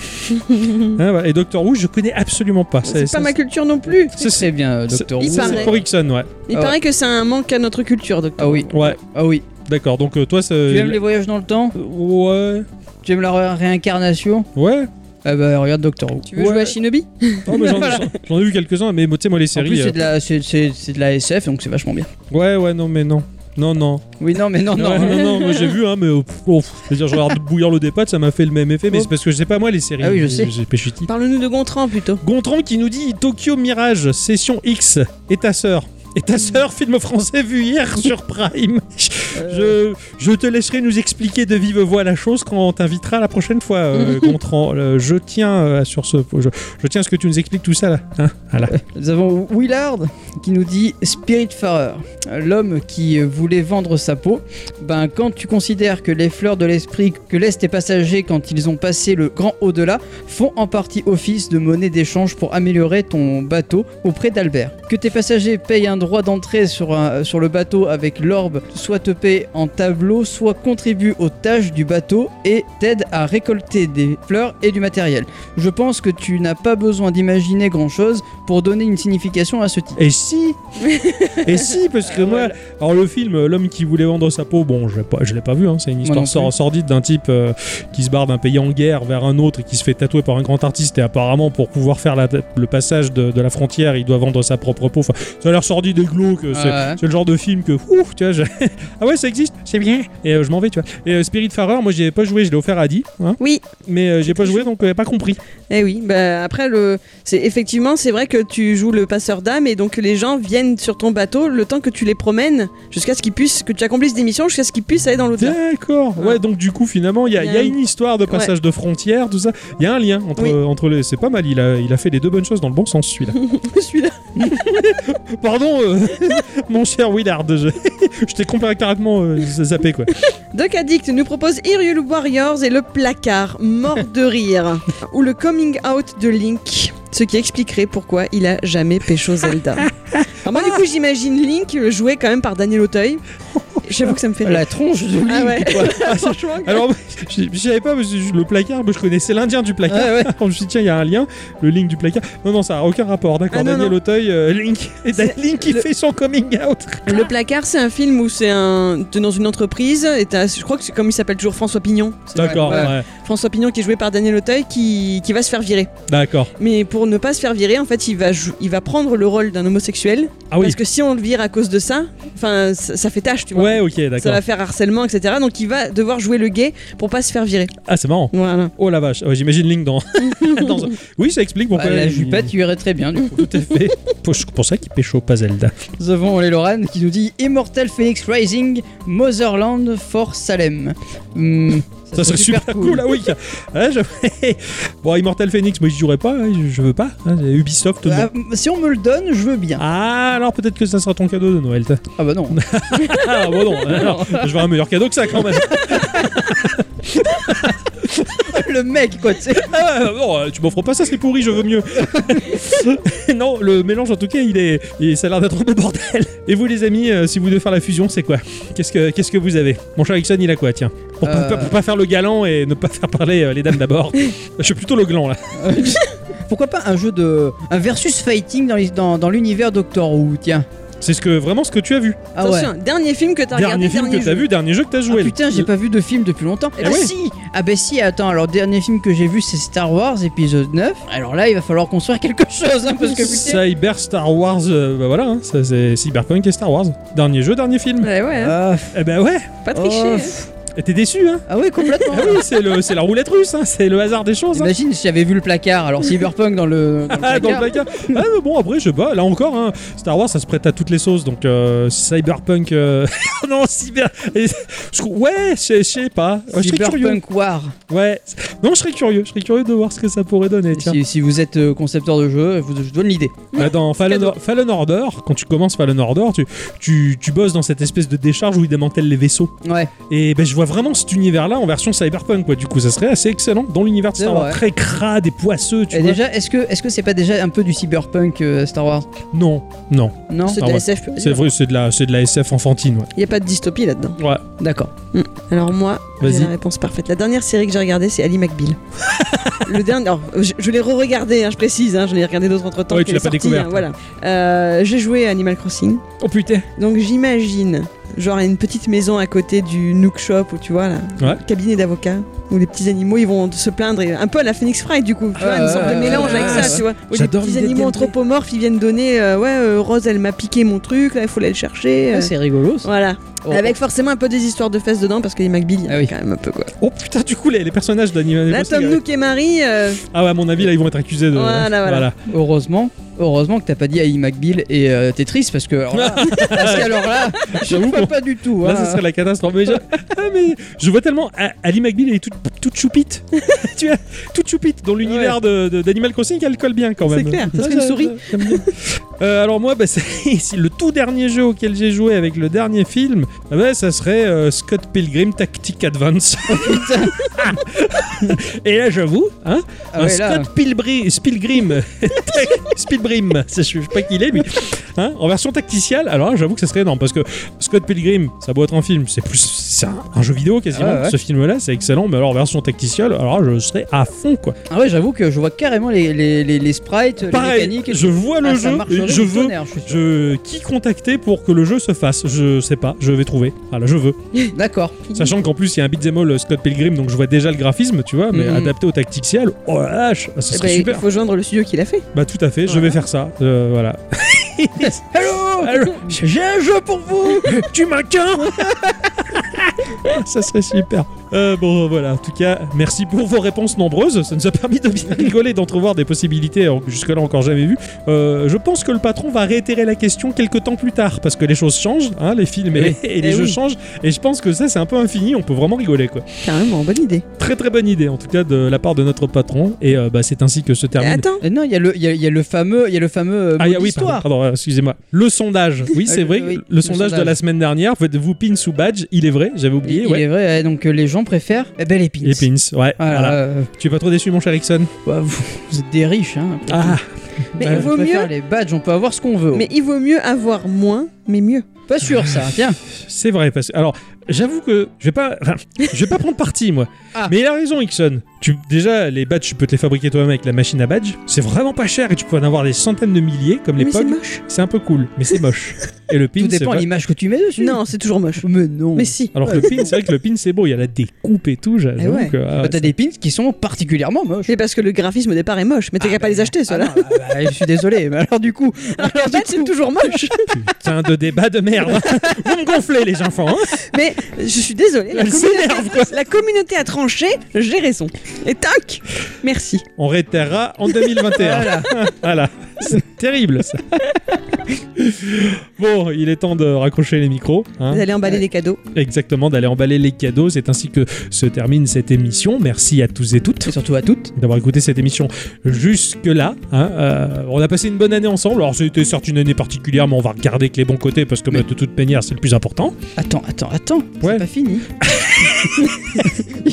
Speaker 2: Hein, voilà. Et Doctor Who, je connais absolument pas.
Speaker 3: C'est pas
Speaker 2: ça-
Speaker 3: ma culture non plus.
Speaker 2: ça, c'est-
Speaker 1: C'est bien, euh,
Speaker 2: c'est-
Speaker 1: Doctor Who.
Speaker 3: il
Speaker 2: ça, c'est
Speaker 3: paraît.
Speaker 2: pour Ixon, ouais.
Speaker 3: Il
Speaker 1: Ah ouais.
Speaker 3: paraît que c'est un manque à notre culture, Docteur.
Speaker 1: Ah oui,
Speaker 2: Ouais,
Speaker 1: ah oui.
Speaker 2: d'accord. Donc, euh, toi, ça. euh,
Speaker 1: Tu aimes les voyages dans le temps
Speaker 2: Ouais.
Speaker 1: Tu aimes la ré- réincarnation
Speaker 2: Ouais.
Speaker 1: Ah bah regarde Doctor Who.
Speaker 3: Tu veux
Speaker 2: Ouais.
Speaker 3: jouer à Shinobi
Speaker 2: Oh, mais j'en, j'en ai vu quelques-uns, mais moi, tu sais, moi, les
Speaker 1: En
Speaker 2: séries.
Speaker 1: plus
Speaker 2: euh,
Speaker 1: c'est de, la, c'est- c'est- c'est de la SF donc c'est vachement bien.
Speaker 2: Ouais, ouais, non, mais non. Non, non.
Speaker 1: Oui non mais non
Speaker 2: Ouais,
Speaker 1: non.
Speaker 2: non, moi j'ai vu, hein, mais. euh, pff, bon, pff, c'est-à-dire, je regarde bouillir le dépôt, ça m'a fait le même effet, mais
Speaker 1: Oh.
Speaker 2: c'est parce que je sais pas, moi, les séries.
Speaker 1: Ah oui, je sais.
Speaker 2: J'ai péchuti.
Speaker 3: Parle-nous de Gontran plutôt.
Speaker 2: Gontran qui nous dit Tokyo Mirage, session X, et ta sœur. Et ta sœur, film français vu hier sur Prime.
Speaker 1: Euh.
Speaker 2: Je, je te laisserai nous expliquer de vive voix la chose quand on t'invitera la prochaine fois, euh, Gontran. Euh, je tiens euh, sur ce, je, je tiens à ce que tu nous expliques tout ça là. Hein, voilà.
Speaker 1: Nous avons Willard qui nous dit Spiritfarer, l'homme qui euh, voulait vendre sa peau. Ben, quand tu considères que les fleurs de l'esprit que laissent tes passagers quand ils ont passé le grand au-delà font en partie office de monnaie d'échange pour améliorer ton bateau auprès d'Albert. Que tes passagers payent un droit d'entrée sur, un- sur le bateau avec l'orbe, soit te paient en tableau, soit contribuent aux tâches du bateau et t'aident à récolter des fleurs et du matériel. Je pense que tu n'as pas besoin d'imaginer grand-chose pour donner une signification à ce titre.
Speaker 2: Et si Et si Parce que moi, alors le film euh, L'homme qui voulait vendre sa peau, bon, je l'ai pas, je l'ai pas vu, hein, c'est une
Speaker 1: non
Speaker 2: histoire
Speaker 1: plus.
Speaker 2: sor- sordide d'un type euh, qui se barre d'un pays en guerre vers un autre et qui se fait tatouer par un grand artiste. Et apparemment, pour pouvoir faire la- le passage de, de la frontière, il doit vendre sa propre peau. Enfin, ça a l'air sordide et glauque. euh, C'est
Speaker 1: Ah ouais.
Speaker 2: c'est le genre de film que, ouf, tu vois, je- ah ouais, ça existe, c'est bien. Et euh, je m'en vais, tu vois. Et euh, Spiritfarer, moi, j'ai pas joué, je l'ai offert à Adi, hein,
Speaker 3: Oui.
Speaker 2: mais euh, j'ai pas joué, donc euh, pas compris.
Speaker 3: Eh oui, bah après le, c'est effectivement c'est vrai que tu joues le passeur d'âme et donc les gens viennent sur ton bateau le temps que tu les promènes jusqu'à ce qu'ils puissent que tu accomplisses des missions jusqu'à ce qu'ils puissent aller dans l'au-delà.
Speaker 2: D'accord. Ouais,
Speaker 3: Ouais.
Speaker 2: donc du coup, finalement, il y, a- il y a une histoire de passage de frontières, tout ça. Il y a un lien entre, euh,
Speaker 3: Oui.
Speaker 2: entre les. C'est pas mal, il a, il a fait les deux bonnes choses dans le bon sens, celui-là.
Speaker 3: Celui-là.
Speaker 2: Pardon, euh, mon cher Willard, je, je t'ai complètement euh, zappé, quoi.
Speaker 3: Doc Addict nous propose Hyrule Warriors et le placard mort de rire ou le coming out de Link, ce qui expliquerait pourquoi il a jamais pécho Zelda. Alors moi du coup j'imagine Link euh, joué quand même par Daniel Auteuil. J'avoue que ça me fait.
Speaker 1: La tronche de
Speaker 3: Ah
Speaker 1: Link,
Speaker 3: ouais.
Speaker 1: quoi.
Speaker 3: Franchement.
Speaker 2: Alors, moi, je je savais pas, parce que je- le placard, moi, je connaissais l'Indien du placard.
Speaker 1: Ouais, ouais.
Speaker 2: Je me suis dit, tiens, il y a un lien, le link du placard. Non, non, ça a aucun rapport, d'accord.
Speaker 3: Ah, non,
Speaker 2: Daniel
Speaker 3: non.
Speaker 2: Auteuil, euh, Link. Et
Speaker 3: C'est
Speaker 2: Link qui
Speaker 3: le-
Speaker 2: fait son coming out.
Speaker 3: Le placard, c'est un film où c'est un t'es dans une entreprise et t'as- je crois que c'est comme il s'appelle toujours François Pignon. C'est
Speaker 2: D'accord,
Speaker 3: vrai, ouais.
Speaker 2: ouais.
Speaker 3: François Pignon qui est joué par Daniel Auteuil qui, qui va se faire virer.
Speaker 2: D'accord.
Speaker 3: Mais pour ne pas se faire virer, en fait, il va jou- il va prendre le rôle d'un homosexuel
Speaker 2: Ah oui.
Speaker 3: parce que si on le vire à cause de ça, enfin ça, ça fait tâche, tu vois.
Speaker 2: Ouais, ok,
Speaker 3: ça
Speaker 2: d'accord.
Speaker 3: va faire harcèlement, etc. Donc il va devoir jouer le gay pour pas se faire virer.
Speaker 2: Ah, c'est marrant.
Speaker 3: Voilà.
Speaker 2: Oh la vache, Ouais, j'imagine Link dans... dans un- Oui, ça explique
Speaker 1: Bah,
Speaker 2: pourquoi.
Speaker 1: la
Speaker 2: il-
Speaker 1: jupette lui irait très bien, du coup.
Speaker 2: Tout à fait. Pour- C'est pour ça qu'il pécho pas Zelda.
Speaker 1: Nous avons les Loran qui nous dit Immortal Phoenix Rising, Motherland for Salem. Hmm,
Speaker 2: Ça serait super, cool. ah oui. Ah, je- bon, Immortal Phoenix, moi j'y jouerai pas, hein, je je veux pas. hein, c'est Ubisoft, non.
Speaker 1: Ah, si on me le donne, je veux bien.
Speaker 2: Ah, alors peut-être que ça sera ton cadeau de Noël. t'as.
Speaker 1: Ah bah non.
Speaker 2: Ah, bon, non, alors, je veux un meilleur cadeau que ça quand même.
Speaker 1: le mec, quoi, tu sais.
Speaker 2: Ah, non, euh, tu m'offres pas ça, c'est pourri, je veux mieux. non, le mélange en tout cas, il est. il- ça a l'air d'être un peu bordel. Et vous, les amis, euh, si vous devez faire la fusion, c'est quoi Qu'est-ce que Qu'est-ce que vous avez Mon cher Ixon, il a quoi, tiens pour, pas-
Speaker 1: Euh.
Speaker 2: pas, pour pas faire le galant et ne pas faire parler euh, les dames d'abord. je suis plutôt le gland là.
Speaker 1: Pourquoi pas un jeu de. Un versus fighting dans les- dans- dans l'univers Doctor Who, tiens.
Speaker 2: C'est ce que, vraiment ce que tu as vu.
Speaker 1: Ah ouais.
Speaker 3: Attention, dernier film que t'as regardé,
Speaker 2: dernier film
Speaker 3: dernier
Speaker 2: que t'as
Speaker 3: jeu.
Speaker 2: vu, dernier jeu que t'as
Speaker 1: Ah
Speaker 2: joué.
Speaker 1: putain, j'ai pas vu de film depuis longtemps.
Speaker 2: Eh
Speaker 1: ah
Speaker 2: ouais.
Speaker 1: si Ah bah si, attends, alors dernier film que j'ai vu c'est Star Wars épisode 9. Alors là, il va falloir construire quelque chose hein, parce que putain.
Speaker 2: Cyber Star Wars, euh, bah voilà, hein, ça, c'est Cyberpunk et Star Wars. Dernier jeu, dernier film.
Speaker 3: Ouais, ouais,
Speaker 1: Ah,
Speaker 2: Eh ben ouais.
Speaker 3: pas triché.
Speaker 1: oh,
Speaker 3: hein.
Speaker 1: pff.
Speaker 2: Et Et T'es déçu, hein
Speaker 1: Ah oui, complètement.
Speaker 2: Ah oui, c'est le- c'est la roulette russe, hein, c'est le hasard des choses. hein.
Speaker 1: Imagine si j'avais vu le placard, alors Cyberpunk dans le, dans le
Speaker 2: Ah,
Speaker 1: placard.
Speaker 2: dans le placard. Ah, mais bon, après, je sais pas. Là encore, hein, Star Wars, ça se prête à toutes les sauces. Donc, euh, Cyberpunk. euh, non, Cyber. et- je- Ouais, je je sais pas. Ouais, Oh, je serais curieux.
Speaker 1: Cyberpunk War.
Speaker 2: Ouais. Non, je serais curieux. Je serais curieux de voir ce que ça pourrait donner. Eh, Tiens.
Speaker 1: Si, si vous êtes euh, concepteur de jeu, vous- je vous donne l'idée.
Speaker 2: Bah, dans Fallen,
Speaker 3: cadeau.
Speaker 2: Fallen Order, quand tu commences Fallen Order, tu, tu, tu bosses dans cette espèce de décharge où ils démantèlent les vaisseaux.
Speaker 1: Ouais,
Speaker 2: Et ben, je vois vraiment cet univers-là en version cyberpunk, quoi. Du coup, ça serait assez excellent dans l'univers de
Speaker 1: C'est
Speaker 2: Star Wars.
Speaker 1: vrai.
Speaker 2: Très crade et poisseux, tu
Speaker 1: et
Speaker 2: vois.
Speaker 1: déjà, est-ce que est-ce que c'est pas déjà un peu du cyberpunk euh, Star Wars
Speaker 2: Non, non.
Speaker 1: Non
Speaker 3: C'est
Speaker 2: Ah
Speaker 3: de la
Speaker 2: ouais.
Speaker 3: SF.
Speaker 2: C'est vrai, c'est de, la- c'est de la SF enfantine, ouais.
Speaker 3: Il n'y a pas de dystopie là-dedans.
Speaker 2: Ouais.
Speaker 1: D'accord.
Speaker 3: Alors moi, j'ai
Speaker 2: Vas-y.
Speaker 3: la réponse parfaite. La dernière série que j'ai regardée, c'est Ali McBeal. le dernier, alors, je, je l'ai re-regardé, hein, je précise, hein, je l'ai regardé d'autres entre temps.
Speaker 2: Ouais, tu l'as pas découvert, toi.
Speaker 3: hein, voilà. Euh, j'ai joué à Animal Crossing,
Speaker 2: Oh putain.
Speaker 3: donc j'imagine, genre une petite maison à côté du Nook Shop où tu vois là,
Speaker 2: Ouais.
Speaker 3: le cabinet d'avocats où les petits animaux ils vont se plaindre, et, un peu à la Phoenix Fry du coup, tu vois,
Speaker 1: Ah,
Speaker 3: une
Speaker 1: ouais,
Speaker 3: sorte de
Speaker 1: ouais,
Speaker 3: mélange
Speaker 1: ouais,
Speaker 3: avec
Speaker 1: ouais,
Speaker 3: ça,
Speaker 1: ouais.
Speaker 3: tu vois. Où les
Speaker 2: J'adore
Speaker 3: petits
Speaker 2: l'idée de
Speaker 3: animaux
Speaker 2: DMD.
Speaker 3: anthropomorphes ils viennent donner, euh, ouais, euh, Rose elle m'a piqué mon truc, là il faut aller le chercher. euh,
Speaker 1: Ah, c'est rigolo. ça.
Speaker 3: voilà.
Speaker 1: Oh.
Speaker 3: Avec forcément un peu des histoires de fesses dedans parce que les McBeal, il y en a
Speaker 1: Ah oui.
Speaker 3: quand même un peu quoi.
Speaker 2: Oh putain, du coup, les, les personnages d'Animal
Speaker 3: Là,
Speaker 2: Crossing,
Speaker 3: Tom
Speaker 2: ouais.
Speaker 3: Nook et Marie, euh,
Speaker 2: Ah ouais, à mon avis, là, ils vont être accusés de.
Speaker 3: Voilà, voilà.
Speaker 1: Heureusement, heureusement que t'as pas dit AI McBeal et euh, Tetris parce que alors là, parce qu'alors là, je
Speaker 2: J'avoue
Speaker 1: ne
Speaker 2: qu'on-
Speaker 1: pas du tout.
Speaker 2: Là,
Speaker 1: hein.
Speaker 2: ça serait la catastrophe. Mais je, Ah, mais je vois tellement. Ah, Ali McBeal, elle est toute, toute choupite. tu vois, toute choupite dans l'univers de- de- d'Animal Crossing, elle colle bien quand même.
Speaker 3: C'est clair, ça serait
Speaker 2: Ouais,
Speaker 3: une souris.
Speaker 2: j'aime bien. Euh, alors, moi, bah, c'est c'est le tout dernier jeu auquel j'ai joué avec le dernier film, ah bah, ça serait euh, Scott Pilgrim Tactic Advance.
Speaker 3: Oh,
Speaker 2: Et là, j'avoue, hein,
Speaker 1: Ah
Speaker 2: un
Speaker 1: ouais, là.
Speaker 2: Scott Pilbri- Spilgrim. Spilbrim, je sais pas qui il est lui. Hein, en version tacticiale, alors là, j'avoue que ça serait énorme parce que Scott Pilgrim, ça doit être un film, c'est plus c'est un, un jeu vidéo quasiment.
Speaker 1: Ah ouais, ouais.
Speaker 2: Ce film-là, c'est excellent, mais alors en version tacticiale, alors là, je serais à fond quoi.
Speaker 1: Ah ouais, j'avoue que je vois carrément les, les, les, les sprites, les
Speaker 2: Pareil,
Speaker 1: mécaniques. et
Speaker 2: je
Speaker 1: tout.
Speaker 2: vois le
Speaker 1: Ah, ça
Speaker 2: jeu,
Speaker 1: marcherait
Speaker 2: et je
Speaker 1: du
Speaker 2: veux.
Speaker 1: tonnerre, je suis sûr.
Speaker 2: Je, qui contacter pour que le jeu se fasse Je sais pas, je vais trouver. Voilà, je veux.
Speaker 1: D'accord.
Speaker 2: Sachant qu'en plus, il y a un beat'em all euh, Scott Pilgrim, donc je vois déjà le graphisme, tu vois, mais
Speaker 1: Mhm.
Speaker 2: adapté au tacticiel, oh la vache, ça
Speaker 3: eh
Speaker 2: serait
Speaker 3: ben,
Speaker 2: super.
Speaker 3: il faut joindre le studio qui l'a fait.
Speaker 2: Bah tout à fait, je vais faire ça. Euh, voilà.
Speaker 1: Hello,
Speaker 2: Allô
Speaker 1: j'ai un jeu pour vous.
Speaker 2: tu m'inquiètes Ça serait super. Euh, bon voilà, en tout cas, merci pour vos réponses nombreuses. Ça nous a permis de bien rigoler, d'entrevoir des possibilités euh, jusque-là encore jamais vues. Euh, je pense que le patron va réitérer la question quelques temps plus tard, parce que les choses changent, hein, les films et,
Speaker 1: Oui.
Speaker 2: et les
Speaker 1: Eh
Speaker 2: jeux
Speaker 1: oui.
Speaker 2: changent, et je pense que ça c'est un peu infini, on peut vraiment rigoler quoi.
Speaker 3: Carrément, bonne idée.
Speaker 2: Très très bonne idée en tout cas de la part de notre patron, et euh, bah, c'est ainsi que se
Speaker 3: Et
Speaker 2: termine
Speaker 3: attends,
Speaker 1: Euh, non, il y a le il y a- il y a le fameux il y a le fameux euh,
Speaker 2: Ah,
Speaker 1: mot
Speaker 2: y a- oui, pardon,
Speaker 1: d'histoire.
Speaker 2: pardon, euh, excusez-moi. Le sondage. Oui,
Speaker 1: Ah,
Speaker 2: c'est
Speaker 1: le-
Speaker 2: vrai.
Speaker 1: oui,
Speaker 2: le,
Speaker 1: le
Speaker 2: sondage, de
Speaker 1: sondage.
Speaker 2: la semaine dernière, faites-vous pins ou badge Il est vrai, j'avais
Speaker 1: Il,
Speaker 2: oublié.
Speaker 1: il
Speaker 2: ouais.
Speaker 1: est vrai, ouais, donc euh, les gens préfèrent eh ben, les pins.
Speaker 2: Les pins, ouais.
Speaker 1: Voilà,
Speaker 2: voilà.
Speaker 1: euh,
Speaker 2: Tu es pas trop déçu, mon cher Ixon
Speaker 1: bah, vous, vous êtes des riches, hein. après
Speaker 2: Ah,
Speaker 1: tout.
Speaker 3: Mais
Speaker 1: Ouais,
Speaker 3: vaut
Speaker 1: on peut
Speaker 3: mieux-
Speaker 1: faire les badges, on peut avoir ce qu'on veut.
Speaker 3: mais il vaut mieux avoir moins, mais mieux.
Speaker 1: Pas sûr, ça. Tiens,
Speaker 2: c'est vrai. Parce... que- Alors, j'avoue que je vais pas, enfin, je vais pas prendre parti, moi.
Speaker 1: Ah.
Speaker 2: Mais il a raison, Ixon. Tu... Déjà, les badges, tu peux te les fabriquer toi-même avec la machine à badge. C'est vraiment pas cher et tu peux en avoir des centaines de milliers, comme les
Speaker 3: Mais c'est
Speaker 2: pogs.
Speaker 3: moche.
Speaker 2: C'est un peu cool, mais c'est moche. et le pin,
Speaker 1: tout
Speaker 2: c'est
Speaker 1: dépend de
Speaker 2: vrai.
Speaker 1: l'image que tu mets dessus.
Speaker 3: Non, c'est toujours moche.
Speaker 1: mais non.
Speaker 3: Mais si.
Speaker 2: Alors que le pin, c'est vrai que le pin, c'est beau. Il y a la découpe et tout. J'avoue
Speaker 3: Eh ouais.
Speaker 2: que. ah,
Speaker 1: Bah, T'as des pins qui sont particulièrement moches.
Speaker 3: C'est parce que le graphisme au départ est moche, mais t'es
Speaker 1: Ah,
Speaker 3: capable de
Speaker 1: bah,
Speaker 3: les acheter, ceux-là.
Speaker 1: Ah non, bah, bah, je suis désolé, mais alors du coup,
Speaker 3: Alors, en fait, c'est toujours moche.
Speaker 2: Putain de débat de merde. Vous me gonflez les enfants. hein.
Speaker 3: mais je suis désolée, la
Speaker 2: Elle s'énerve, quoi.
Speaker 3: communauté, la communauté a tranché, j'ai raison. Et tac Merci.
Speaker 2: On réitérera en 2021. voilà. C'est terrible ça. Bon, il est temps de raccrocher les micros. hein.
Speaker 3: Vous allez emballer les cadeaux.
Speaker 2: Exactement, d'aller emballer les cadeaux. C'est ainsi que se termine cette émission. Merci à tous et toutes
Speaker 1: et surtout à toutes,
Speaker 2: d'avoir écouté cette émission jusque-là. hein. Euh, on a passé une bonne année ensemble. Alors, c'était certes une année particulière, mais on va regarder que les bons côtés parce que bah, de toute manière, c'est le plus important.
Speaker 1: attends, attends, attends,
Speaker 2: Ouais.
Speaker 1: c'est pas fini.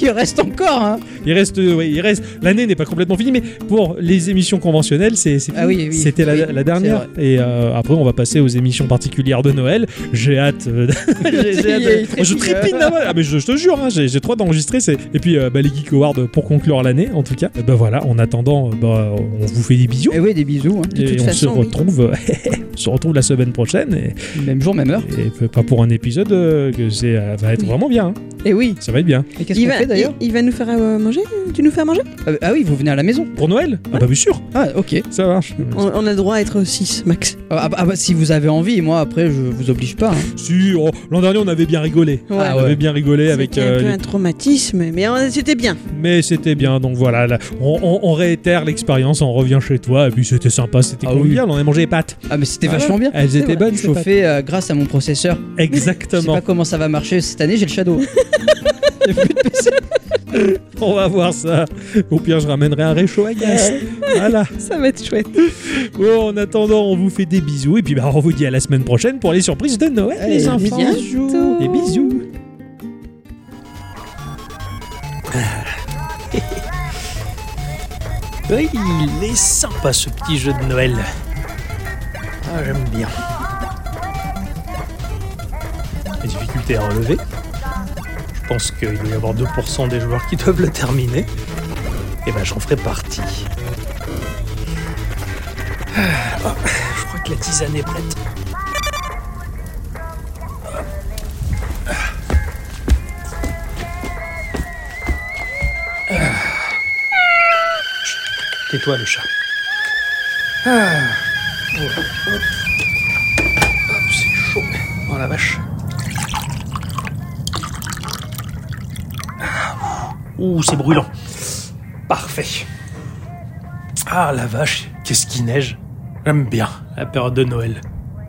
Speaker 1: il reste encore, hein.
Speaker 2: Il reste, euh, ouais, il reste. L'année n'est pas complètement finie, mais pour les émissions conventionnelles, c'est, c'est
Speaker 1: Ah
Speaker 2: fini.
Speaker 1: oui, oui,
Speaker 2: c'était la,
Speaker 1: oui,
Speaker 2: la dernière.
Speaker 1: c'est
Speaker 2: Et euh, après, on va passer aux émissions particulières de Noël. J'ai hâte. euh, j'ai- j'ai hâte de-
Speaker 1: Il trépille.
Speaker 2: Je trépine là-bas. Ah, mais je, je te jure, hein, j'ai, j'ai trop d'enregistrer. C'est... Et puis euh, bah, les Geek Awards pour conclure l'année, en tout cas. Bah voilà. En attendant, euh, bah, on vous fait des bisous.
Speaker 1: Et oui, des bisous. hein.
Speaker 3: de toute
Speaker 2: et on
Speaker 3: façon,
Speaker 2: se
Speaker 3: oui.
Speaker 2: retrouve se retrouve la semaine prochaine et,
Speaker 1: Même jour, même heure.
Speaker 2: et peu- pas pour un épisode euh, que c'est euh, va être vraiment bien. hein.
Speaker 3: Et oui.
Speaker 2: Ça va être bien.
Speaker 1: Et qu'est-ce
Speaker 3: Il
Speaker 1: qu'on
Speaker 3: va,
Speaker 1: fait d'ailleurs
Speaker 3: il, il va nous faire euh, manger Tu nous fais à manger
Speaker 1: Ah, bah, Ah oui, vous venez à la maison.
Speaker 2: Pour Noël Ah bah bien sûr,
Speaker 1: Ah, ok.
Speaker 2: ça marche.
Speaker 3: on, on a le droit à être 6, max.
Speaker 1: Ah, bah, ah bah, si vous avez envie, moi après, je vous oblige pas. hein.
Speaker 2: Si, oh, l'an dernier on avait bien rigolé.
Speaker 3: Ouais.
Speaker 1: Ah
Speaker 2: On avait bien rigolé
Speaker 3: C'était
Speaker 2: avec
Speaker 3: un
Speaker 2: euh,
Speaker 3: peu
Speaker 2: les-
Speaker 3: un traumatisme, mais on- c'était bien.
Speaker 2: Mais c'était bien, donc voilà, là, on, on- on réitère l'expérience, on revient chez toi, et puis c'était sympa, c'était
Speaker 1: Ah
Speaker 2: cool.
Speaker 1: oui.
Speaker 2: bien, on a mangé les pâtes.
Speaker 1: Ah, mais c'était
Speaker 2: Voilà.
Speaker 1: vachement bien.
Speaker 2: Elles étaient bonnes, ces pâtes.
Speaker 1: Chauffé euh, grâce à mon processeur. Je sais
Speaker 2: Exactement.
Speaker 1: pas comment ça va marcher cette année, j'ai le Shadow.
Speaker 2: On va voir ça. Au pire, je ramènerai un réchaud à gaz. voilà.
Speaker 3: Ça va être chouette.
Speaker 2: Bon, en attendant, on vous fait des bisous, et puis bah, on vous dit à la semaine prochaine pour les surprises de Noël, les
Speaker 1: à
Speaker 2: enfants.
Speaker 3: bientôt.
Speaker 2: Des bisous.
Speaker 7: Oui, il est sympa ce petit jeu de Noël. Ah, j'aime bien. La difficulté à relever. Je pense qu'il doit y avoir 2% des joueurs qui doivent le terminer. Et ben, j'en ferai partie. Ah, oh, je crois que la tisane est prête. Tais-toi, le chat. Ah. Voilà. Hop, c'est chaud. Oh la vache. Ah, Ouh, Ouh, c'est brûlant. Parfait. Ah la vache, qu'est-ce qui neige J'aime bien la période de Noël.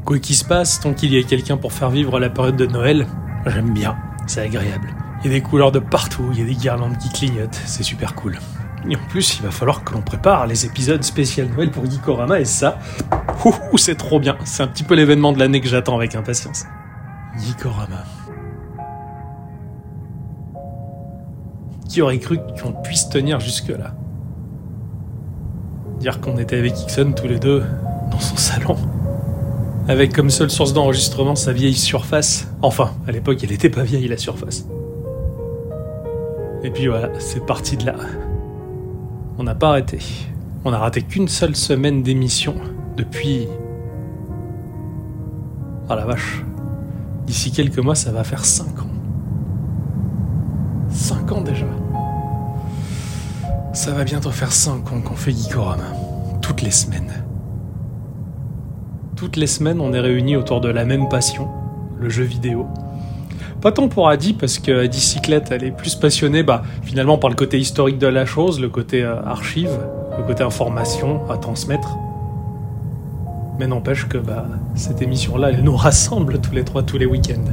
Speaker 7: Quoi qu'il se passe, tant qu'il y ait quelqu'un pour faire vivre la période de Noël, j'aime bien. C'est agréable. Il y a des couleurs de partout, il y a des guirlandes qui clignotent, c'est super cool. Et en plus, il va falloir que l'on prépare les épisodes spécial Noël pour Geekorama et ça, ouh, ouh, c'est trop bien. C'est un petit peu l'événement de l'année que j'attends avec impatience. Geekorama. Qui aurait cru qu'on puisse tenir jusque-là Dire qu'on était avec Ixon tous les deux dans son salon, avec comme seule source d'enregistrement sa vieille surface. Enfin, à l'époque, elle n'était pas vieille la surface. Et puis voilà, c'est parti de là. On n'a pas arrêté. On n'a raté qu'une seule semaine d'émission depuis. Ah la vache. D'ici quelques mois, ça va faire 5 ans. 5 ans déjà. Ça va bientôt faire 5 ans qu'on fait Geekorama. Toutes les semaines. Toutes les semaines, on est réunis autour de la même passion, le jeu vidéo. Pas tant pour Adi, parce que Adi Cyclette, elle est plus passionnée bah, finalement par le côté historique de la chose, le côté euh, archive, le côté information à transmettre. Mais n'empêche que bah, cette émission-là, elle nous rassemble tous les trois, tous les week-ends.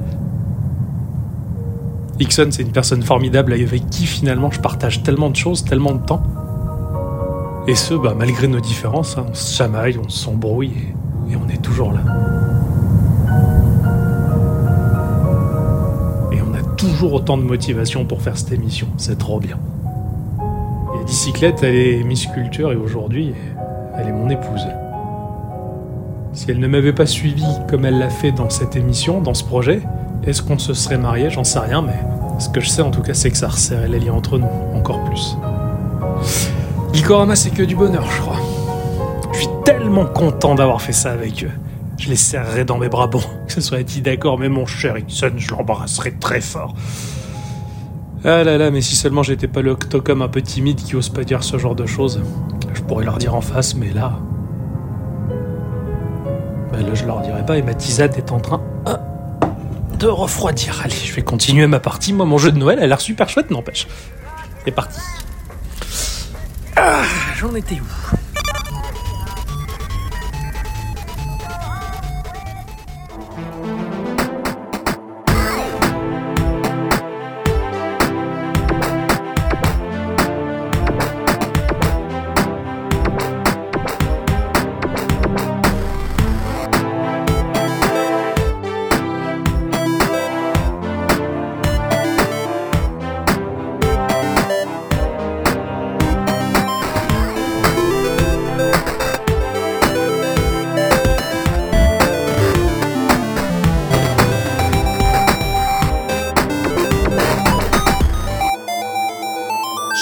Speaker 7: Ixon, c'est une personne formidable avec qui finalement je partage tellement de choses, tellement de temps. Et ce, bah, malgré nos différences, hein, on se chamaille, on s'embrouille et- et on est toujours là. Et on a toujours autant de motivation pour faire cette émission. C'est trop bien. Et Dicyclette, elle est Miss Culture et aujourd'hui, elle est mon épouse. Si elle ne m'avait pas suivi comme elle l'a fait dans cette émission, dans ce projet, est-ce qu'on se serait marié J'en sais rien, mais ce que je sais en tout cas, c'est que ça resserrait les liens entre nous encore plus. Gikorama, c'est que du bonheur, je crois. Je suis tellement content d'avoir fait ça avec eux. Je les serrerai dans mes bras, bon, que ce soit dit d'accord, mais mon cher Ixon, je l'embarrasserai très fort. Ah là là, mais si seulement j'étais pas l'octocom un peu timide qui ose pas dire ce genre de choses, je pourrais leur dire en face, mais là. Bah là, je leur dirai pas, et ma tisane est en train ah, de refroidir. Allez, je vais continuer ma partie. Moi, mon jeu de Noël a l'air super chouette, n'empêche. C'est parti. Ah, j'en étais où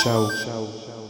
Speaker 8: Ciao. Ciao.